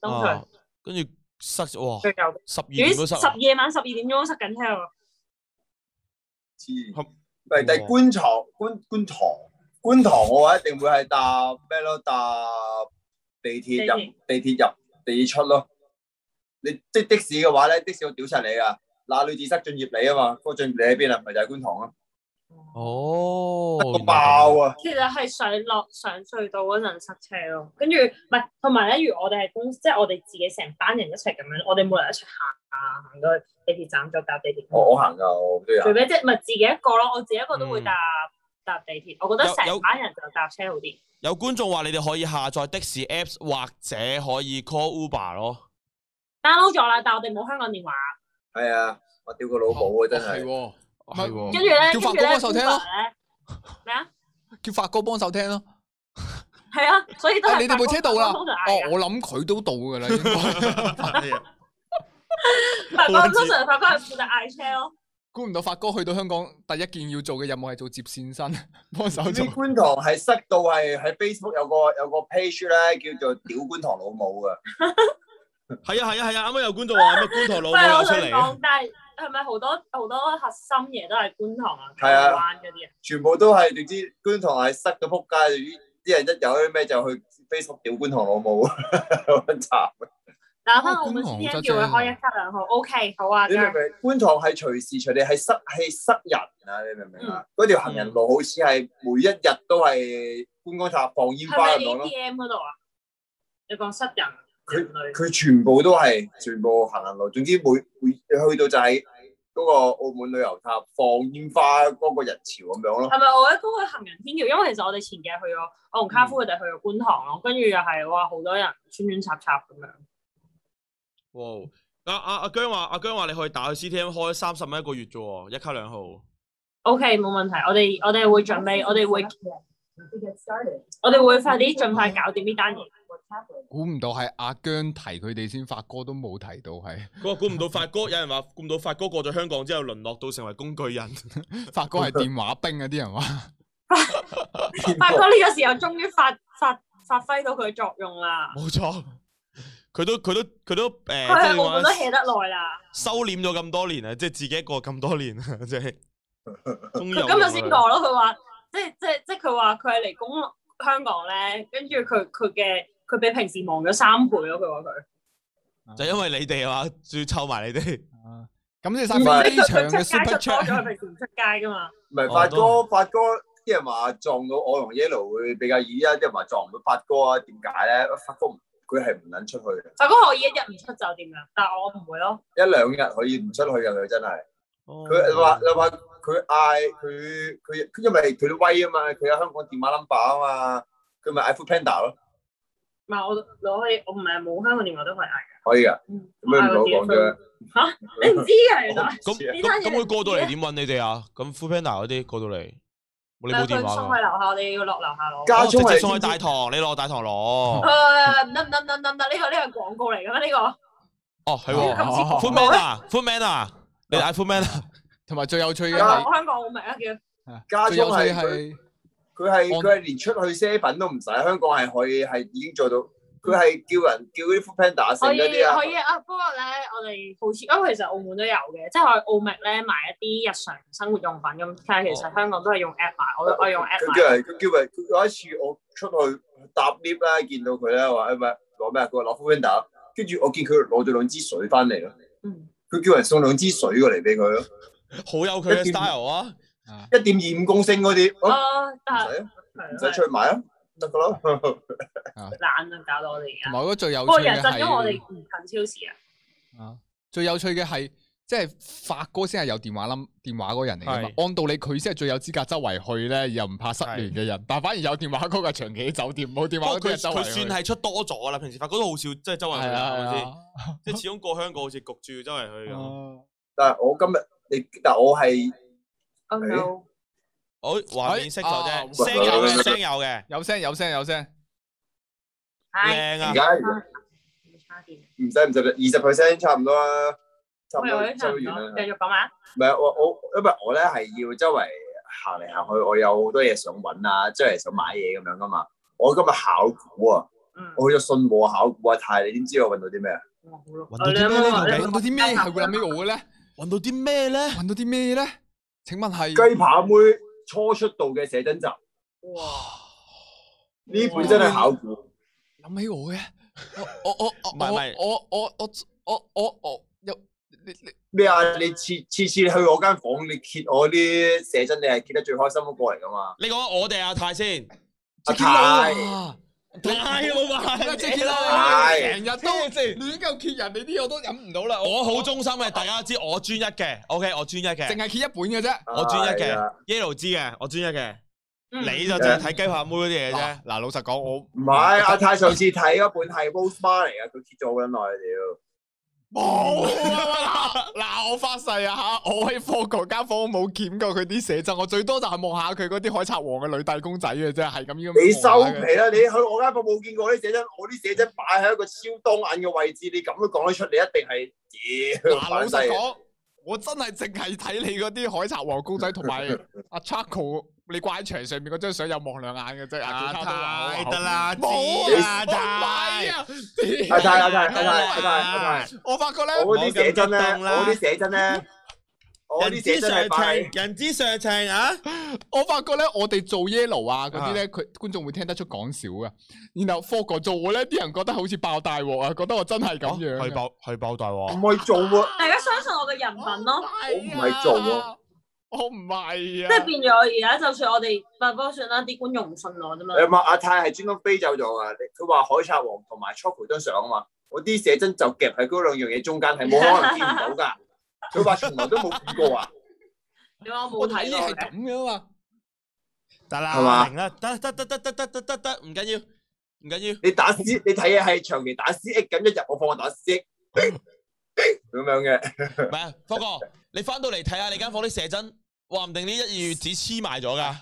Speaker 2: 東隧、
Speaker 1: 啊跟住塞哇
Speaker 2: 最右邊，
Speaker 1: 十二
Speaker 2: 如
Speaker 1: 點
Speaker 2: 果
Speaker 1: 都塞啊。
Speaker 2: 十夜晚十二點鐘都塞緊車喎。
Speaker 3: 黐
Speaker 1: 好
Speaker 3: 線。喂，但係觀塘觀觀塘觀塘我話一定會係搭咩咯？搭地鐵入地鐵入地鐵出咯。你即係的士嘅話咧，的士我屌柒你啊！嗱，女子塞進業里啊嘛，嗰個進業里喺邊啊？咪就係觀塘咯。
Speaker 1: 哦，
Speaker 3: 個爆啊！
Speaker 2: 其實係上落上隧道嗰陣塞車咯，跟住唔係同埋咧，如果我哋係公司，即係我哋自己成班人一齊咁樣，我哋每人一齊行啊，行到去地鐵站再搭地鐵。
Speaker 4: 哦
Speaker 3: 我我行噶，我都
Speaker 4: 啊
Speaker 3: 有
Speaker 2: 最。尾即係咪自己一個咯？我自己一個都會
Speaker 1: 嗯
Speaker 2: 搭搭地鐵，我覺
Speaker 1: 有
Speaker 2: 得
Speaker 1: 有
Speaker 2: 成班人就搭車好啲。
Speaker 1: 有觀眾話你哋可以下載的士 Apps 或者可以 call Uber 咯。
Speaker 2: download 咗啦，但我哋冇香港電話。
Speaker 3: 係啊，我屌個老母啊，真
Speaker 4: 係
Speaker 3: 係。
Speaker 4: 喎
Speaker 1: 係喎
Speaker 2: 跟住咧，
Speaker 4: 嗯叫
Speaker 2: 跟
Speaker 4: 法
Speaker 2: 住
Speaker 4: 國
Speaker 2: 咧
Speaker 4: 幫手聽咯
Speaker 2: Uber 咧，咩啊？
Speaker 4: 叫發哥幫手聽咯。
Speaker 2: 係啊，所以都
Speaker 4: 啊
Speaker 2: 係
Speaker 4: 你哋部車到啦。
Speaker 2: 法國通常
Speaker 4: 哦
Speaker 2: 嗌，㗎
Speaker 4: 我諗佢都到㗎啦，應該 (laughs)
Speaker 2: 法國通常法國係負責嗌車咯。
Speaker 4: 估唔到發哥去到香港第一件要做嘅任務係做接線生， (laughs) 幫手做
Speaker 3: 啲。觀塘係塞到係喺 Facebook 有個有個 page 咧，叫做屌觀塘老母啊！
Speaker 1: 係啊係啊係啊！啱啱有觀眾話咩觀塘老
Speaker 2: (laughs) 喂，
Speaker 1: 母
Speaker 2: 我
Speaker 1: 有出
Speaker 2: 想
Speaker 1: 嚟啊
Speaker 2: 講，。但係係咪好多好多核心嘢都係觀塘啊、九
Speaker 3: 係啊
Speaker 2: 灣嗰啲啊？
Speaker 3: 全部都係總之觀塘係塞到撲街，啲人一有啲咩就去 Facebook 屌觀塘老母啊！揾
Speaker 2: 啊
Speaker 3: 查
Speaker 2: 但係翻澳
Speaker 4: 觀
Speaker 2: 門
Speaker 4: 塘
Speaker 2: C
Speaker 4: 好
Speaker 2: N
Speaker 4: 多
Speaker 2: 叫佢
Speaker 4: 車啊
Speaker 2: 開一卡兩號，OK，好啊，
Speaker 3: 你明唔
Speaker 2: 加
Speaker 3: 明？觀塘係隨時隨地係塞係塞人啊！你明唔明
Speaker 2: 嗯
Speaker 3: 啊？嗰條行人路好似係每一日都係觀光塔放煙
Speaker 2: 係
Speaker 3: 花咁
Speaker 2: 咪
Speaker 3: 樣咯。
Speaker 2: ATM 嗰度啊？你講失人人類
Speaker 3: 佢全部都係全部行行路，總之每每去到就係嗰個澳門旅遊塔放煙花嗰個人潮咁樣咯。
Speaker 2: 係咪我咧都去行人天橋？因為其實我哋前幾日去咗，我同卡夫佢哋去咗觀塘咯，跟住又係哇好多人穿穿插插咁樣。
Speaker 1: 哇！阿阿阿姜話阿姜話你可以打去 CTM 開三十蚊一個月啫喎，一卡兩號。
Speaker 2: OK，冇問題，我哋我
Speaker 3: (laughs)
Speaker 2: Oh, 哋會準備，我哋會我哋會快啲盡快搞掂呢單嘢。
Speaker 4: 估唔到系阿姜提佢哋先，發哥都冇提到係，
Speaker 1: 我估唔到發哥，有人話估唔到發哥過咗香港之後，淪落到成為工具人。
Speaker 4: 發哥係電話兵啊！啲人話
Speaker 2: 發哥呢個時候終於發發發揮到佢嘅作用啦，
Speaker 1: 冇錯，佢都佢都佢都诶，
Speaker 2: 佢
Speaker 1: 即
Speaker 2: 喺
Speaker 1: 係
Speaker 2: 澳門都
Speaker 1: 話
Speaker 2: hea 得耐啦，
Speaker 1: 收斂咗咁多年啊，即係自己一個咁多年啊， (laughs) 即係終於有啊
Speaker 2: 佢今日先
Speaker 1: 用啦
Speaker 2: 講咯，佢話即係即係即係佢話佢係嚟工香港咧，跟住佢佢嘅佢比平時忙咗三倍咯，佢話佢。
Speaker 1: 就因為你哋啊嘛，仲要湊埋你哋。
Speaker 4: 啊感謝晒
Speaker 2: 唔係
Speaker 4: 非
Speaker 2: 佢
Speaker 4: 常
Speaker 2: 佢出
Speaker 4: 嘅
Speaker 2: 街
Speaker 4: Super
Speaker 2: 出多
Speaker 4: Chat，
Speaker 2: 咗，佢平時唔出街噶嘛。
Speaker 3: 唔係
Speaker 1: 哦
Speaker 3: 發
Speaker 1: 都
Speaker 3: 哥，發哥啲人話撞到我同 Yellow 會比較易啊，啲人話撞唔到發哥啊，點解咧？發哥唔佢係唔撚出去嘅，
Speaker 2: 發哥可以一日唔出就點啦，但係我唔會咯。
Speaker 3: 一兩日可以唔出去嘅佢真係。佢
Speaker 1: 佢
Speaker 3: 話你話佢嗌佢佢佢因為佢威啊嘛，佢有香港電話 number 啊嘛，佢咪嗌 Food Panda 咯，
Speaker 2: 唔係我我可以，我唔係冇香港電話都可以嗌嘅。
Speaker 3: 可以噶，
Speaker 2: 嗯
Speaker 3: 咁你唔好講啫。
Speaker 2: 嚇你哎唔知嘅原來。
Speaker 1: 咁
Speaker 3: 知
Speaker 1: 咁
Speaker 3: 啊
Speaker 2: 呢單嘢
Speaker 1: 咁佢過到嚟點揾你哋啊？咁 f o o p a n d a 嗰啲過到嚟，你冇電
Speaker 2: 佢
Speaker 1: 話
Speaker 2: 送
Speaker 1: 㗎
Speaker 2: 去樓下，我哋要落樓下攞。
Speaker 3: 加
Speaker 1: 哦直
Speaker 3: 葱
Speaker 1: 接
Speaker 3: 係
Speaker 1: 送去大堂，你落大堂攞。哦，
Speaker 2: (laughs) 誒唔得唔得唔得唔得唔得，呢個呢個廣告嚟嘅咩？呢
Speaker 1: 係
Speaker 2: 個
Speaker 4: 哦
Speaker 1: 喎
Speaker 2: 咁先
Speaker 1: f o o
Speaker 2: 講
Speaker 1: p a n d a f o o p a n d a 你嗌 f o o p a n d a
Speaker 4: 同埋最有趣嘅
Speaker 2: 香
Speaker 4: 係，
Speaker 2: 港香港好明啊，叫
Speaker 3: 加
Speaker 4: 最
Speaker 3: 葱
Speaker 4: 有趣
Speaker 3: 係佢
Speaker 4: 係
Speaker 3: 佢係
Speaker 4: 按
Speaker 3: 佢係連出去 seven 都唔使，香港係可以係已經做到，佢係叫人叫啲 Food Panda 成
Speaker 2: 可以
Speaker 3: 嗰啲
Speaker 2: 可
Speaker 3: 啊，
Speaker 2: 以啊。不過咧，我哋好似哦因為其實澳門都有嘅，即係我去澳麥咧買一啲日常生活用品咁，但
Speaker 3: 哦
Speaker 2: 係其實香港都係用 app 買，我我用 app
Speaker 3: 佢
Speaker 2: 買
Speaker 3: 叫。人佢叫人佢有一次我出去搭 lift 啦，見到佢咧話誒咪攞咩啊？佢話攞 Food Panda，跟住我見佢攞咗兩支水翻嚟咯，
Speaker 2: 嗯
Speaker 3: 佢叫人送兩支水過嚟俾佢咯。
Speaker 1: 好有佢嘅
Speaker 3: 一點
Speaker 1: style 啊！
Speaker 3: 一點二五公升嗰啲，哦
Speaker 2: 啊，但
Speaker 3: 唔
Speaker 2: 係
Speaker 3: 使啊，唔
Speaker 2: 係
Speaker 3: 使
Speaker 2: 啊
Speaker 3: 出去買啊，得噶啦。 (laughs)
Speaker 2: 懶啊，搞到我哋而
Speaker 4: 同
Speaker 2: 家。
Speaker 4: 埋嗰個最有
Speaker 2: 不
Speaker 4: 趣
Speaker 2: 過人
Speaker 4: 嘅
Speaker 2: 陣因為我哋
Speaker 4: 係。
Speaker 2: 唔近超市啊。
Speaker 4: 啊，最有趣嘅係，即係發哥先係有電話冧電話嗰個人嚟噶嘛。
Speaker 1: 係
Speaker 4: 按道理佢先係最有資格周圍去咧，又唔怕失聯嘅人。但反而有電話嗰個係長期喺酒店，冇電
Speaker 1: 不
Speaker 4: 話嗰
Speaker 1: 過
Speaker 4: 個
Speaker 1: 佢
Speaker 4: 人周
Speaker 1: 佢
Speaker 4: 圍
Speaker 1: 算
Speaker 4: 去。
Speaker 1: 係出多咗啦，平時發覺都好少，即係周圍去
Speaker 4: 係
Speaker 1: 啦，
Speaker 4: 啊
Speaker 1: 係咪
Speaker 4: 係
Speaker 1: 先？
Speaker 4: 啊
Speaker 1: 即係始終過香港好似焗住周圍去咁。
Speaker 4: 哦
Speaker 3: 但係我今日你，但係我係
Speaker 2: Oh
Speaker 3: 係
Speaker 2: no！
Speaker 1: 好畫面色咗
Speaker 4: 哎啊
Speaker 1: 啫，聲有
Speaker 3: 喂
Speaker 1: 嘅，聲有嘅，
Speaker 4: 有聲有聲有聲，
Speaker 2: 唉
Speaker 1: 靚
Speaker 3: 而
Speaker 1: 啊！
Speaker 3: 家
Speaker 2: 差啲，
Speaker 3: 唔使唔使二十 percent 差唔多啦，差唔
Speaker 2: 我
Speaker 3: 多
Speaker 2: 哋
Speaker 3: 收
Speaker 2: 差唔
Speaker 3: 完
Speaker 2: 多，
Speaker 3: 啦
Speaker 2: 繼。續講埋啊。
Speaker 3: 唔係我我，因為我咧係要周圍行嚟行去，我有好多嘢想揾啊，周圍想買嘢咁樣噶嘛。我今日考古啊，
Speaker 2: 嗯，
Speaker 3: 我去咗信和考古啊，泰，你點知我揾到啲咩啊？
Speaker 2: 我好咯。
Speaker 1: 揾到啲咩呢
Speaker 2: 我哋
Speaker 1: 究
Speaker 2: 有
Speaker 1: 竟
Speaker 2: 冇
Speaker 4: 搵到啲咩係會諗起我嘅咧？
Speaker 1: 揾到啲咩咧？
Speaker 4: 搵到啲咩咧？請問係
Speaker 3: 雞扒妹初出道嘅寫真集，
Speaker 2: 哇！
Speaker 3: 呢本真係考古。
Speaker 4: 諗起我嘅？我我我
Speaker 1: 唔係唔係
Speaker 4: 我我我我我我我有你你
Speaker 3: 咩啊？你次次次去我間房，你揭我啲寫真，你係揭得最開心嗰個嚟噶嘛？
Speaker 1: 你講我哋阿泰先，
Speaker 3: 阿
Speaker 4: 見到
Speaker 3: 泰，
Speaker 4: 啊！
Speaker 1: 泰冇
Speaker 4: 而家
Speaker 1: 買
Speaker 4: 即係啦，
Speaker 3: 係
Speaker 4: 成日都亂鳩揭人哋啲我都飲唔到啦。
Speaker 1: 我好忠心嘅，大家都知我專一嘅，OK，我專一
Speaker 4: (laughs) 淨
Speaker 1: 嘅
Speaker 4: 係揭一本嘅啫。
Speaker 1: 我專一嘅
Speaker 3: 係啊
Speaker 1: ，Yellow 知嘅，我專一嘅，
Speaker 2: 嗯
Speaker 1: 你就淨係睇雞扒妹嗰啲嘢啫。
Speaker 4: 嗱，老實講，我
Speaker 3: 唔係阿泰上次睇嗰本係 Rose Bar 嚟嘅，佢揭咗好撚耐屌。
Speaker 4: 冇啊！嗱 (laughs) 嗱，我發誓啊 (laughs) 吓，我喺課國間房我冇檢過佢啲寫真，我最多就係望下佢嗰啲海賊王嘅女帝公仔嘅啫，係咁樣。
Speaker 3: 你收皮啦！你去我間房冇見過啲寫真，我啲寫真擺喺一個超當眼嘅位置，你咁都講得出，你一定係屌
Speaker 4: 嗱，老
Speaker 3: 反
Speaker 4: 實
Speaker 3: 勢啊。
Speaker 4: 講，我真係淨係睇你嗰啲海賊王公仔同 (laughs) 埋阿 Chaco，你掛喺牆上面嗰張相有望兩眼嘅啫。啊其他都話好
Speaker 1: 啦，
Speaker 4: 冇
Speaker 1: 啊
Speaker 4: 啊，
Speaker 1: 泰，
Speaker 4: 唔係
Speaker 3: 阿
Speaker 4: 啊，
Speaker 3: 泰阿泰阿泰阿泰阿泰，
Speaker 4: 我發覺咧，
Speaker 3: 我嗰啲寫真咧，
Speaker 1: 冇咁激動啦
Speaker 3: 我嗰啲寫真咧，我
Speaker 1: 人之
Speaker 3: 啲寫真
Speaker 1: 常
Speaker 3: 係擺喺
Speaker 1: 情，人之常情啊！
Speaker 4: 我發覺咧，我哋做 yellow 啊嗰啲咧，佢觀眾會聽得出講少噶。然後 f o 做我咧，啲人覺得好似爆大鑊啊，覺得我真哦係咁樣㗎。
Speaker 1: 爆去爆大
Speaker 3: 唔
Speaker 1: 鑊，
Speaker 3: 可以做喎。
Speaker 2: 大家相信我嘅人品咯，
Speaker 4: 我
Speaker 3: 唔係做喎，
Speaker 4: 我唔係
Speaker 2: 即係
Speaker 4: 啊。
Speaker 2: 變咗而家，就算我哋唔係不過算啦，啲觀眾唔信我啫嘛
Speaker 3: 你。諗下阿泰係專登飛走咗啊！你佢話海賊王同埋 Choco 張相啊嘛，我啲寫真就夾喺嗰兩樣嘢中間，係冇可能見唔到㗎。 (laughs) 佢話從來都冇見過啊！
Speaker 2: 你話我冇
Speaker 4: 我睇
Speaker 2: 睇
Speaker 4: 你
Speaker 2: 過
Speaker 4: 係
Speaker 2: 嘅，
Speaker 4: 咁樣啊嘛。
Speaker 1: 得
Speaker 3: 係嘛
Speaker 1: 啦，明啦，得得得得得得得得得，唔緊要，
Speaker 3: (laughs)
Speaker 1: 唔緊要。
Speaker 3: 你打 C，你睇嘢係長期打 C X 咁一入我放我打 C X 咁樣嘅，
Speaker 1: 唔係啊，科哥，你翻到嚟睇下你間房啲寫真，話唔定呢一二月紙黐埋咗㗎。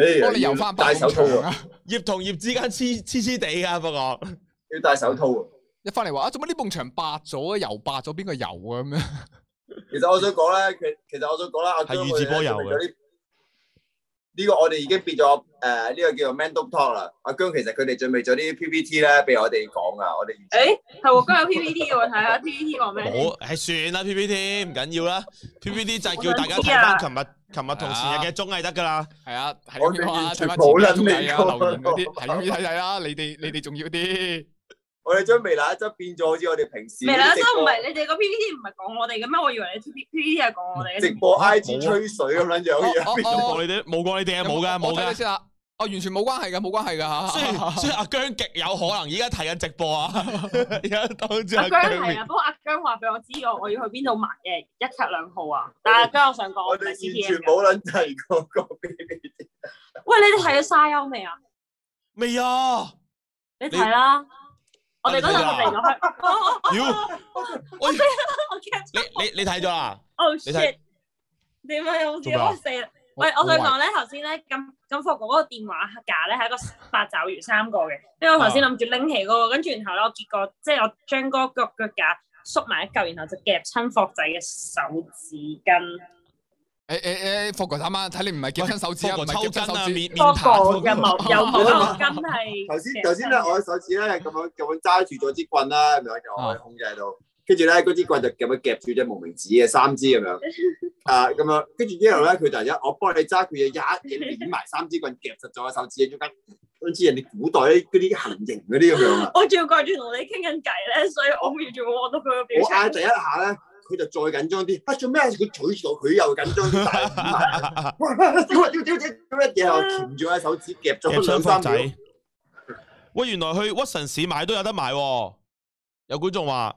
Speaker 3: 诶，
Speaker 4: 幫你游
Speaker 3: 哎要
Speaker 4: 翻
Speaker 3: 戴手套啊，
Speaker 4: 啊！
Speaker 1: 叶同叶之間黐黐黐地噶，不過
Speaker 3: 要戴手套啊。
Speaker 4: 一翻嚟話啊，做乜呢埲牆白咗啊？油白咗，邊個油啊？咁樣
Speaker 3: 其實我想講咧，其其實我想講啦，阿
Speaker 1: 係
Speaker 3: 張
Speaker 1: 宇智波
Speaker 4: 啊
Speaker 1: 鼬嘅
Speaker 3: 我哋咧。呢個我哋已經變咗誒呢個叫做 Man Talk Talk 啦。阿姜其實佢哋準備咗啲 PPT 咧俾我哋講啊，我哋預
Speaker 2: 诶，系喎，今日 PPT 嘅喎，睇下 PPT 講咩先？
Speaker 1: 我唉算啦，PPT 唔緊要啦，PPT 就係叫大家
Speaker 2: 我想知
Speaker 1: 睇翻
Speaker 2: 啊
Speaker 1: 琴日、琴日同前日嘅綜藝得噶啦。
Speaker 4: 係啊，係
Speaker 3: 我
Speaker 4: 咁樣啊，
Speaker 3: 完
Speaker 4: 睇
Speaker 3: 全
Speaker 4: 翻
Speaker 3: 冇
Speaker 4: 前
Speaker 3: 撚
Speaker 4: 面
Speaker 3: 理
Speaker 4: 啲綜藝
Speaker 3: 過
Speaker 4: 啊，留言嗰啲係咁樣睇睇啦。你哋你哋仲要啲，
Speaker 3: 我哋將微辣一則變咗好似我哋平時
Speaker 2: 未啦，
Speaker 3: 嗰啲
Speaker 2: 真
Speaker 3: 直
Speaker 2: 唔
Speaker 3: 播
Speaker 2: 係你哋個 PPT 唔係講我哋嘅咩？我以為你 PPT 係講我哋
Speaker 3: 直
Speaker 2: 嘅。
Speaker 3: 播 IG
Speaker 1: 冇啊
Speaker 3: 吹水咁樣樣嘅。
Speaker 4: 哦
Speaker 1: 冇
Speaker 4: 哦
Speaker 1: 過你哋，冇過你哋啊，冇噶，冇
Speaker 4: 我睇睇
Speaker 1: 噶。
Speaker 4: 先啦，哦，完全冇關係噶，冇關係
Speaker 2: 啊
Speaker 4: 噶
Speaker 1: 雖
Speaker 2: (laughs)
Speaker 1: 然雖然阿姜極有可能而家睇緊直播啊，而家當住
Speaker 2: 阿
Speaker 1: 阿
Speaker 2: 姜
Speaker 1: 姜
Speaker 2: 係
Speaker 1: 面
Speaker 2: 啊，不過阿姜話俾我知我我要去邊度買誒一尺兩號啊，但係阿姜我想講
Speaker 3: 我
Speaker 2: 我
Speaker 3: 哋
Speaker 2: 哋
Speaker 3: 完
Speaker 2: C P M
Speaker 3: 全冇撚提過個 PPT。
Speaker 2: 喂，你哋睇咗沙丘未啊？
Speaker 1: 未啊？
Speaker 2: 你睇啦，我哋嗰陣
Speaker 1: 啊
Speaker 2: 我嚟咗去，我 (laughs) 我
Speaker 1: 妖，喂，
Speaker 2: 我 cap
Speaker 1: 你你你睇咗啊啦？
Speaker 2: Oh
Speaker 1: 你睇
Speaker 2: shit！點解有
Speaker 1: 做咩
Speaker 2: 事？
Speaker 1: 啊
Speaker 2: 我死啦！喂，我想講咧，頭先咧，咁咁霍哥嗰個電話架咧係一個八爪魚三個嘅，因為我頭先諗住拎起嗰個，跟住然後咧，我結果即係我將嗰個腳架縮埋一嚿，然後就夾親霍仔嘅手指巾。
Speaker 4: 誒誒誒，霍哥啱啱睇你唔係夾親手指啊，唔
Speaker 1: 喂
Speaker 4: 係
Speaker 1: 霍哥
Speaker 4: 夾
Speaker 1: 抽筋啊，
Speaker 4: 親手指。
Speaker 1: 面面
Speaker 2: 霍
Speaker 1: 癱
Speaker 2: 哥嘅毛
Speaker 1: (laughs)
Speaker 2: 有毛巾係
Speaker 3: 頭先
Speaker 2: 夾
Speaker 3: 頭
Speaker 2: (laughs)
Speaker 3: 先咧，
Speaker 2: 親嘅
Speaker 3: 我手指咧係咁樣咁樣揸住咗支棍啦，咁樣就
Speaker 1: 哦
Speaker 3: 我可以控制到。跟住咧，嗰支棍就咁樣夾住隻無名指嘅三支咁
Speaker 4: (laughs)
Speaker 3: 樣，啊咁樣。跟住之後咧，佢就一我幫你揸佢嘢，一嘢攆埋三支棍夾實咗個手指嘅中間，好似人哋古代嗰啲行刑嗰啲咁樣啊啦。
Speaker 2: 我仲要掛住同你傾緊偈咧，所以我完全冇望到佢個表
Speaker 3: 我嗌
Speaker 2: 情。
Speaker 3: 第一下咧，佢就再緊張啲。啊做咩？佢取到佢又緊張啲，但係攆埋哇屌屌屌屌屌！然後鉗住個手指夾
Speaker 1: 夾雙
Speaker 3: 咗兩
Speaker 1: 福
Speaker 2: 啊
Speaker 3: 三秒。
Speaker 1: 仔。喂，原來去屈臣氏買都有得買喎。有觀眾話
Speaker 3: 啊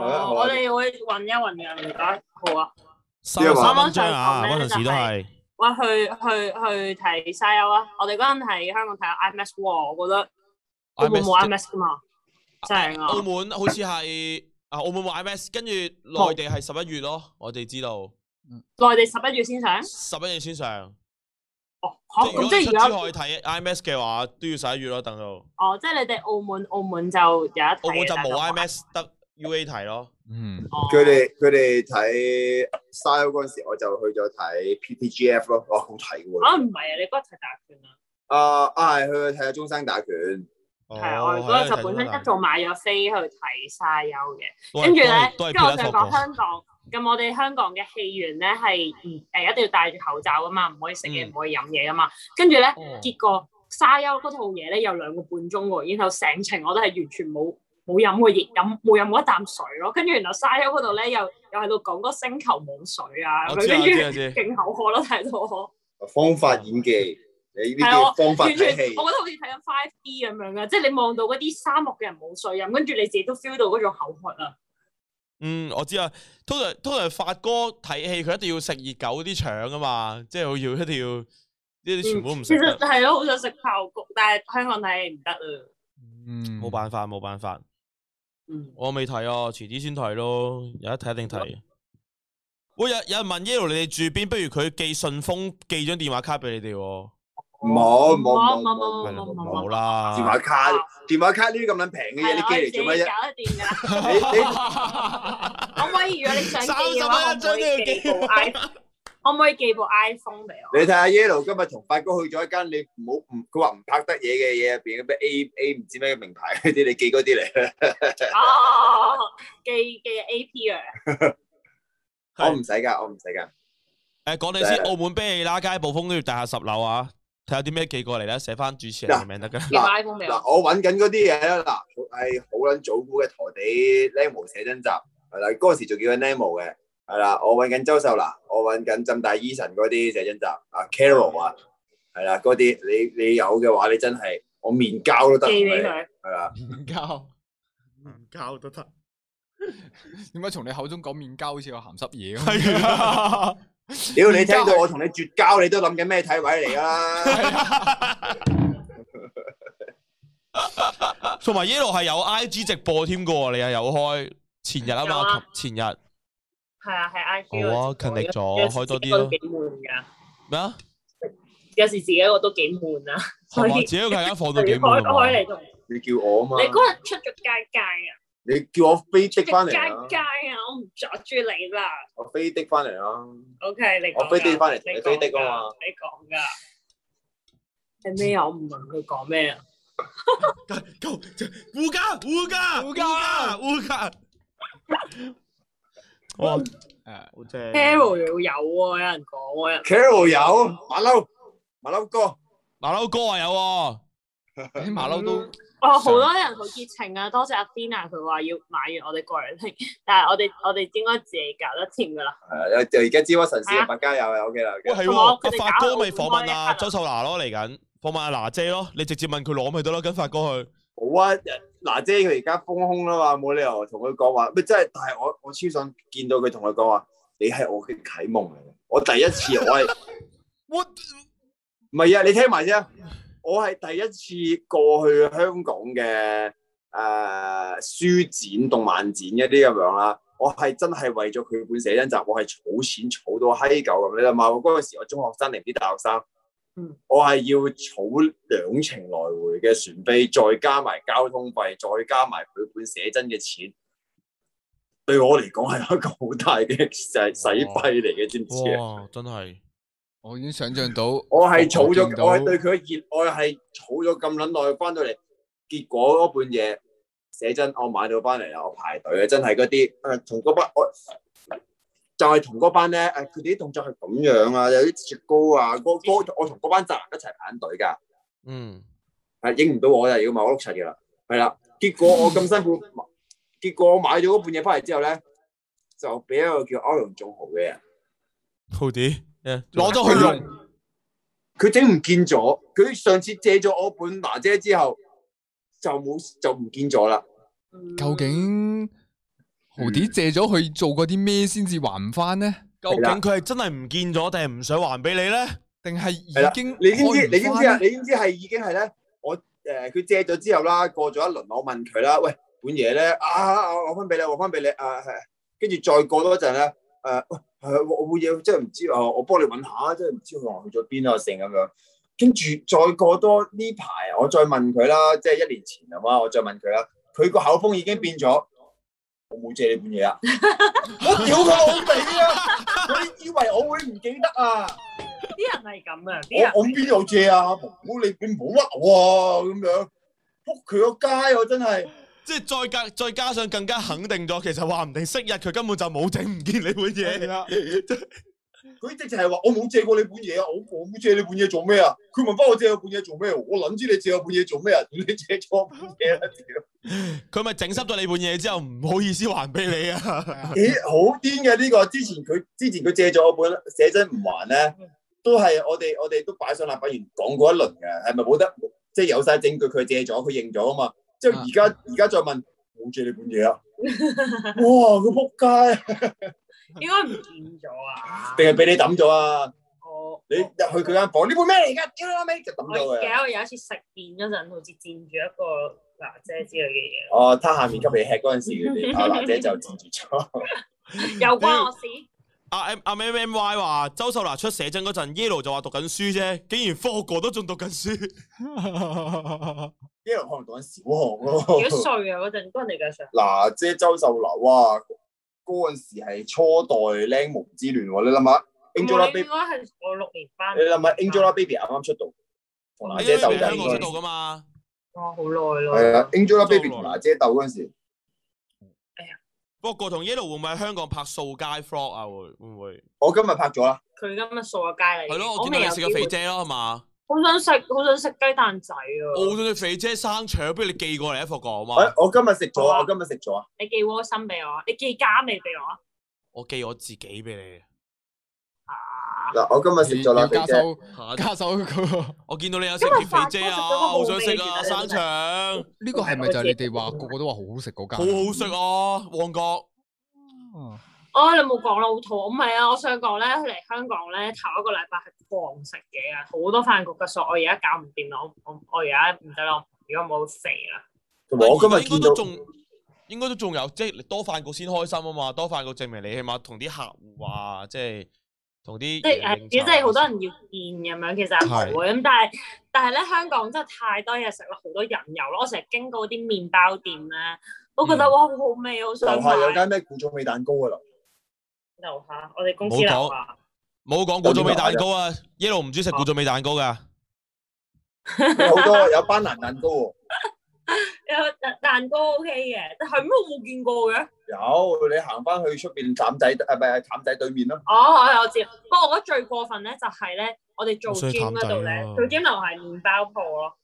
Speaker 2: 哦，我哋會揾一揾嘅，唔該，好啊。
Speaker 1: 三十三
Speaker 2: 啱
Speaker 1: 蚊
Speaker 2: 啱
Speaker 1: 張啊，
Speaker 2: 上堂
Speaker 1: 屈
Speaker 2: 咧
Speaker 1: 臣氏都
Speaker 2: 就
Speaker 1: 係
Speaker 2: 係。哇！去去去睇西歐啊！我哋嗰陣喺香港睇 IMAX 喎，我覺得澳門冇 IMAX 噶嘛，正啊！
Speaker 1: 澳門好似係啊，澳門冇 IMAX，跟住內地係十一月咯，我哋知道
Speaker 2: 內地十一月先上，
Speaker 1: 十一月先上。
Speaker 2: 啊哦，
Speaker 1: 即
Speaker 2: 好
Speaker 1: 係如
Speaker 2: 咁
Speaker 1: 果
Speaker 2: 即
Speaker 1: 你
Speaker 2: 係
Speaker 1: 出
Speaker 2: 如
Speaker 1: 珠
Speaker 2: 果
Speaker 1: 海睇 IMAX 嘅話，都要十一月咯，等到澳
Speaker 2: 哦，即係你哋澳門澳門就有一睇嘅，
Speaker 1: 門就
Speaker 2: 但係啊
Speaker 1: 冇 IMAX 得 UA 睇咯。
Speaker 4: 嗯，
Speaker 2: 哦
Speaker 3: 佢哋佢哋睇 style 嗰陣時，我就去咗睇 PTGF 咯，哇，好睇喎！
Speaker 2: 啊唔係啊，你嗰日睇打拳啊，
Speaker 3: 啊啊，係去睇下中山打拳，
Speaker 1: 哦
Speaker 2: 係啊，我哋嗰日就本身一早買咗飛去睇西歐嘅，跟住咧，
Speaker 1: 都係
Speaker 2: 跟
Speaker 1: 都係配
Speaker 2: 住我想
Speaker 1: 得
Speaker 2: 講
Speaker 1: 貨。
Speaker 2: 香港，咁我哋香港嘅戲院咧係唔誒一定要戴住口罩噶啊嘛，唔可以食嘢，
Speaker 1: 嗯
Speaker 2: 唔可以飲嘢噶啊嘛，跟住咧。
Speaker 1: 哦
Speaker 2: 結果沙丘嗰套嘢咧有兩個半鐘喎，然後成程我都係完全冇冇飲過熱飲冇飲過一啖水咯，跟住然後沙丘嗰度咧又又喺度講嗰個星球冇水啊，
Speaker 1: 我
Speaker 2: 咁
Speaker 1: 知啊我知
Speaker 2: 樣
Speaker 1: 啊知啊
Speaker 2: 跟住勁口渴咯，睇到我
Speaker 3: 方法演技，你呢啲
Speaker 2: 係
Speaker 3: 叫
Speaker 2: 我
Speaker 3: 方法
Speaker 2: 完全
Speaker 3: 睇
Speaker 2: 我覺
Speaker 3: 戲
Speaker 2: 得。好似睇緊 Five D 咁樣嘅，即係你望到嗰啲沙漠嘅人冇水飲，跟住你自己都 feel 到嗰種口渴啊！
Speaker 1: 嗯，我知啊。通常通常發哥睇戲，佢一定要食熱狗啲腸啊嘛，即係我要一定要呢啲全部都唔
Speaker 2: 其
Speaker 1: 食
Speaker 2: 實
Speaker 1: 得，
Speaker 2: 係咯，好想食爆谷，但係香港睇戲唔得啊。
Speaker 4: 嗯
Speaker 1: 冇辦法冇辦法。
Speaker 2: 嗯，
Speaker 1: 我未睇啊，遲啲先睇咯，有得睇一定睇。喂，有有人問 Yellow 你哋住邊？不如佢寄信封，寄張電話卡俾你哋喎。
Speaker 3: 冇冇
Speaker 2: 冇
Speaker 3: 冇冇
Speaker 2: 冇
Speaker 1: 係啦
Speaker 2: 哦冇
Speaker 1: 冇
Speaker 2: 冇
Speaker 3: 電
Speaker 1: 啦，
Speaker 3: 話卡，電話卡呢啲咁撚平嘅嘢，你
Speaker 2: 係啦我哋
Speaker 3: 寄嚟
Speaker 2: 自
Speaker 3: 做
Speaker 2: 己
Speaker 3: 乜啫？
Speaker 2: 搞得掂㗎啦。
Speaker 1: (laughs)
Speaker 3: 你你
Speaker 2: 可唔可以如果你想寄嘅話，可唔可以寄部 i？可唔可以寄部 iPhone 俾我？
Speaker 3: 你睇下 Yellow 今日同發哥去咗一間你唔好唔佢話唔拍得嘢嘅嘢入邊嘅咩 A A 唔知咩名牌嗰啲，你寄嗰啲嚟。
Speaker 2: 哦，寄寄 Ờ, A P 啊！
Speaker 1: 係
Speaker 3: 我唔使㗎，我唔使㗎。
Speaker 1: 诶，讲你先，澳門啤利啦街暴風都要大廈十樓啊，睇下啲咩寄過嚟咧，寫翻主持人嘅名得噶。
Speaker 2: (laughs) 寄部 iPhone 俾
Speaker 3: 嗱
Speaker 2: 我，。
Speaker 3: 我揾緊嗰啲嘢咧，嗱係好撚早估嘅陀地 Nemo 寫真集，係啦，嗰陣時仲叫緊 Nemo 嘅，係啦，我揾緊周秀娜，我揾緊浸大 Eason 嗰啲寫真集，啊 Carol 啊，係啦，嗰啲你你有嘅話，你真係我面交都得，
Speaker 2: 寄俾
Speaker 3: 係
Speaker 2: 佢。
Speaker 3: 啦，
Speaker 4: 面交，
Speaker 1: 教都得，
Speaker 4: (laughs) 點解從你口中講面交好似個鹹濕嘢咁？
Speaker 1: 系啊，
Speaker 3: 屌你聽到我同你絕交，你都諗緊咩體位嚟啦？
Speaker 2: (laughs)
Speaker 1: 同埋 Yellow 係有 I G 直播添噶喎，你又有開前日啊
Speaker 2: 有
Speaker 1: 嘛
Speaker 2: 啊，
Speaker 1: 前日
Speaker 2: 係啊，係 I G
Speaker 1: 好啊，勤力咗，開多啲咯。
Speaker 2: 幾悶㗎，
Speaker 1: 咩啊？
Speaker 2: 有時自己一個都幾悶啊，所
Speaker 4: 係嘛
Speaker 2: 以
Speaker 4: 自己喺間房度
Speaker 2: 就
Speaker 4: 幾
Speaker 2: 要
Speaker 4: 悶
Speaker 2: 開
Speaker 4: 啊
Speaker 2: 開嚟同。
Speaker 3: 你叫我啊嘛
Speaker 2: 你，嗰日出咗街街啊，
Speaker 3: 你叫我飛的
Speaker 2: 出
Speaker 3: 翻
Speaker 2: 咗
Speaker 3: 嚟啊
Speaker 2: 街街啊，我唔阻住你啦。
Speaker 3: 我飛的翻嚟啊，
Speaker 2: OK，你講㗎
Speaker 3: 我飛的返嚟同你飛的啊嘛，
Speaker 2: 你講㗎。係咩啊？我唔問佢講咩啊？
Speaker 1: 護家護家
Speaker 4: 護 (laughs) 家
Speaker 1: 護家，哇，
Speaker 4: 誒
Speaker 1: 好正
Speaker 2: Carol 又有喎，有人講喎，有人
Speaker 3: Carol 有馬騮，馬騮哥，
Speaker 1: 馬騮哥啊有喎，
Speaker 4: 啲馬騮都
Speaker 2: 哦，好多人好熱情啊！多謝阿 Fina，佢話要買完我哋過嚟聽， (laughs) 但係我哋我哋應該自己搞得掂㗎啦。
Speaker 3: 係啊，就而家知屈臣氏嘅百佳有啊，OK 啦
Speaker 1: 喂
Speaker 3: ，OK
Speaker 1: 係
Speaker 3: 啦，
Speaker 1: 喎，
Speaker 2: 同埋我佢
Speaker 1: 阿
Speaker 2: 哋
Speaker 1: 發哥
Speaker 2: 搞
Speaker 1: 咪
Speaker 2: 奧
Speaker 1: 訪問
Speaker 2: 運
Speaker 1: 啊
Speaker 2: 啊
Speaker 1: 周秀娜咯嚟緊，訪問阿娜姐咯，你直接問佢攞咪得咯，跟發哥去。
Speaker 3: 好啊，嗱姐佢而家封空啦嘛，冇理由同佢講話，咪真係，但係我我超想見到佢同佢講話，你係我嘅啟蒙嚟嘅，我第一次我係。
Speaker 4: 我
Speaker 3: 唔係啊，你聽埋先啊。我係第一次過去香港嘅诶、呃、书展、動漫展一啲咁樣啦。我係真係為咗佢本寫真集，我係儲錢儲到閪狗咁。你諗下，我嗰陣時我中學生定唔知大學生，
Speaker 2: 嗯
Speaker 3: 我係要儲兩程來回嘅船飛，再加埋交通費，再加埋佢本寫真嘅錢。對我嚟講係一個好大嘅就係洗費嚟嘅，知唔知啊？
Speaker 1: 哇，真係
Speaker 4: 我已經想象到，
Speaker 3: 我係儲
Speaker 4: 儲咗，
Speaker 3: 咗，我係對佢嘅熱愛係儲咗咁撚耐，翻到嚟，結果嗰本嘢寫真，我買到翻嚟啦，我排隊啊，真係嗰啲誒同嗰班我就係同嗰班咧誒，佢哋啲動作係咁樣啊，有啲雪糕啊，嗰嗰我同嗰班宅男一齊排緊隊㗎。
Speaker 1: 嗯
Speaker 3: 係影唔到我就要買我碌柒嘅啦，係啦。結果我咁辛苦，結果我買咗嗰半嘢翻嚟之後咧，就俾一個叫歐陽仲豪嘅人。
Speaker 1: 好啲， (laughs) 誒
Speaker 4: 攞咗去用，
Speaker 3: 啊佢整唔見咗，佢上次借咗我本娜姐之後，就冇就唔見咗啦。
Speaker 2: 嗯
Speaker 4: 究竟豪啲借咗去做過啲咩先至還唔翻呢？
Speaker 1: 究竟佢係真係唔見咗定係唔想還俾你咧？
Speaker 4: 定係
Speaker 3: 係啦
Speaker 4: 已經
Speaker 3: 你知唔知？
Speaker 4: 開唔
Speaker 3: 你知唔知啊
Speaker 4: 返？呢
Speaker 3: 你知唔知係已經係咧？我誒佢、借咗之後啦，過咗一輪，我問佢啦，喂，本嘢咧啊，我攞翻俾你，我翻俾你啊，係。跟住再過多陣咧，誒、喂，係我我本嘢真係唔知啊，我幫你揾下，真係唔知佢話去咗邊啊，成咁樣。跟住再過多呢排，我再問佢啦，即係一年前啊嘛，我再問佢啦，佢個口風已經變咗，我冇借你本
Speaker 4: (laughs)
Speaker 3: 嘢啊，我屌佢老味啊！佢以為我會唔記得啊？
Speaker 2: 啲人係咁啊？啲人
Speaker 3: 我我邊有借啊？唔好你你唔好屈我啊！咁樣，仆佢個街我真係，
Speaker 1: 即係再加再加上更加肯定咗，其實話唔定昔日佢根本就冇整唔見你本嘢。
Speaker 3: 佢直情係話我冇借過你本嘢啊！我我冇借你本嘢做咩啊？佢問翻我借我本嘢做咩？我諗知你借我本嘢做咩啊？ (laughs) 屌你借咗我本嘢啦！屌，
Speaker 1: 佢咪整濕咗你本嘢之後，唔好意思還俾你啊！
Speaker 3: 咦，好癲嘅呢個！之前佢之前佢借咗我本寫真唔還咧，都係我哋我哋都擺上立法院講過一輪嘅，係咪冇得即係有晒證據佢借咗佢認咗啊嘛？之後而家而家再問冇借你本嘢啊？哇！佢仆街，啊
Speaker 2: 應該唔見咗啊！
Speaker 3: 定係俾你抌咗啊？
Speaker 2: 我
Speaker 3: 你入去佢間房，呢本咩嚟㗎？屌你老味，就抌
Speaker 2: 我
Speaker 3: 咗
Speaker 2: 我
Speaker 3: 佢
Speaker 2: 記
Speaker 3: 啊。
Speaker 2: 得我有一次食麵嗰陣，好似佔住一個娜姐之類嘅
Speaker 3: 哦，他下面給你吃嗰陣時，佢
Speaker 2: (laughs)
Speaker 3: 哋阿娜姐就佔住咗。 (laughs)
Speaker 2: 嘢，又關我事。
Speaker 1: 阿啊 M 阿 M M Y 話周秀娜出寫真嗰陣，Yellow 就話讀緊書啫，竟然科哥都仲讀緊書。
Speaker 3: 因為可能讀緊小學
Speaker 2: 幾
Speaker 3: 咯。
Speaker 2: 多歲啊？嗰陣嗰陣嚟計上，
Speaker 3: 嗱，姐周秀娜，哇！嗰陣時係初代靚模之亂喎，你諗下
Speaker 2: 我啊
Speaker 3: Angelababy，
Speaker 2: 應該係我六年班。
Speaker 3: 你諗下 Angelababy 啱啱出道，同娜姐鬥
Speaker 1: 喺香港出
Speaker 3: 緊
Speaker 1: 道。噶嘛？
Speaker 2: 哇，哦好耐咯。
Speaker 3: 係啊，Angelababy 同娜姐鬥嗰陣時，
Speaker 1: 不過同 Yellow 會唔會喺香港拍掃街 vlog 啊？會會唔會？
Speaker 3: 我今日拍咗啦。
Speaker 2: 佢今日掃咗街嚟。
Speaker 1: 係咯，我見到
Speaker 2: 未有
Speaker 1: 你食個肥
Speaker 2: 機
Speaker 1: 姐咯，係嘛？
Speaker 2: 會，好想食，好想食雞蛋仔啊！
Speaker 1: 我好想你肥姐生腸，不如你寄過嚟啊一霍哥好
Speaker 3: 誒
Speaker 1: 嘛？，
Speaker 3: 我今日食咗啊！
Speaker 2: 好啊
Speaker 3: 我今日食咗啊！
Speaker 2: 你寄窩心俾我啊，你寄加味俾我啊！
Speaker 1: 我寄我自己俾
Speaker 2: 啊
Speaker 3: 嗱，我今日食咗啦，
Speaker 4: 要
Speaker 3: 肥
Speaker 4: 加
Speaker 3: 姐。
Speaker 4: 收
Speaker 1: 你。嚇
Speaker 4: 加收嗰個
Speaker 1: 我見到你有食啲肥姐啊，好想食啊，生腸，好
Speaker 4: 呢個係咪就係你哋話個個都話好好食嗰間？
Speaker 1: 好食啊！旺角
Speaker 4: 嗯
Speaker 2: 哦，你冇講啦，好肚餓。唔係啊，我想講咧，佢嚟香港咧，頭一個禮拜係狂食嘢啊，好多飯局嘅，所以我而家搞唔掂啦，我我我而家唔得啦，我如果冇肥啦。
Speaker 3: 同埋我今
Speaker 1: 但
Speaker 3: 日
Speaker 1: 係而家應
Speaker 3: 見
Speaker 1: 該都
Speaker 3: 到。
Speaker 1: 仲應該都仲有，即係多飯局先開心啊嘛！多飯局證明你起碼同啲客户啊，即係同啲
Speaker 2: 即係誒，如果真係好多
Speaker 1: 啊
Speaker 2: 人要見咁樣，其實係會咁，但係但係咧，香港真係太多嘢食啦，好多人油咯。我成日經過啲麵包店咧，都
Speaker 3: 嗯
Speaker 2: 覺得哇好好味，好想
Speaker 3: 樓下有
Speaker 2: 買。啊
Speaker 3: 間咩古早味蛋糕啊嘅樓，
Speaker 2: 樓下，我哋公司樓
Speaker 1: 唔好
Speaker 2: 下，
Speaker 1: 冇講古早味蛋糕啊，Yellow 唔中意食古早味蛋糕啊噶，
Speaker 3: 有好多有班蘭蛋糕喎。
Speaker 2: 有蛋蛋糕 OK 嘅，但係咩我冇見過嘅。
Speaker 3: 有你行翻去出邊斬仔啊誒，唔係斬仔對面咯。
Speaker 2: 哦，我我知。不過我覺得最過分咧就係咧，我哋做
Speaker 1: 我想去
Speaker 2: gym 嗰
Speaker 1: 淡
Speaker 2: 度咧
Speaker 1: 仔啊，
Speaker 2: 做 gym 樓下係麵包鋪咯，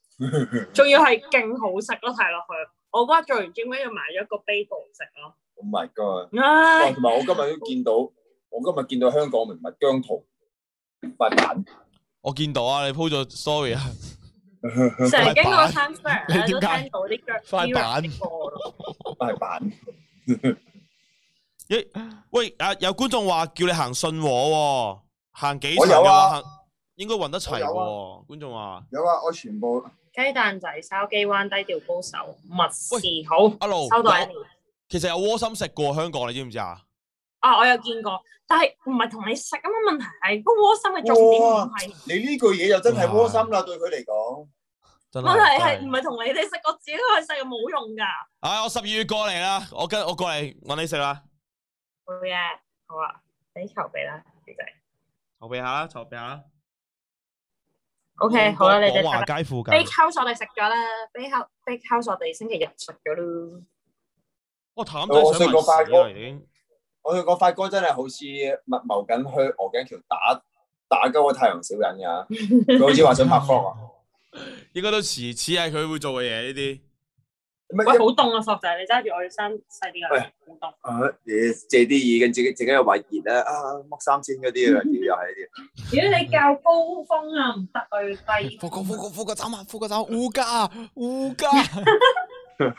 Speaker 2: 仲要係勁好食咯，睇落去。我嗰日做完 gym 跟住買咗個 bagel 食咯，
Speaker 3: Oh my god！哇， (laughs)
Speaker 2: 唉，
Speaker 3: 同埋我今日都見到，我今日見到香港明物姜圖塊板，
Speaker 1: 我見到啊，你 po 咗 story
Speaker 3: (laughs)
Speaker 1: 啊，
Speaker 2: 成日經過
Speaker 4: 塊板
Speaker 2: Times
Speaker 4: 你
Speaker 2: Square
Speaker 4: 點
Speaker 2: 都
Speaker 4: 解
Speaker 2: 聽到啲腳
Speaker 4: 塊板
Speaker 3: 塊板
Speaker 1: 咦喂啊，有觀眾話叫你行信和喎，行幾
Speaker 3: 我
Speaker 1: 層
Speaker 3: 有
Speaker 1: 又
Speaker 3: 啊
Speaker 1: 話行，應該揾得齊
Speaker 3: 我有
Speaker 1: 喎，觀眾話
Speaker 3: 有啊！我全部
Speaker 2: 雞蛋仔、筲箕灣低調高手、密事好
Speaker 1: 阿盧
Speaker 2: 收到一
Speaker 1: 有
Speaker 2: 年。
Speaker 1: 其實有窩心食過香港，你知唔知啊？
Speaker 2: 啊，我有見過，但係唔係同你食啊嘛？問題係個窩心嘅重點唔
Speaker 3: 哇
Speaker 2: 係，
Speaker 3: 你呢句嘢就真係窩心啦，對佢嚟講。
Speaker 1: 真
Speaker 2: 問題係
Speaker 1: 真
Speaker 2: 唔係同你哋食？我自己去食又冇用㗎。
Speaker 1: 唉，我十二月過嚟啦，我跟我過嚟揾你食啦，
Speaker 2: 好嘅，好啊，你籌備啦，其實。
Speaker 1: 籌備下啦，籌備下啦。
Speaker 2: O K，好
Speaker 1: 嗯
Speaker 2: 啦，你哋
Speaker 1: 廣華
Speaker 2: 食啦。
Speaker 1: 街附近
Speaker 2: Bake。House 我哋食咗啦，Bake House Bake House 我哋星期日食咗咯。
Speaker 1: 我淡仔想埋屎啦已經。
Speaker 3: 我哋個發哥真係好似密謀緊去鵝頸橋打打鳩個太陽小人㗎，佢好似話想拍 f (laughs) 啊！
Speaker 1: 應該都遲遲係佢會做嘅嘢呢
Speaker 2: (laughs)
Speaker 1: 啲。
Speaker 3: 唔係
Speaker 2: 喂，好凍啊，霍仔，你揸住我嘅衫細啲
Speaker 3: 喂
Speaker 2: 啊，好凍。
Speaker 3: 啊！誒借啲意見，自己自己又話熱啦，啊剝三千嗰啲啊，又係呢
Speaker 2: 如果你較高峰啊，唔得啊，要低。
Speaker 4: 霍哎哥霍哥霍哥走啊！霍哥走，烏家
Speaker 1: (laughs)
Speaker 4: 烏家，
Speaker 3: 啲。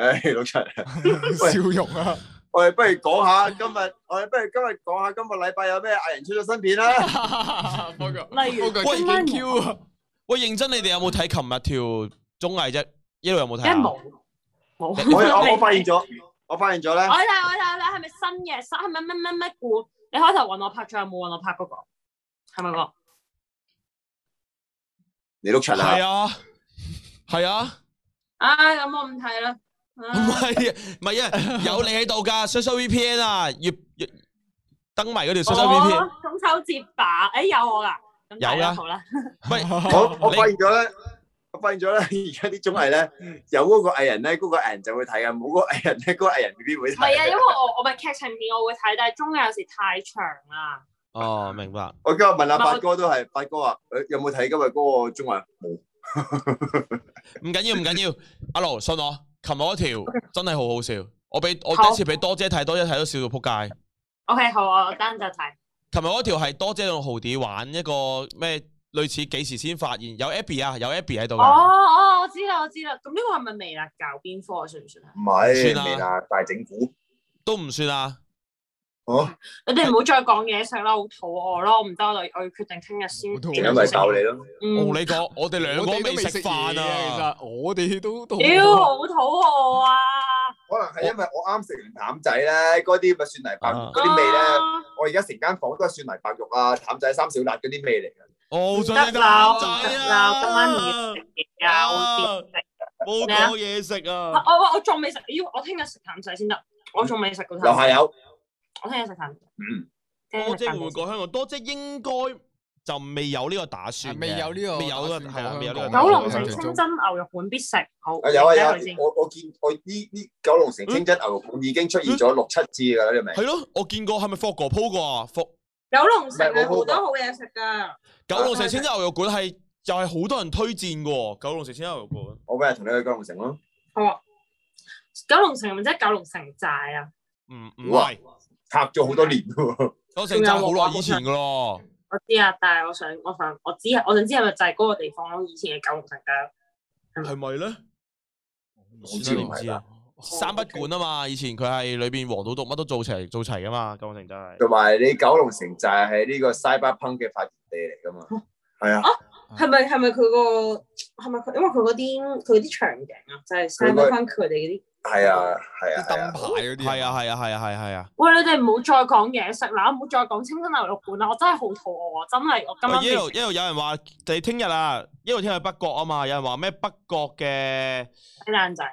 Speaker 3: 唉，老啊陳，
Speaker 4: 笑容啊！
Speaker 3: 我哋不如講下今日，我哋不如今日講下今個禮拜有咩藝人出咗新片啦。 (laughs)
Speaker 4: 霍哥，
Speaker 2: 例如
Speaker 4: 霍哥
Speaker 1: 喂
Speaker 4: 勁 Q 啊！
Speaker 1: 喂，認真你哋有冇睇琴日條綜藝啫？一路有冇睇
Speaker 2: 梗係
Speaker 1: 啊？
Speaker 2: 冇冇。
Speaker 1: 你
Speaker 3: 我我我發現咗，我發現咗
Speaker 2: 我睇
Speaker 3: 咧，
Speaker 2: 我睇我睇，係咪新嘅？新係咪乜乜乜故？你開頭揾我拍，最後冇揾我拍嗰個，係咪個？
Speaker 3: 你碌柒
Speaker 1: 係
Speaker 3: 啦，
Speaker 1: 啊，係啊，
Speaker 2: 唉，咁我唔睇啦。
Speaker 1: 唔係啊
Speaker 2: (laughs)
Speaker 1: 唔係啊，有你喺度㗎。social VPN 啊，月月登埋嗰條 social VPN。
Speaker 2: 哦，中秋節吧？誒有我啦，咁睇
Speaker 1: 有
Speaker 2: 啦，
Speaker 1: 啦
Speaker 2: 好啦，
Speaker 1: 喂，
Speaker 3: 我我
Speaker 1: 你
Speaker 3: 發現咗咧。我發現咗咧， (laughs) 而家啲綜藝咧，有嗰個藝人咧，嗰、個藝人就會睇嘅；冇嗰個藝人咧，嗰、個藝人未必會
Speaker 2: 唔係啊，因
Speaker 3: 睇。
Speaker 2: 為我我咪劇情片我會睇，但係中間有時太長啦。
Speaker 1: 哦，明白。
Speaker 3: 我今日問阿發哥都係，發哥話：，誒有冇睇今日嗰個綜藝？冇。
Speaker 1: 唔緊要，唔緊要。阿盧，信我，琴日嗰
Speaker 2: (laughs)
Speaker 1: 條真係好好笑。我俾我
Speaker 2: 好
Speaker 1: 第一次俾多姐睇，多姐睇到笑到撲街。
Speaker 2: OK，好啊，我單就睇。
Speaker 1: 琴日嗰條係多姐同豪啲玩一個咩類似幾時先發現有 Abby 啊，有 Abby 喺度㗎。
Speaker 2: 哦哦，我知啦，我知啦。咁呢個係咪微辣教邊科啊？算唔算啊？
Speaker 3: 唔
Speaker 1: 算
Speaker 3: 係，
Speaker 1: 啦
Speaker 3: 未啦，大整蠱。
Speaker 1: 都唔算啊。
Speaker 3: 哦，
Speaker 2: 你哋唔好再講嘢食啦，好肚餓咯，我唔得，我嚟我要決定聽日先
Speaker 4: 好肚餓
Speaker 2: 點
Speaker 3: 咁
Speaker 2: 樣
Speaker 3: 咪
Speaker 2: 食。
Speaker 3: 教你咯。
Speaker 1: 我
Speaker 2: 嗯
Speaker 1: 哦同，你講，我哋兩個都未食飯啊。，
Speaker 4: 其實我哋都都
Speaker 2: 屌，好肚餓啊！
Speaker 3: 可能係因為我啱食完淡仔咧，嗰啲咪蒜泥白肉嗰啲味咧，
Speaker 2: 啊
Speaker 3: 我而家成間房都係蒜泥白肉啊、淡仔三小辣嗰啲味嚟嘅。
Speaker 1: 我好
Speaker 2: 唔得
Speaker 1: 哦想食
Speaker 2: 啦，
Speaker 1: 蛋仔
Speaker 2: 我唔得啦，
Speaker 1: 啊！
Speaker 2: 我今晚唔要食嘢啊，我會變
Speaker 1: 冇講嘢食
Speaker 2: 啊
Speaker 1: 啊！
Speaker 2: 我我我仲未食，要我聽日食淡仔先得，我
Speaker 3: 嗯
Speaker 2: 仲未食到
Speaker 3: 樓
Speaker 2: 淡
Speaker 3: 下
Speaker 2: 仔，
Speaker 3: 有，啊
Speaker 2: 我聽日食淡仔。
Speaker 3: 嗯，
Speaker 2: 啊
Speaker 1: 多姐會唔會
Speaker 2: 聽日食
Speaker 1: 過香港？多姐應該就未有呢個打算嘅
Speaker 4: 未有呢個
Speaker 1: 未有啦，
Speaker 4: 打算
Speaker 1: 係啦，
Speaker 4: 講
Speaker 1: 未有呢個
Speaker 4: 香
Speaker 1: 打
Speaker 4: 港
Speaker 1: 算
Speaker 2: 九龍
Speaker 4: 城
Speaker 2: 城清真牛肉館必食，好
Speaker 3: 啊有啊有
Speaker 2: 記
Speaker 3: 啊
Speaker 2: 低佢先，
Speaker 3: 我我見我呢呢九龍城清真牛肉館已經出現
Speaker 4: 嗯
Speaker 3: 咗六七次㗎啦，你明？
Speaker 1: 係咯，我見過係咪霍哥鋪過啊？霍
Speaker 2: 九龍城
Speaker 3: 唔係好
Speaker 2: 係
Speaker 3: 好啊
Speaker 2: 好多好嘢食㗎，
Speaker 1: 九龍城清真牛肉館係又係好多人推薦嘅喎，九龍城清真牛肉館。
Speaker 3: 我今日同你去九龍城咯。
Speaker 2: 好啊。九龍城係咪即係九龍城寨啊？
Speaker 1: 嗯唔唔
Speaker 3: 哇
Speaker 1: 係，
Speaker 3: 拍咗好多年喎， (laughs)
Speaker 1: 九龍城寨好耐以前嘅咯。
Speaker 2: 我知啊，但係我想我想我知我想知係咪就係嗰個地方咯？以前嘅九龍城寨，
Speaker 1: 係咪咧？
Speaker 3: 好似唔
Speaker 1: 唔知
Speaker 3: 係
Speaker 1: 啊。三不管啊嘛，以前佢係裏邊黃賭毒乜都做齊做齊噶嘛，九龍城寨係。
Speaker 3: 同埋你九龍城寨係呢個 Cyberpunk 嘅發源地嚟㗎
Speaker 4: 哦
Speaker 3: 嘛？係啊，
Speaker 2: 係咪係咪佢個係咪佢？因為佢嗰啲佢嗰啲場景啊，就係西
Speaker 3: 佢
Speaker 2: 北
Speaker 3: 個
Speaker 2: 翻佢哋嗰啲
Speaker 3: 系啊系啊
Speaker 4: 啲
Speaker 3: 係
Speaker 4: 燈
Speaker 3: 啊，
Speaker 4: 牌嗰啲。
Speaker 1: 係，啊係啊係啊係啊係啊！
Speaker 2: 喂，你哋唔好再講嘢食啦，唔好再講清真牛肉罐啦，我真係好肚餓啊！真係我今晚
Speaker 1: 喂一路一路有人話你聽日啊，一路聽日北角啊嘛，有人話咩北角嘅
Speaker 2: 睇靚仔。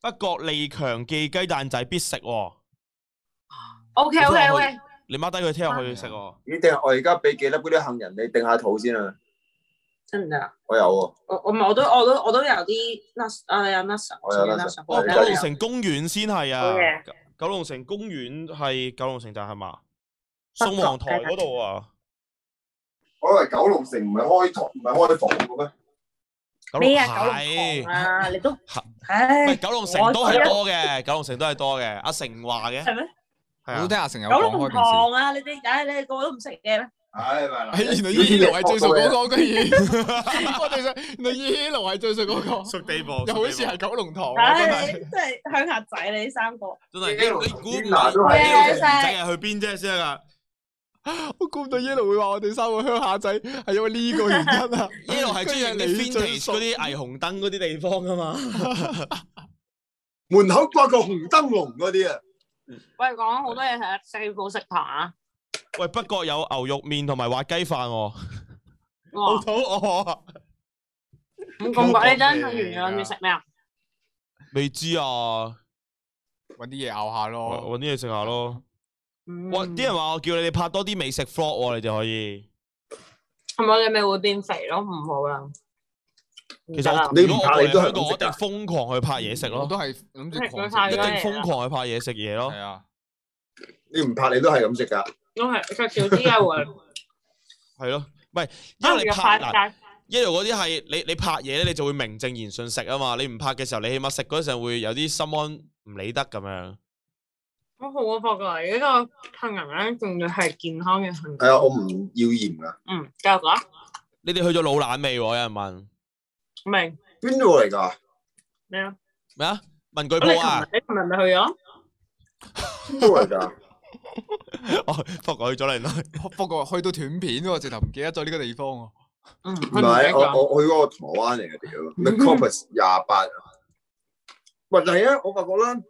Speaker 1: 北角利強記雞蛋仔必食喎，
Speaker 2: O K O K O K，
Speaker 1: 你 mark 低佢聽日去食
Speaker 2: 啊
Speaker 1: 喎。
Speaker 3: 咦？定係我而家俾幾粒嗰啲杏仁你定下肚先啊？
Speaker 2: 得唔得啊？
Speaker 3: 我有喎，
Speaker 2: 我我咪我都我都我都有啲 nuts 啊，有 nuts，
Speaker 3: 我有
Speaker 2: 自己
Speaker 3: nuts
Speaker 1: 哦，
Speaker 3: 你
Speaker 1: 九
Speaker 3: 真係
Speaker 1: 龍
Speaker 3: 有
Speaker 1: 城公園先係
Speaker 2: 好
Speaker 1: 啊
Speaker 2: 嘅，
Speaker 1: 九龍城公園係九龍城站係嘛？
Speaker 2: 北
Speaker 1: 宋
Speaker 2: 角
Speaker 1: 皇台嗰度啊，
Speaker 3: 我以為九龍城唔係開堂唔係開房嘅咩？
Speaker 1: 九龍
Speaker 2: 咩啊？
Speaker 1: 係
Speaker 2: 九龍塘
Speaker 1: (laughs)
Speaker 2: 啊，你都
Speaker 1: 係唔
Speaker 2: 唉
Speaker 1: 係九龍城都係多嘅，九龍城都係多嘅。阿成話嘅
Speaker 2: 係咩？
Speaker 1: 啊係
Speaker 4: 我
Speaker 1: 啊
Speaker 4: 都，聽阿成有
Speaker 2: 九
Speaker 4: 講開
Speaker 2: 龍
Speaker 4: 件事。
Speaker 2: 塘啊，你哋唉，你哋個個都唔食嘢咩？
Speaker 3: 唉，咪啦
Speaker 4: 哎，原來 E 六係最熟
Speaker 1: (laughs)
Speaker 4: 嗰個，居然我哋想，原來 E 六係最熟
Speaker 1: (laughs)
Speaker 4: 嗰個，
Speaker 1: 熟地步，
Speaker 4: 又好似
Speaker 1: 熟地
Speaker 4: 係九龍塘啊，真
Speaker 2: 唉，
Speaker 4: 係
Speaker 2: 你。真係鄉下仔，你三個。
Speaker 1: 步真係
Speaker 3: 呢度
Speaker 1: 你你估唔
Speaker 3: 呢度
Speaker 1: 到
Speaker 3: 都
Speaker 1: 呢
Speaker 2: 係
Speaker 1: 個城仔係去邊啫先得㗎。
Speaker 4: 我估唔到 Yellow 會話我哋三個鄉下仔係因為呢個原因啊
Speaker 1: 呢度係中意啲 vintage 嗰啲霓虹燈嗰啲地方㗎嘛。
Speaker 3: 門口掛個紅燈籠嗰啲啊，
Speaker 2: 喂，講好多嘢食，四寶食堂啊！
Speaker 1: (laughs) 喂，北角有牛肉面同埋滑雞飯喎，
Speaker 2: 哇
Speaker 1: 好，肚餓啊！
Speaker 2: 咁咁覺你真係完咗，要食咩啊？
Speaker 1: 未知啊，
Speaker 4: 揾啲嘢咬下
Speaker 1: 搵
Speaker 4: 咯。
Speaker 1: 啲嘢食下咯。
Speaker 2: 嗯
Speaker 1: 喂，啲人話我叫你哋拍多啲美食 vlog，喎你哋可以。
Speaker 2: 係咪你咪會變肥咯？唔好啦。
Speaker 1: 其
Speaker 2: 得
Speaker 1: 實
Speaker 2: 啦
Speaker 1: 我
Speaker 3: 你
Speaker 1: 如
Speaker 3: 唔
Speaker 1: 果
Speaker 3: 拍
Speaker 1: 我
Speaker 3: 你都係
Speaker 1: 香港，
Speaker 3: 咁
Speaker 1: 我一
Speaker 3: 食
Speaker 1: 定瘋狂去拍嘢食
Speaker 4: 我
Speaker 1: 咯，
Speaker 4: 都係諗住狂
Speaker 1: 一
Speaker 4: 食
Speaker 1: 定
Speaker 2: 係啊
Speaker 1: 瘋狂去拍嘢食嘢咯
Speaker 4: 係。啊，
Speaker 3: 你唔拍你都係咁食噶。
Speaker 2: 都係食少啲啊會。
Speaker 1: 係咯，唔係因
Speaker 2: 啊，
Speaker 1: 為你
Speaker 2: 又
Speaker 1: 拍
Speaker 2: 快
Speaker 1: 嗱，
Speaker 2: 但
Speaker 1: 一路嗰啲係你你拍嘢咧，你就會名正言順食啊嘛。你唔拍嘅時候，你起碼食嗰陣會有啲心安唔理得咁樣。
Speaker 2: 我好啊，發覺呢個杏仁咧，仲要係健康嘅杏仁。
Speaker 3: 係啊，我唔要鹽噶。
Speaker 2: 嗯，繼續講。
Speaker 1: 你哋去咗老蘭未喎？有人問
Speaker 2: 明
Speaker 3: 邊度嚟㗎？
Speaker 2: 咩啊？
Speaker 1: 咩啊？文具
Speaker 2: 咁
Speaker 1: 鋪啊？
Speaker 2: 你琴日你琴日咪去咗？
Speaker 3: 邊度嚟㗎？
Speaker 1: (laughs) 哦，覆我去咗啦，原來
Speaker 3: (laughs)
Speaker 4: 不過去到斷片喎，直頭唔記得咗呢個地方喎。
Speaker 2: 嗯，
Speaker 3: 唔
Speaker 2: 佢唔記得
Speaker 3: 係，我
Speaker 2: 咗。
Speaker 3: 我我去嗰個銅鑼灣嚟嘅屌， (laughs) 咩 Corpus 廿八。啊喂，但係咧，我發覺咧，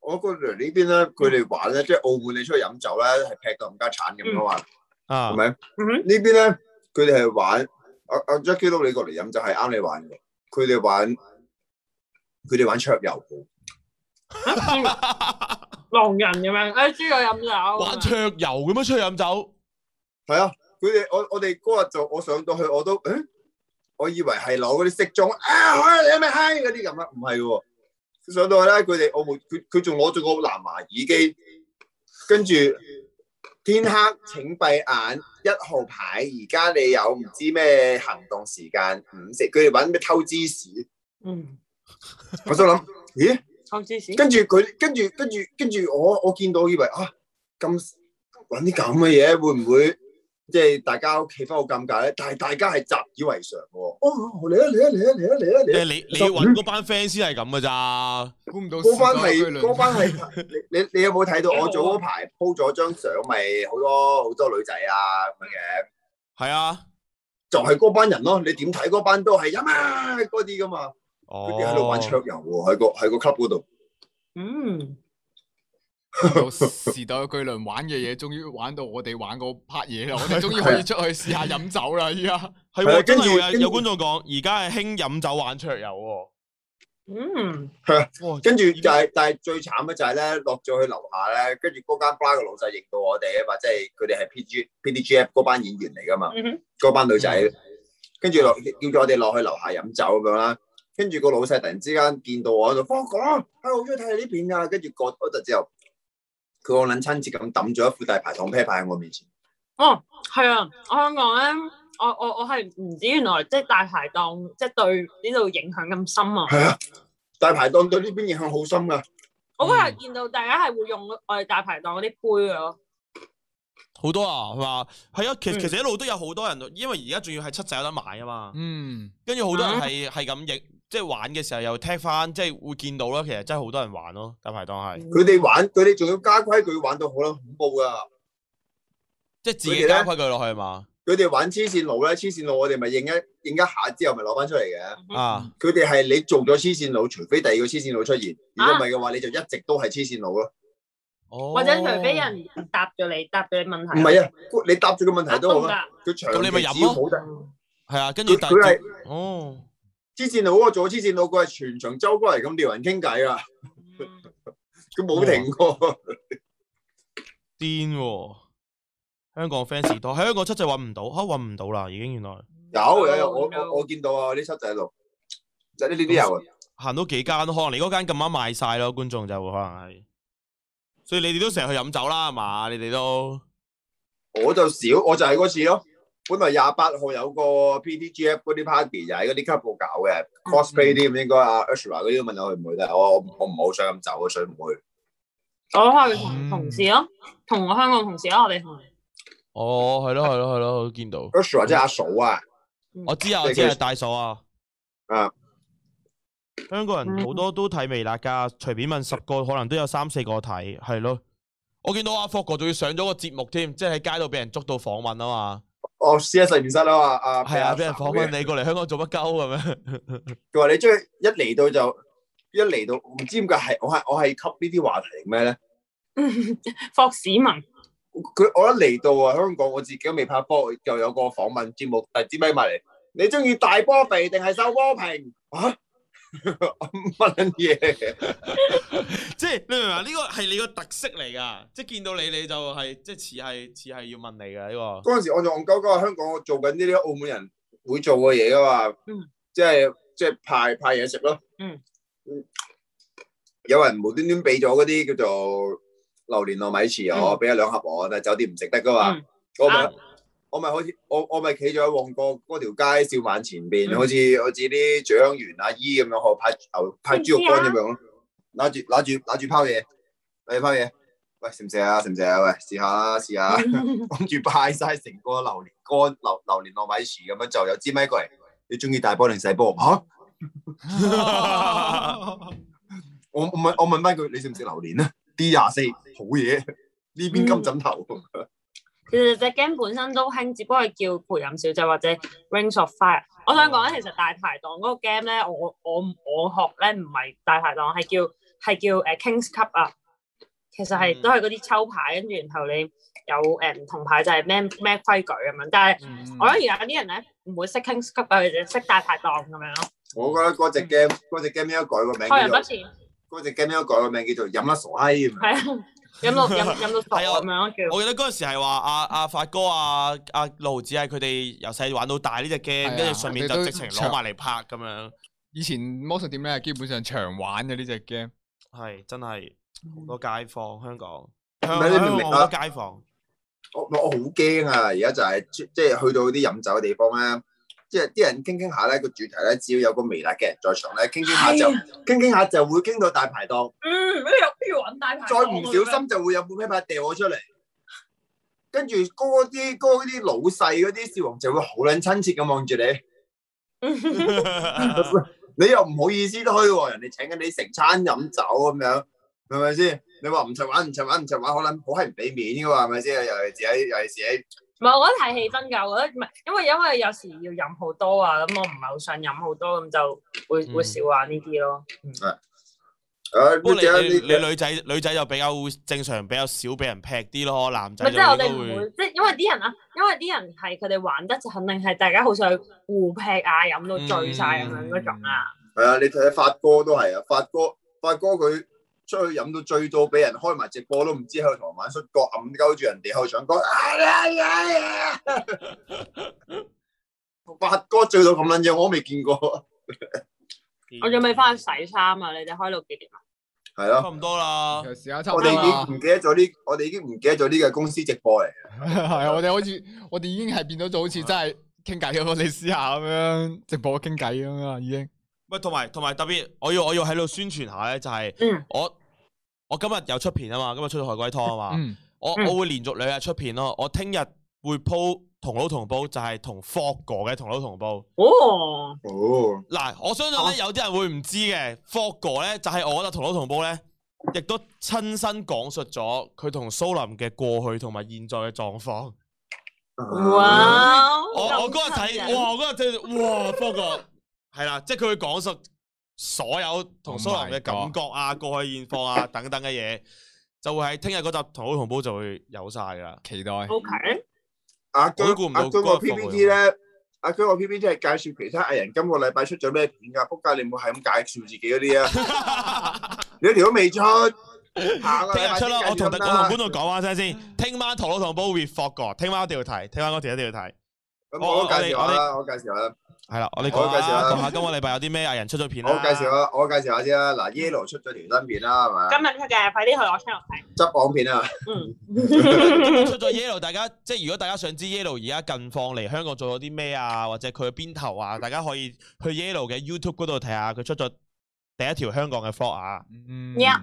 Speaker 3: 我個嚟呢邊咧，佢哋玩咧，即係澳門你出去飲酒咧，係劈到冚家鏟咁噶嘛，
Speaker 1: 啊
Speaker 3: 係，咪？
Speaker 2: 嗯
Speaker 3: 呢邊咧，佢哋係玩，阿阿 Jackie 都你過嚟飲酒係啱你玩嘅，佢哋玩，佢哋玩桌遊，
Speaker 2: 狼人咁樣，誒豬我飲酒。
Speaker 1: 玩桌遊咁樣出去飲酒，
Speaker 3: 係啊，佢哋我我哋嗰日就我上到去我都，誒，我以為係攞嗰啲骰盅啊，好啊你係咪閪嗰啲咁啊，唔係喎。上到去咧，佢哋我冇佢佢仲攞咗個藍牙耳機，跟住天黑請閉眼一號牌，而家你有唔知咩行動時間五食，佢哋玩咩偷芝士，
Speaker 2: 嗯，
Speaker 3: 我心諗，咦？
Speaker 2: 抽芝士。
Speaker 3: 跟住佢，跟住跟住跟住我我見到以為啊咁揾啲咁嘅嘢，會唔會即係大家氣氛好尷尬咧？但係大家係習以為常喎。哦，嚟啊嚟啊嚟啊嚟啊嚟啊
Speaker 1: 即係
Speaker 3: 嚟啊！
Speaker 1: 你你揾嗰班 friend 先係咁噶咋。
Speaker 4: 估唔到
Speaker 3: 嗰班
Speaker 4: 時代
Speaker 3: 係
Speaker 4: 巨輪
Speaker 3: 嗰班係你你你有冇睇到我早嗰排 po 咗張相，咪好多好多女仔啊咁樣嘅，
Speaker 1: 係啊，
Speaker 3: 就係嗰班人咯。你點睇嗰班都係飲啊嗰啲噶嘛？佢哋喺度玩桌
Speaker 1: 哦，
Speaker 3: 遊喎，喺個喺個 club 嗰度。
Speaker 2: 嗯，
Speaker 4: (laughs) 估唔到時代嘅巨輪玩嘅嘢，終於玩到我哋玩嗰 part
Speaker 3: (laughs)
Speaker 4: 嘢啦！我哋終於可以出去試下飲酒啦！依家
Speaker 1: 係
Speaker 3: 係
Speaker 1: 喎，
Speaker 3: 啊
Speaker 1: 真
Speaker 3: 跟住
Speaker 1: 係有
Speaker 3: 跟住
Speaker 1: 有觀眾講，而家係興飲酒玩桌遊喎。
Speaker 2: 嗯，
Speaker 1: 哇，
Speaker 3: 跟住就係、但係最慘嘅就係咧，落咗去樓下咧，跟住嗰間 bar 嘅老細認到我哋啊嘛，即係佢哋係 PG PDGF 嗰班演員嚟噶嘛，
Speaker 2: 嗯哼
Speaker 3: 嗰班女仔，跟住落叫咗我哋落去樓下飲酒咁樣啦，跟住個老細突然之間見到我喺度，方哥，啊好中意睇你呢片啊，跟住過嗰陣之後，佢好撚親切咁抌咗一副大排檔啤牌喺我面前，
Speaker 2: 哦，係啊，我香港咧，我我我係唔知原來即係大排檔，即係對呢度影響咁深啊！
Speaker 3: 係啊，大排檔對呢邊影響好深噶，
Speaker 2: 我嗰
Speaker 3: 嗯
Speaker 2: 日見到大家係會用我哋大排檔嗰啲杯咯，
Speaker 1: 好多啊，係嘛？係啊，其
Speaker 2: 嗯
Speaker 1: 其實一路都有好多人，因為而家仲要係七仔有得買啊嘛。
Speaker 4: 嗯，
Speaker 1: 跟住好多人係係咁影，即係玩嘅時候又踢翻，即係會見到啦。其實真係好多人玩咯，大排檔係，
Speaker 3: 佢哋玩佢哋仲要加規矩玩到好撚恐怖噶。
Speaker 1: 即係自己加規矩落去嘛。
Speaker 3: 佢哋玩黐線佬咧，黐線佬我哋咪認一認一下之後咪攞翻出嚟嘅。
Speaker 1: 啊，
Speaker 3: 佢哋係你做咗黐線佬，除非第二個黐線佬出現，如果
Speaker 2: 啊
Speaker 3: 唔係嘅話，你就一直都係黐線佬咯。
Speaker 2: 或者除非
Speaker 1: 哦
Speaker 2: 人答咗你，答咗你問
Speaker 3: 哦唔
Speaker 2: 題，
Speaker 3: 係啊，你答住個問題都好啊啦，
Speaker 2: 答
Speaker 3: 佢長
Speaker 1: 咁你咪
Speaker 3: 期
Speaker 1: 飲
Speaker 3: 只要
Speaker 1: 咯
Speaker 3: 冇得。
Speaker 1: 系啊，跟住
Speaker 3: 佢
Speaker 1: 但
Speaker 3: 佢係
Speaker 1: 哦，
Speaker 3: 黐線佬嗰個做咗黐線佬，佢係全場周過嚟咁撩人傾偈啊，
Speaker 2: 都唔得。
Speaker 3: 佢
Speaker 1: 哦
Speaker 3: 冇停過。
Speaker 1: 癫喎！香港 fans 多，喺香港出就搵唔到，吓搵唔到啦，已經原來
Speaker 3: 有有有，我
Speaker 2: Oh, no.
Speaker 3: 我我見到啊，呢七仔六，就呢呢啲有啊。
Speaker 1: 行到幾間，可能你嗰間咁啱賣晒咯，觀眾就會可能係。所以你哋都成日去飲酒啦，係嘛？你哋都
Speaker 3: 我就少，我就係嗰次咯。本來廿八號有個 PDGF 嗰啲 party 就喺嗰啲 club 搞嘅
Speaker 1: 嗯
Speaker 3: cosplay 啲咁，應該阿 Ashra 嗰啲都問我去唔去得，我我我唔好想咁走，所以唔去。
Speaker 2: 我可以同
Speaker 3: 嗯
Speaker 2: 同事咯，同我香港同事咯，我哋同
Speaker 1: 哦，係咯係咯係咯，我見到。
Speaker 3: Ashra 即係阿嫂啊，
Speaker 1: 我知啊，
Speaker 3: 即係
Speaker 1: 我知啊，
Speaker 3: 佢
Speaker 1: 大嫂啊。嗯
Speaker 3: 啊。
Speaker 1: 香港人好多都睇微辣噶，隨便問十個可能都有三四個睇，係咯。我見到阿霍哥仲要上咗個節目添，即係喺街度俾人捉到訪問啊
Speaker 3: 我哦 C S 實驗室啦嘛，阿
Speaker 1: 嘛，係啊，
Speaker 3: 阿
Speaker 1: 俾人訪問你過嚟香港做乜鳩咁 (laughs) 樣。
Speaker 3: 佢話你中意一嚟到就一嚟到，唔知點解係我係我係吸呢啲話題定咩咧？
Speaker 2: 霍市民，
Speaker 3: 佢我一嚟到啊香港，我自己都未拍波，又有個訪問節目，突然之間埋嚟，你中意大波肥定係瘦波平啊？ (laughs) 乜撚嘢？
Speaker 1: 即係你明唔明啊？呢個係你個特色嚟噶，即係見到你你就係即係似係似係要問你噶呢
Speaker 2: 啊
Speaker 1: (laughs) 個。
Speaker 3: 嗰陣時我仲戇鳩鳩，香港我做緊呢啲澳門人會做嘅嘢噶嘛，
Speaker 2: 嗯
Speaker 3: 即係即係派派嘢食咯。
Speaker 2: 嗯
Speaker 3: 嗯，有人無端端俾咗嗰啲叫做榴蓮糯米糍我，俾咗兩盒我，但係酒店唔食得噶嘛
Speaker 2: 嗯，
Speaker 3: 我咪
Speaker 2: 啱
Speaker 3: 我咪好似我我咪企咗喺旺角嗰條街兆萬前邊，
Speaker 2: 嗯
Speaker 3: 好似好似啲長園阿姨咁樣，我派牛派豬肉乾咁樣咯，
Speaker 2: 啊
Speaker 3: 揦住揦住揦住拋嘢，嚟拋嘢，喂食唔食啊？食唔食啊？喂試下啦，試下啦。跟住派晒成個榴蓮乾、榴榴蓮糯米糍咁樣，就有支咪過嚟。你中意大波定細波？吓、我我
Speaker 2: 嗯
Speaker 3: 問我問翻佢，你食唔食榴蓮啊？D 廿四好嘢，呢
Speaker 2: 嗯
Speaker 3: 邊金枕頭。
Speaker 2: 其實隻 game 本身都興，只不過係叫陪飲小姐或者 Rings of Fire。我想講咧，其實大排檔嗰個 game 咧，我我我學咧唔係大排檔，係叫係叫誒 Kings Cup 啊。其實係
Speaker 1: 嗯
Speaker 2: 都係嗰啲抽牌，跟住然後你有呃誒唔同牌就係咩咩規矩咁樣。但係
Speaker 4: 嗯
Speaker 1: 嗯
Speaker 2: 我覺得而家啲人咧唔會識 Kings Cup 啊，佢哋識大排檔咁樣咯。
Speaker 3: 我覺得嗰只 game 嗰只 game 應該改個名
Speaker 2: 嗯開人不
Speaker 3: 叫
Speaker 2: 善，
Speaker 3: 做嗰只 game 應該改個名叫做飲啦傻閪咁樣。
Speaker 2: 係啊，飲到飲飲到
Speaker 1: 係
Speaker 2: 傻
Speaker 1: 啊
Speaker 2: 咁樣咯，叫
Speaker 1: 我記得嗰陣時係話阿阿發哥啊阿路子係佢哋由細玩到大呢只
Speaker 2: 啊
Speaker 1: game，跟住順便就直情攞埋嚟拍咁樣，
Speaker 4: 以前魔术店咧，基本上長玩嘅呢只 game。
Speaker 1: 係真係好多街坊香港，香
Speaker 3: 係你明
Speaker 1: 港
Speaker 3: 唔明啊
Speaker 1: 好多街坊，
Speaker 3: 我我好驚啊！而家就係、即即係去到啲飲酒嘅地方咧，即係啲人傾傾下咧個主題咧，只要有個微辣嘅人在場咧，傾傾下就傾傾下就會傾到大排檔。
Speaker 2: 啊嗯，不如不如揾大排
Speaker 3: 再唔小心就會有半啤牌掉我出嚟，跟住嗰啲嗰啲老細嗰啲笑容就會好撚親切咁望住你，
Speaker 2: 心，
Speaker 3: 你又唔好意思推喎，人哋請緊你食餐飲酒咁樣，係咪先？你話唔齊玩唔齊玩唔齊玩，可能好係唔俾面噶嘛，係咪先？尤其是喺尤其是喺
Speaker 2: 唔係，我覺得太氣氛㗎，我覺得唔係，因為因為有時要飲好多啊，咁我唔係好想飲好多，咁就會
Speaker 1: 嗯
Speaker 2: 會少玩呢啲咯。
Speaker 3: 誒
Speaker 1: 不過
Speaker 3: 呢
Speaker 1: 你
Speaker 3: 隻
Speaker 1: 你
Speaker 3: 呢
Speaker 1: 你女仔女仔就比較正常，比較少俾人劈啲咯，男
Speaker 2: 唔
Speaker 1: 仔
Speaker 2: 係
Speaker 1: 就
Speaker 2: 即係我哋
Speaker 1: 應
Speaker 2: 唔
Speaker 1: 該
Speaker 2: 會，即係因為啲人啊，因為啲人係佢哋玩得就肯定係大家好想互劈啊，飲到醉晒咁樣嗰種啊。
Speaker 3: 係啊，你睇發哥都係啊，發哥發哥佢出去飲到醉到俾人開埋直播都唔知喺度同人玩摔角，暗鳩住人哋喺度唱歌，哎呀呀呀！啊發哥醉到咁撚樣，我都未見過。
Speaker 1: 會
Speaker 2: 我仲未翻去洗衫啊，你哋開到幾點啊？
Speaker 3: 係
Speaker 1: 差
Speaker 3: 咯，
Speaker 1: 唔多啦，
Speaker 4: 有時間差唔
Speaker 3: 我
Speaker 4: 多
Speaker 3: 哋
Speaker 4: 啦
Speaker 3: 已。經唔記得咗呢，我哋已經唔記得咗呢個公司直播嚟。
Speaker 4: 係啊，我哋好似我哋已經係變咗做好似真係傾偈咁，我哋私下咁樣直播傾偈咁啊，已經。
Speaker 1: 喂，同埋同埋特別，我要我要喺度宣傳下咧，就係、
Speaker 2: 嗯
Speaker 1: 我我今日有出片啊嘛，今日出咗海龜湯啊嘛，
Speaker 4: 嗯，
Speaker 1: 我
Speaker 2: 嗯
Speaker 1: 我會連續兩日出片咯，我聽日會鋪同撈同煲，就係同 Fog 哥嘅同撈同煲。
Speaker 2: 哦，
Speaker 3: 哦，
Speaker 1: 嗱，我相信咧、
Speaker 2: 哦
Speaker 1: 有啲人會唔知嘅，Fog 哥咧就係、我覺得同撈同煲咧，亦都親身講述咗佢同蘇林嘅過去同埋現在嘅狀況。
Speaker 3: 哦啊
Speaker 2: 哇！
Speaker 1: 我我嗰日睇，哇！我嗰日睇，哇！不過係啦，即係佢會講述所有同蘇林嘅感覺
Speaker 2: Oh
Speaker 1: 啊、過去現況啊等等嘅嘢，就會喺聽日嗰集同好同煲就會有晒㗎
Speaker 2: (laughs)
Speaker 1: 啦。 (laughs)
Speaker 4: 期待。
Speaker 2: ，O K，
Speaker 3: 阿姜
Speaker 1: 我都估唔到
Speaker 3: 阿姜個
Speaker 1: 嗰個
Speaker 3: PPT 咧，阿姜個 PPT 係介紹其他藝人今個禮拜出咗咩片㗎，仆街你唔好係咁介紹自己嗰啲啊！你嗰條都
Speaker 1: (laughs)
Speaker 3: 未出，啊下個
Speaker 1: 聽
Speaker 3: 禮
Speaker 1: 日
Speaker 3: 拜
Speaker 1: 出啦！我同我
Speaker 3: 大
Speaker 1: 同觀眾講翻聲先，聽晚同老同煲 r e f o r 過，聽晚一定要睇，聽晚嗰條一定要睇。
Speaker 3: 咁我都介紹下
Speaker 1: 我
Speaker 3: 啦，我介紹下啦，
Speaker 1: 係啦，我哋
Speaker 3: 我
Speaker 1: 講
Speaker 3: 介紹
Speaker 1: 下
Speaker 3: 啦
Speaker 1: 講下今個禮拜有啲咩藝人出咗片啦。嗯
Speaker 3: 我介紹下，我介紹下先啦。嗱，Yellow 出咗條新片啦，係咪
Speaker 2: 今
Speaker 3: 啊？
Speaker 2: 日出嘅，快啲去我 channel 睇。
Speaker 3: 執網片啊！ (laughs)
Speaker 1: 出咗 Yellow，大家即係如果大家想知 Yellow 而家近況嚟香港做咗啲咩啊，或者佢去邊頭啊，大家可以去 Yellow 嘅 YouTube 嗰度睇下，佢出咗第一條香港嘅 vlog 啊。
Speaker 4: 嗯
Speaker 2: Yeah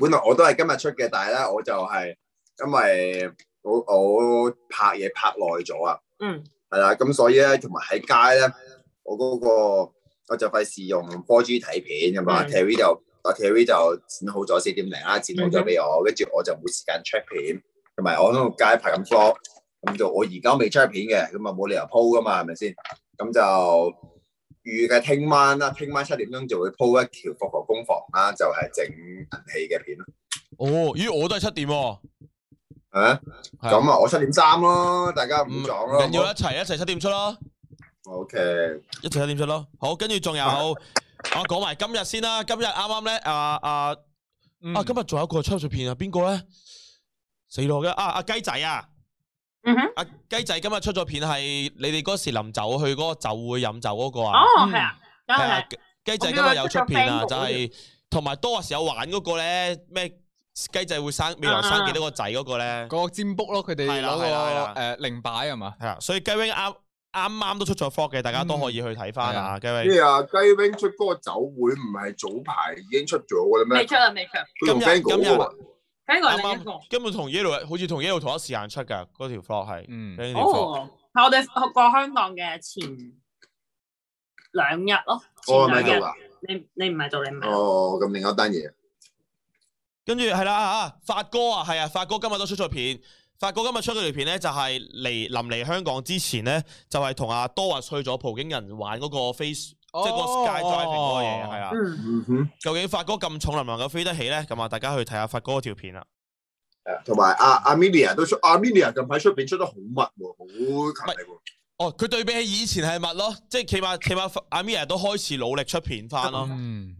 Speaker 3: 本來我都係今日出嘅，但係咧我就係因為我我拍嘢拍耐咗啊，
Speaker 2: 嗯，
Speaker 3: 係啦，咁所以咧同埋喺街咧，我嗰、個我就費事用 4G 睇片咁啊
Speaker 2: 嗯
Speaker 3: ，Terry 就啊 Terry 就剪好咗四點零啦，剪好
Speaker 1: 嗯
Speaker 3: 咗俾我，跟住我就冇時間 check 片，同埋我喺度街拍緊 vlog，咁就我而家未 check 片嘅，咁啊冇理由 po 噶嘛，係咪先？咁就預計聽晚啦，聽晚七點鐘就會 po 一條復合工房啦，就係整銀器嘅片咯，
Speaker 1: 哦，咦，我都係七點喎，
Speaker 3: 係咪？
Speaker 1: 係
Speaker 3: 咁啊，我七點三咯，大家唔
Speaker 1: 唔
Speaker 3: 好撞
Speaker 1: 嗯唔緊要，
Speaker 3: 咯
Speaker 1: 一。齊一齊七點出咯，
Speaker 3: O K，
Speaker 1: 一齊七點出咯。好，跟住仲有，我講埋今日先啦。今日啱啱咧，啊啊
Speaker 4: 嗯
Speaker 1: 啊，今日仲有一個出咗片啊，邊個咧？死咯嘅啊啊雞仔啊！
Speaker 2: 嗯哼，
Speaker 1: 阿雞仔今日出咗片係你哋嗰時臨走去嗰個酒會飲酒嗰個啊？
Speaker 2: 哦，係啊，有
Speaker 1: 係啊
Speaker 2: 係，
Speaker 1: 雞雞仔今日有出片啊，
Speaker 2: 我
Speaker 1: 就
Speaker 2: 見到佢出咗 Facebook
Speaker 1: 係同埋多時有玩嗰個咧，咩雞仔會生
Speaker 2: 啊
Speaker 1: 未來生幾多個仔嗰個咧，
Speaker 4: 個占卜咯，佢哋
Speaker 1: 係啦
Speaker 4: 攞
Speaker 1: 係啦係啦
Speaker 4: 個誒零擺係嘛？
Speaker 1: 係啊，所以雞 wing 啱啱啱都出咗 vlog 嘅，大家都可以去睇翻啊，雞 wing。
Speaker 3: 咩啊？雞 wing 出嗰個酒會唔係早排已經出咗嘅啦
Speaker 2: 未
Speaker 3: 咩
Speaker 2: 出？啊，未出。
Speaker 3: 佢
Speaker 1: 今
Speaker 3: 同
Speaker 1: 日
Speaker 3: Bang
Speaker 1: 今日啊啱
Speaker 3: 嗰個
Speaker 2: 呢個係另一個
Speaker 1: 啱。根本同 yellow 好似同 yellow 同一時間出㗎嗰條 vlog 係。
Speaker 4: 嗯，
Speaker 1: 呢條 vlog
Speaker 2: 哦，係我哋學過香港嘅前兩日咯，
Speaker 3: 我係咪
Speaker 2: 前
Speaker 3: 哦做
Speaker 2: 兩日。
Speaker 3: 㗎？
Speaker 2: 你你唔係做，你唔係做。
Speaker 3: 哦，咁另一單嘢。
Speaker 1: 跟住係啦啊，發哥啊，係啊，發哥今日都出咗片。發哥今日出嗰條片咧，就係嚟臨嚟香港之前咧，就係同阿多華啊去咗葡京人玩嗰個 face，
Speaker 4: 哦
Speaker 1: 即係嗰個 sky driving 嗰個嘢係啊。
Speaker 2: 嗯，
Speaker 3: 嗯哼。
Speaker 1: 究竟發哥咁重能唔能夠飛得起咧？咁啊，大家去睇下發哥嗰條片啦。
Speaker 3: 係啊同埋阿阿 Milia 都出，阿 Milia 近排出片出得好密喎，好勤力喎。
Speaker 1: 哦，佢對比起以前係密咯，即係起碼起碼阿 Mia 都開始努力出片翻咯，
Speaker 4: 嗯，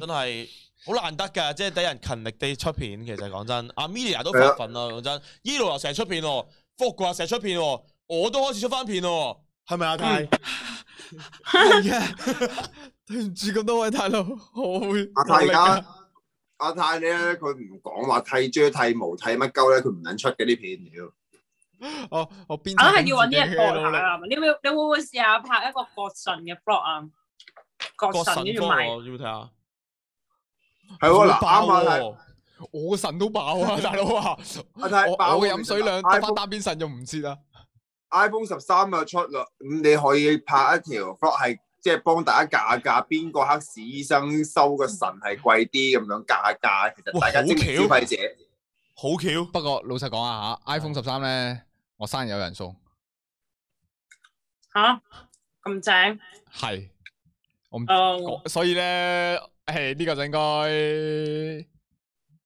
Speaker 1: 真係好難得㗎，即係等人勤力地出片。其實講真，阿 Mia 都發奮啊啦，講真，Elo 又成日出片喎，福哥又成日出片喎，我都開始出翻片喎，係咪啊？泰
Speaker 4: 係啊，對唔住咁多位大佬，我會
Speaker 3: 阿泰而
Speaker 4: 努力啊
Speaker 3: 家，阿泰咧，佢唔講話剃遮剃毛剃乜鳩咧，佢唔撚出嘅啲片屌。
Speaker 4: 㗎我哦我邊
Speaker 2: 我都係要揾啲人
Speaker 4: 幫
Speaker 2: 播下啦。你會你會唔會試下拍一個國神嘅 blog 啊？
Speaker 1: 國
Speaker 2: 國
Speaker 1: 神
Speaker 2: 神跟
Speaker 1: 科
Speaker 2: 住賣
Speaker 1: 喎，要唔要睇下？
Speaker 3: 係喎，嗱
Speaker 1: 好爆
Speaker 3: 啱啊！泰
Speaker 1: 喎！
Speaker 4: 我個腎都爆啊，大佬
Speaker 3: (laughs)
Speaker 4: 啊！
Speaker 3: 阿
Speaker 4: 我
Speaker 3: 泰爆
Speaker 4: 我嘅飲水量得翻單邊腎用唔切啊！
Speaker 3: iPhone 十三就出啦，咁你可以拍一條 vlog 係即係幫大家價價邊個黑市醫生收個神係貴啲咁樣價價，其實大家
Speaker 1: 哇好
Speaker 3: 精明消
Speaker 1: 巧
Speaker 3: 費者
Speaker 1: 好巧，
Speaker 4: 不過老實講啊吓，iPhone 十三咧，我生日有人送，
Speaker 2: 嚇咁正
Speaker 4: 係，
Speaker 2: 哦！
Speaker 4: 所以咧，誒呢個就應該。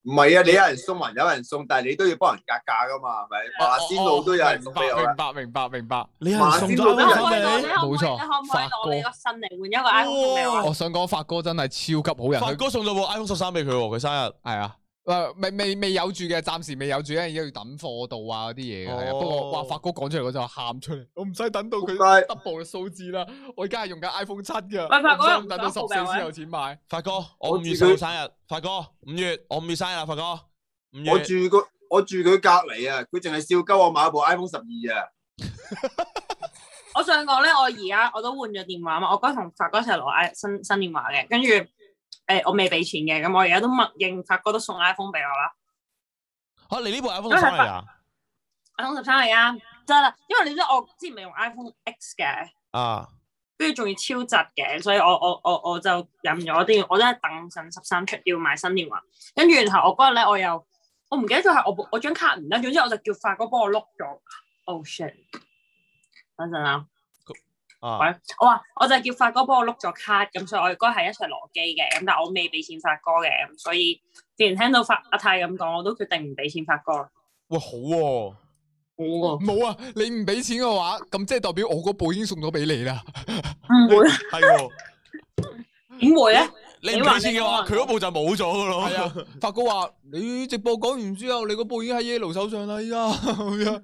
Speaker 3: 唔係啊，你有人送還有人送，但係你都要幫人價價噶嘛，係咪？馬仙路都有人送俾我啦
Speaker 4: 哦明，白明白明白。
Speaker 1: 你有人
Speaker 3: 馬
Speaker 1: 送
Speaker 3: 先
Speaker 1: 咗
Speaker 3: 路
Speaker 2: 你
Speaker 3: 都有
Speaker 2: 可唔
Speaker 3: 人
Speaker 2: 可以
Speaker 1: 啱
Speaker 2: 攞你
Speaker 1: 俾
Speaker 4: 人
Speaker 2: 可唔可以
Speaker 4: 冇錯
Speaker 2: 你可唔可以攞你個新嚟換一個 iPhone 俾
Speaker 1: 哇
Speaker 2: 我？
Speaker 4: 我想講發哥真係超級好
Speaker 1: 你，
Speaker 4: 人，
Speaker 1: 發
Speaker 4: 啊佢
Speaker 1: 哥送咗部 iPhone 十三俾佢喎，佢生日。
Speaker 4: 係啊，誒未未未有住嘅，暫時未有住，因為而家要等貨到啊嗰啲嘢嘅。係啊
Speaker 1: 哦
Speaker 4: 不過哇，發哥講出嚟嗰陣我喊出嚟，我唔使等
Speaker 2: (laughs)
Speaker 4: 到佢
Speaker 3: 仆街
Speaker 4: double 嘅數字啦，我而家係用緊 iPhone 七㗎，
Speaker 2: 喂發哥
Speaker 4: 我唔使等到
Speaker 2: 唔
Speaker 4: 十
Speaker 2: 想報
Speaker 4: 四
Speaker 2: 名啊
Speaker 4: 先有錢買。
Speaker 1: 發哥，我
Speaker 3: 我
Speaker 1: 五月十
Speaker 3: 自
Speaker 1: 號
Speaker 3: 己
Speaker 1: 生日。發哥，五月我五月生日啦，啊發哥。五月
Speaker 3: 我住佢我住佢隔離啊，佢淨係笑鳩我買部 iPhone 十二啊，
Speaker 2: 我想講咧，我而家我都換咗電話嘛，我嗰日同發哥一齊攞 i 新新電話嘅，跟住誒我未俾錢嘅，咁我而家都默認發哥都送 iPhone 俾我啦。
Speaker 1: 吓啊你呢部 iPhone 十三嚟噶？
Speaker 2: iPhone 十三嚟啊，真啦，因為你知我之前未用 iPhone X 嘅，
Speaker 1: 啊，
Speaker 2: 跟住仲要超窒嘅，所以我我我我就忍咗我啲，我都係等緊十三出要買新電話。跟住然後我嗰日咧，我又我唔記得咗係我部我張卡唔得，總之我就叫發哥幫我碌咗， Oh shit！等陣啊，
Speaker 1: 啊，
Speaker 2: 喂，我話我就係叫發哥幫我碌咗卡，咁所以我應該係一齊攞機嘅，咁但我未俾錢發哥嘅，咁所以既然聽到發阿泰咁講，我都決定唔俾錢發哥啦。
Speaker 1: 喂好喎，
Speaker 2: 好喎，
Speaker 4: 冇啊！你唔俾錢嘅話，咁即係代表我嗰部已經送咗俾你啦。
Speaker 2: 唔會啊
Speaker 1: 係喎，
Speaker 2: 點會啊咧？
Speaker 1: 你唔俾錢嘅話，佢嗰部就冇咗噶咯。
Speaker 4: 係啊， (laughs) 發哥話你直播講完之後，你嗰部已經喺 Yellow 手上啦，依家咁
Speaker 2: (laughs)
Speaker 4: 樣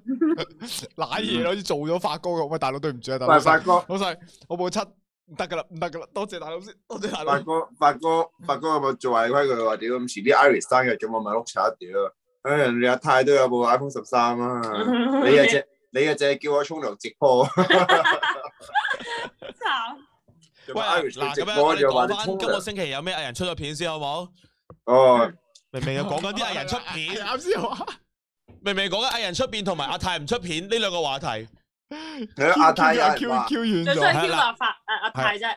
Speaker 4: 濑嘢咯，好似做咗發哥咁。喂，大佬對唔住啊，大佬
Speaker 3: 喂，，發哥，
Speaker 4: 老細，我部七唔得噶啦，唔得噶啦，多謝大佬先，多謝大佬
Speaker 3: 發。哥，發哥，發哥有冇做違規？佢話屌咁遲啲 Iris 生日咁，我咪碌柒一屌。唉，人哋阿泰都有部 iPhone 十三啦，你嘅
Speaker 2: 嗯
Speaker 3: 只，你嘅只叫我沖涼直播。
Speaker 2: 慘
Speaker 3: 喂
Speaker 1: 喂，嗱咁樣，我哋講翻今個星期有咩藝人出咗片先好冇？
Speaker 3: 哦，
Speaker 1: 明明又講緊啲藝人出片，
Speaker 4: (laughs) 啱先話
Speaker 1: 明明講緊藝人出片同埋阿泰唔出片呢兩個話題。
Speaker 3: 係啊阿泰有
Speaker 4: Q
Speaker 3: 人話
Speaker 4: Q 完
Speaker 2: 最衰
Speaker 4: 咗，
Speaker 2: 係 Q 話發誒阿泰啫，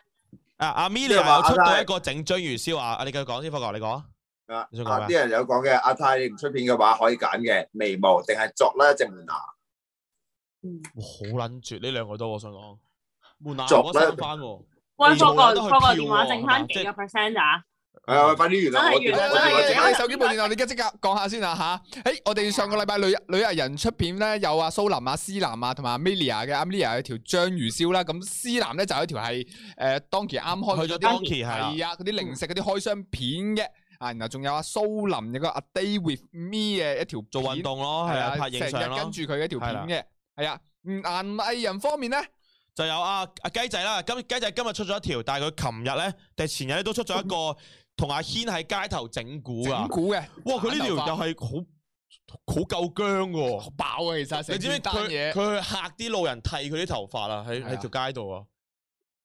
Speaker 1: 啊，阿 m i l
Speaker 3: 即
Speaker 1: i
Speaker 3: 係話
Speaker 1: 有出
Speaker 3: 阿
Speaker 1: 到
Speaker 3: 泰
Speaker 1: 一個整章魚燒啊！啊你繼續講先，福哥，你講啊。
Speaker 3: 啊
Speaker 1: 你想講咩
Speaker 3: 啲人有講嘅，阿泰你唔出片嘅話可以揀嘅眉毛定係作啦一隻門牙。
Speaker 1: 哇，好撚絕！呢兩個都我想講，門牙
Speaker 3: 作
Speaker 1: 嗰三番喎，
Speaker 2: 喂，
Speaker 1: 你冇
Speaker 2: 科
Speaker 1: 得
Speaker 2: 個
Speaker 1: 去
Speaker 2: 科個
Speaker 1: 票
Speaker 2: 電話
Speaker 1: 喎
Speaker 2: 剩
Speaker 1: 嗱
Speaker 2: 翻
Speaker 1: 即
Speaker 2: 幾
Speaker 1: 係
Speaker 2: 個 percent 咋？
Speaker 3: 係啊，喂快啲完啦！我
Speaker 2: 真
Speaker 3: 電
Speaker 2: 係
Speaker 3: 話
Speaker 2: 完
Speaker 3: 我
Speaker 2: 啦
Speaker 3: 電話
Speaker 2: 真係
Speaker 3: 整
Speaker 2: 完
Speaker 4: 我
Speaker 2: 啦
Speaker 4: 哋手機部電腦，你而家即刻講下先啊吓！誒，我哋上個禮拜女女藝人出片咧，有阿蘇林啊、思南啊同埋 Amelia 嘅，Amelia 有條章魚燒啦，咁思南咧就有一條係誒當期啱開
Speaker 1: 去咗
Speaker 4: 嗰啲
Speaker 1: Donkey，係啦
Speaker 4: 係啊，嗰啲零食嗰啲開箱片嘅啊，然後仲有阿蘇林有個 A Day With Me 嘅一條
Speaker 1: 做運
Speaker 4: 片
Speaker 1: 動咯，係啊，拍影
Speaker 4: 成日
Speaker 1: 相咯
Speaker 4: 跟。住佢嘅一條
Speaker 1: 係啦
Speaker 4: 片嘅，係啊。嗯，顏藝人方面咧，
Speaker 1: 就有啊阿雞仔啦，今雞仔今日出咗一條，但係佢琴日咧定係前日咧都出咗一個同阿軒喺街頭整蠱
Speaker 4: 整
Speaker 1: 噶。
Speaker 4: 蠱嘅，
Speaker 1: 啊哇！佢呢條
Speaker 4: 反頭髮
Speaker 1: 又係好好夠僵喎。
Speaker 4: 爆啊！其實
Speaker 1: 你
Speaker 4: 成
Speaker 1: 知唔知
Speaker 4: 單
Speaker 1: 佢
Speaker 4: 嘢，
Speaker 1: 佢去嚇啲路人剃佢啲頭髮啊？喺
Speaker 4: 係啊
Speaker 1: 喺條街度啊！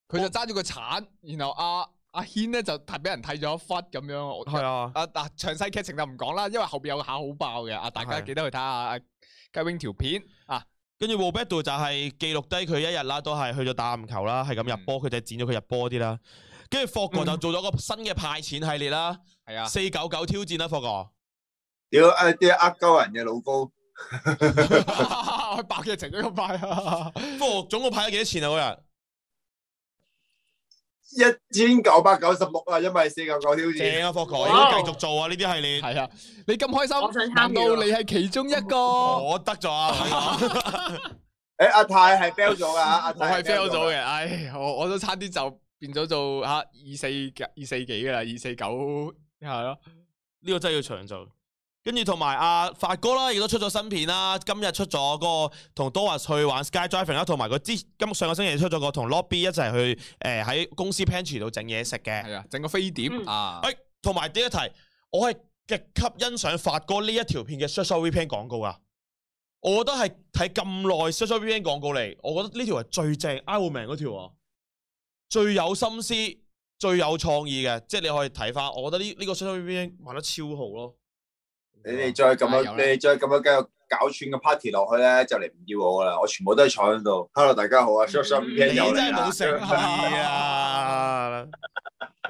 Speaker 4: 佢就揸咗個鏟，然後阿阿軒咧就提俾人剃咗一忽咁樣。我
Speaker 1: 係啊，
Speaker 4: 啊嗱，詳細劇情就唔講啦，因為後邊有個下好爆嘅，啊大家
Speaker 1: 係
Speaker 4: 記得去睇下阿雞 wing 條片啊，
Speaker 1: 跟住 w o b e t 就係記錄低佢一日啦，都係去咗打籃球啦，係咁
Speaker 4: 嗯
Speaker 1: 入波，佢就剪咗佢入波啲啦。跟住霍哥就做咗個新嘅派錢系列啦，
Speaker 4: 係嗯 (laughs) 啊，
Speaker 1: 四九九挑戰啦，霍哥。
Speaker 3: 屌誒啲呃鳩人嘅老高，
Speaker 4: 爆劇情都咁快 (laughs) 啊！
Speaker 1: 霍哥總共派咗幾多錢啊？嗰日
Speaker 3: 一千九百九十六啊，因為四九九挑戰。
Speaker 1: 正啊，霍哥
Speaker 2: 哇
Speaker 1: 應該繼續做啊！呢啲系列
Speaker 4: 係啊，你咁
Speaker 2: 我想
Speaker 4: 開心，
Speaker 2: 參
Speaker 4: 難
Speaker 2: 與
Speaker 4: 道
Speaker 2: 啊
Speaker 4: 你係其中一個？
Speaker 1: 我得咗
Speaker 4: (laughs)
Speaker 1: 啊！
Speaker 3: 誒阿泰係 fail 咗噶，啊阿
Speaker 4: 我
Speaker 3: 泰
Speaker 4: 係
Speaker 3: 嘅
Speaker 4: fail 咗嘅，唉，我我都差啲就變咗做吓二四二四幾噶啦，二四九係咯，
Speaker 1: 呢個真係要長做。跟住同埋阿發哥啦，亦都出咗新片啦。今日出咗個同 Doris 去玩 skydiving 啦，同埋佢之今上個星期出咗個同 Lobby 一齊去誒喺、公司 pantry 度整嘢食嘅。
Speaker 4: 係啊，整個飛碟
Speaker 2: 嗯
Speaker 4: 啊，
Speaker 1: 誒，同埋呢一題，我係極級欣賞發哥呢一條片嘅 Social VPN 廣告啊！我覺得係睇咁耐 Social VPN 廣告嚟，我覺得呢條係最正 Ironman 嗰條啊，最有心思、最有創意嘅，即係你可以睇翻。我覺得呢呢個 Social VPN 玩得超好咯。哎
Speaker 3: 你哋再咁樣，
Speaker 4: 加油
Speaker 3: 你
Speaker 4: 啦
Speaker 3: 哋再咁樣繼續搞串嘅 party 落去咧，就嚟唔要我噶啦！我全部都係坐喺度。Hello，大家好啊，short short
Speaker 1: 嗯你
Speaker 2: 你
Speaker 3: VPN
Speaker 1: 真
Speaker 3: 又嚟
Speaker 1: 係
Speaker 3: 啦
Speaker 1: 冇！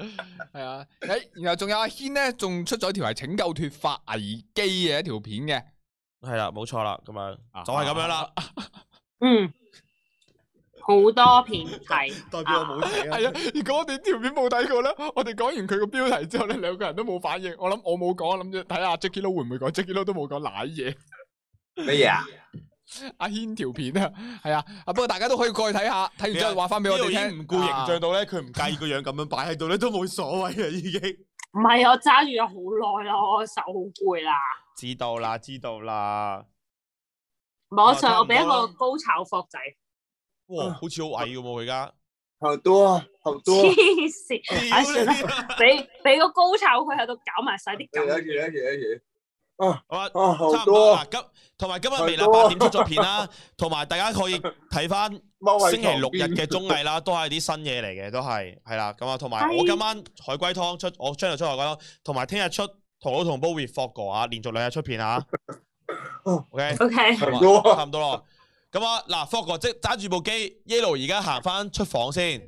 Speaker 1: 誠意啊！
Speaker 4: 係啊，誒，然後仲有阿軒咧，仲出咗條係拯救脱髮危機嘅一條片嘅，
Speaker 1: (laughs) 係啦，冇錯啦，咁樣就係咁樣啦。
Speaker 2: 嗯，好多片睇，
Speaker 5: 代
Speaker 2: 表我
Speaker 5: 冇睇
Speaker 4: 係啊，如果我哋條片冇睇過咧，我哋講完佢個標題之後咧，兩個人都冇反應。我諗我冇講，我諗住睇下 Jackie Lou 會唔會講，Jackie Lou 都冇講奶嘢。
Speaker 3: 乜嘢啊？
Speaker 4: 阿軒條片啊，係啊，啊不過大家都可以過去睇下，睇完之後
Speaker 1: 啊
Speaker 4: 話翻俾我哋聽。
Speaker 1: 唔顧形象
Speaker 4: 啊，
Speaker 1: 到咧，佢唔介意個樣咁樣擺喺度咧，都冇所謂啦，已經。
Speaker 2: 唔係我揸住咗好耐啦，我手好攰啦。
Speaker 1: 知道啦，知道啦。
Speaker 2: 唔係我
Speaker 1: 哦
Speaker 2: 上我俾一
Speaker 1: 差唔多
Speaker 2: 個
Speaker 1: 啦
Speaker 2: 高炒霍仔，
Speaker 1: 哇，好似好矮咁喎，佢而家。
Speaker 3: 好多啊，好多啊。
Speaker 2: 黐線，唉算啦，俾俾個高炒佢喺度搞埋晒啲
Speaker 3: 有
Speaker 2: 咁，
Speaker 3: 住有住有住。
Speaker 1: 好啊，
Speaker 3: 哎啊，好
Speaker 1: 差唔
Speaker 3: 多
Speaker 1: 多啦
Speaker 3: 啊。。
Speaker 1: 今同埋今日微辣
Speaker 3: 好多啊
Speaker 1: 八點出咗片啦，同埋大家可 (laughs) 以睇翻
Speaker 3: 踎喺
Speaker 1: 星期六日
Speaker 3: 床邊
Speaker 1: 嘅綜藝啦，都係啲新嘢嚟嘅，都係係啦。咁啊，同埋我
Speaker 2: 係
Speaker 1: 今晚海龜湯出，我 channel 出海龜湯，同埋聽日出同老同煲 with f o g 啊，連續兩日出片 (laughs) 啊。OK。
Speaker 2: OK， (laughs)
Speaker 3: 好多啊
Speaker 1: 差唔多咯。咁啊，嗱 f o g 即係揸住部機 Yellow 而家行翻出房先。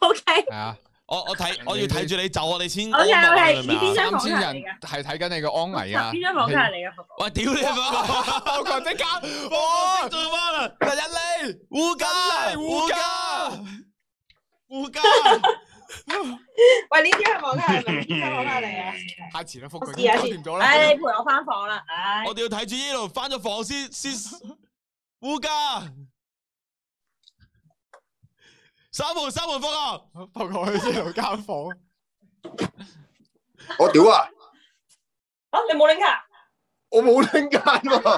Speaker 2: OK，
Speaker 4: 係啊，
Speaker 1: 我我 (laughs) 睇我要睇住你走啊，你先
Speaker 2: OK，OK，
Speaker 1: 安樂你明唔明
Speaker 2: 呢
Speaker 1: 啊
Speaker 2: 張
Speaker 4: 三
Speaker 2: 網
Speaker 4: 千
Speaker 2: 卡
Speaker 4: 人
Speaker 2: 嚟㗎
Speaker 4: 係睇緊你個安危啊！
Speaker 2: 邊張房卡係你嘅服
Speaker 1: 喂，屌你 (laughs) 媽！
Speaker 4: 我覺得即刻，
Speaker 1: 哦，
Speaker 4: 哇！
Speaker 1: 做翻啦！
Speaker 4: 第一嚟，
Speaker 1: 護家
Speaker 4: 真係護家
Speaker 1: 護家，
Speaker 2: 喂，呢張係網卡係咪？呢張網卡係你啊？
Speaker 4: 太遲啦，覆
Speaker 2: 我
Speaker 4: 佢
Speaker 2: 試下
Speaker 4: 搞
Speaker 2: 先
Speaker 4: 掂咗。啦。
Speaker 2: 唉，你陪我翻房啦，唉。
Speaker 1: (laughs) 我哋要睇住呢度翻咗房先先護家。三門三門福啊！ (laughs)
Speaker 4: 覆佢去呢度間房，
Speaker 3: 我屌啊！
Speaker 2: 啊，你冇拎卡？
Speaker 3: 我冇拎啊間喎，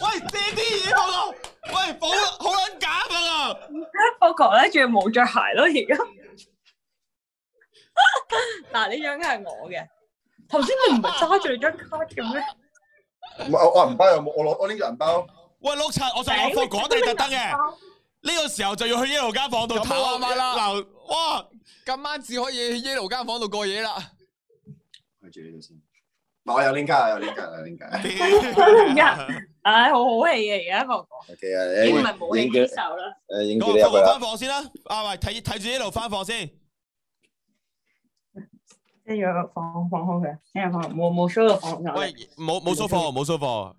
Speaker 1: 喂，借啲嘢福啊！喂，好好撚假福啊！
Speaker 2: 我哥咧仲要冇着鞋咯，而家。嗱，呢張卡係我嘅。頭先你唔係揸住你張卡嘅咩？
Speaker 3: 唔係我我銀包有冇？我攞我拎咗銀包，
Speaker 1: 喂，碌柒，我想講福講地特登嘅，呢個時候就要去耶路間房度
Speaker 4: 咁
Speaker 1: 唞
Speaker 4: 啱 (laughs) 啱啦
Speaker 1: 嗱，哇！
Speaker 4: 今晚只可以去 Yellow 間房度過夜啦。
Speaker 3: 去住呢度先。唔係我有拎間，有拎間，有拎間。
Speaker 2: 真㗎唉，好好氣嘅而家個哥，
Speaker 3: OK 啊，
Speaker 2: 你
Speaker 3: 你
Speaker 2: 唔係冇
Speaker 3: 影
Speaker 2: 氣之
Speaker 3: 住
Speaker 2: 手啦。
Speaker 3: 誒影
Speaker 1: 咁
Speaker 3: 住
Speaker 1: 我
Speaker 3: 你入去
Speaker 1: 復我翻
Speaker 3: 啦。
Speaker 1: 房先啦，啊喂，睇睇住呢度翻房先。
Speaker 2: 即係要放放空佢，聽日放冇冇 show 到放手。
Speaker 1: 喂，冇冇收貨，冇收貨。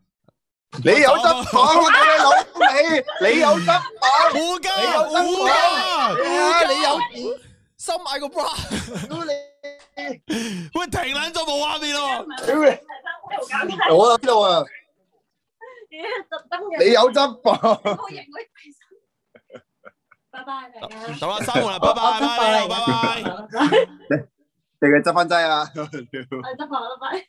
Speaker 3: 你有執房，我屌你老 (laughs) 味！你有執房，
Speaker 1: 護家，
Speaker 3: 你有得
Speaker 1: 護家，
Speaker 3: 你有
Speaker 4: 心嗌個 bra，
Speaker 3: 屌你！
Speaker 1: (laughs) 喂停撚咗冇畫面
Speaker 4: (laughs)
Speaker 1: 咯。
Speaker 3: 屌你！我就知道啊！
Speaker 2: 特登嘅，
Speaker 3: 你有執房， (laughs)
Speaker 2: 我認佢第三。拜拜大家。
Speaker 1: 好啦，三門啦，拜拜，拜拜，拜拜，
Speaker 3: 你嘅執翻劑啊！
Speaker 2: 我得啦，拜拜。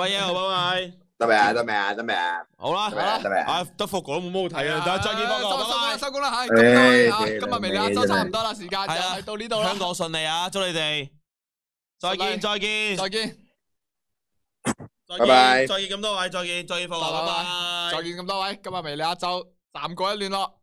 Speaker 1: 喂耶，拜拜。
Speaker 3: 得未啊？得未啊？得未啊？
Speaker 1: 好啦，好
Speaker 3: 得未啊？
Speaker 1: 啦，
Speaker 3: 得未啊？
Speaker 1: 啊得福哥都冇乜好睇啊，大家再見福
Speaker 4: 收收工啦，
Speaker 1: 哥，
Speaker 4: 哎收工啦，唉，咁
Speaker 3: 唉
Speaker 4: 多
Speaker 3: 屌
Speaker 4: 今日
Speaker 3: 你
Speaker 4: 微辣一周
Speaker 3: 真係
Speaker 4: 差唔多啦，時間就
Speaker 1: 係啊
Speaker 4: 係到呢
Speaker 1: 拜
Speaker 4: 度
Speaker 1: 拜。
Speaker 4: 啦
Speaker 1: 香，港順利啊，祝你哋。再見，再見，
Speaker 4: 再見，
Speaker 1: 再
Speaker 3: 拜拜
Speaker 1: 見，再見咁多位，再見，再見福哥，
Speaker 4: 拜拜
Speaker 1: 拜拜，
Speaker 4: 再見咁多位，今日微辣一周暫告一段落。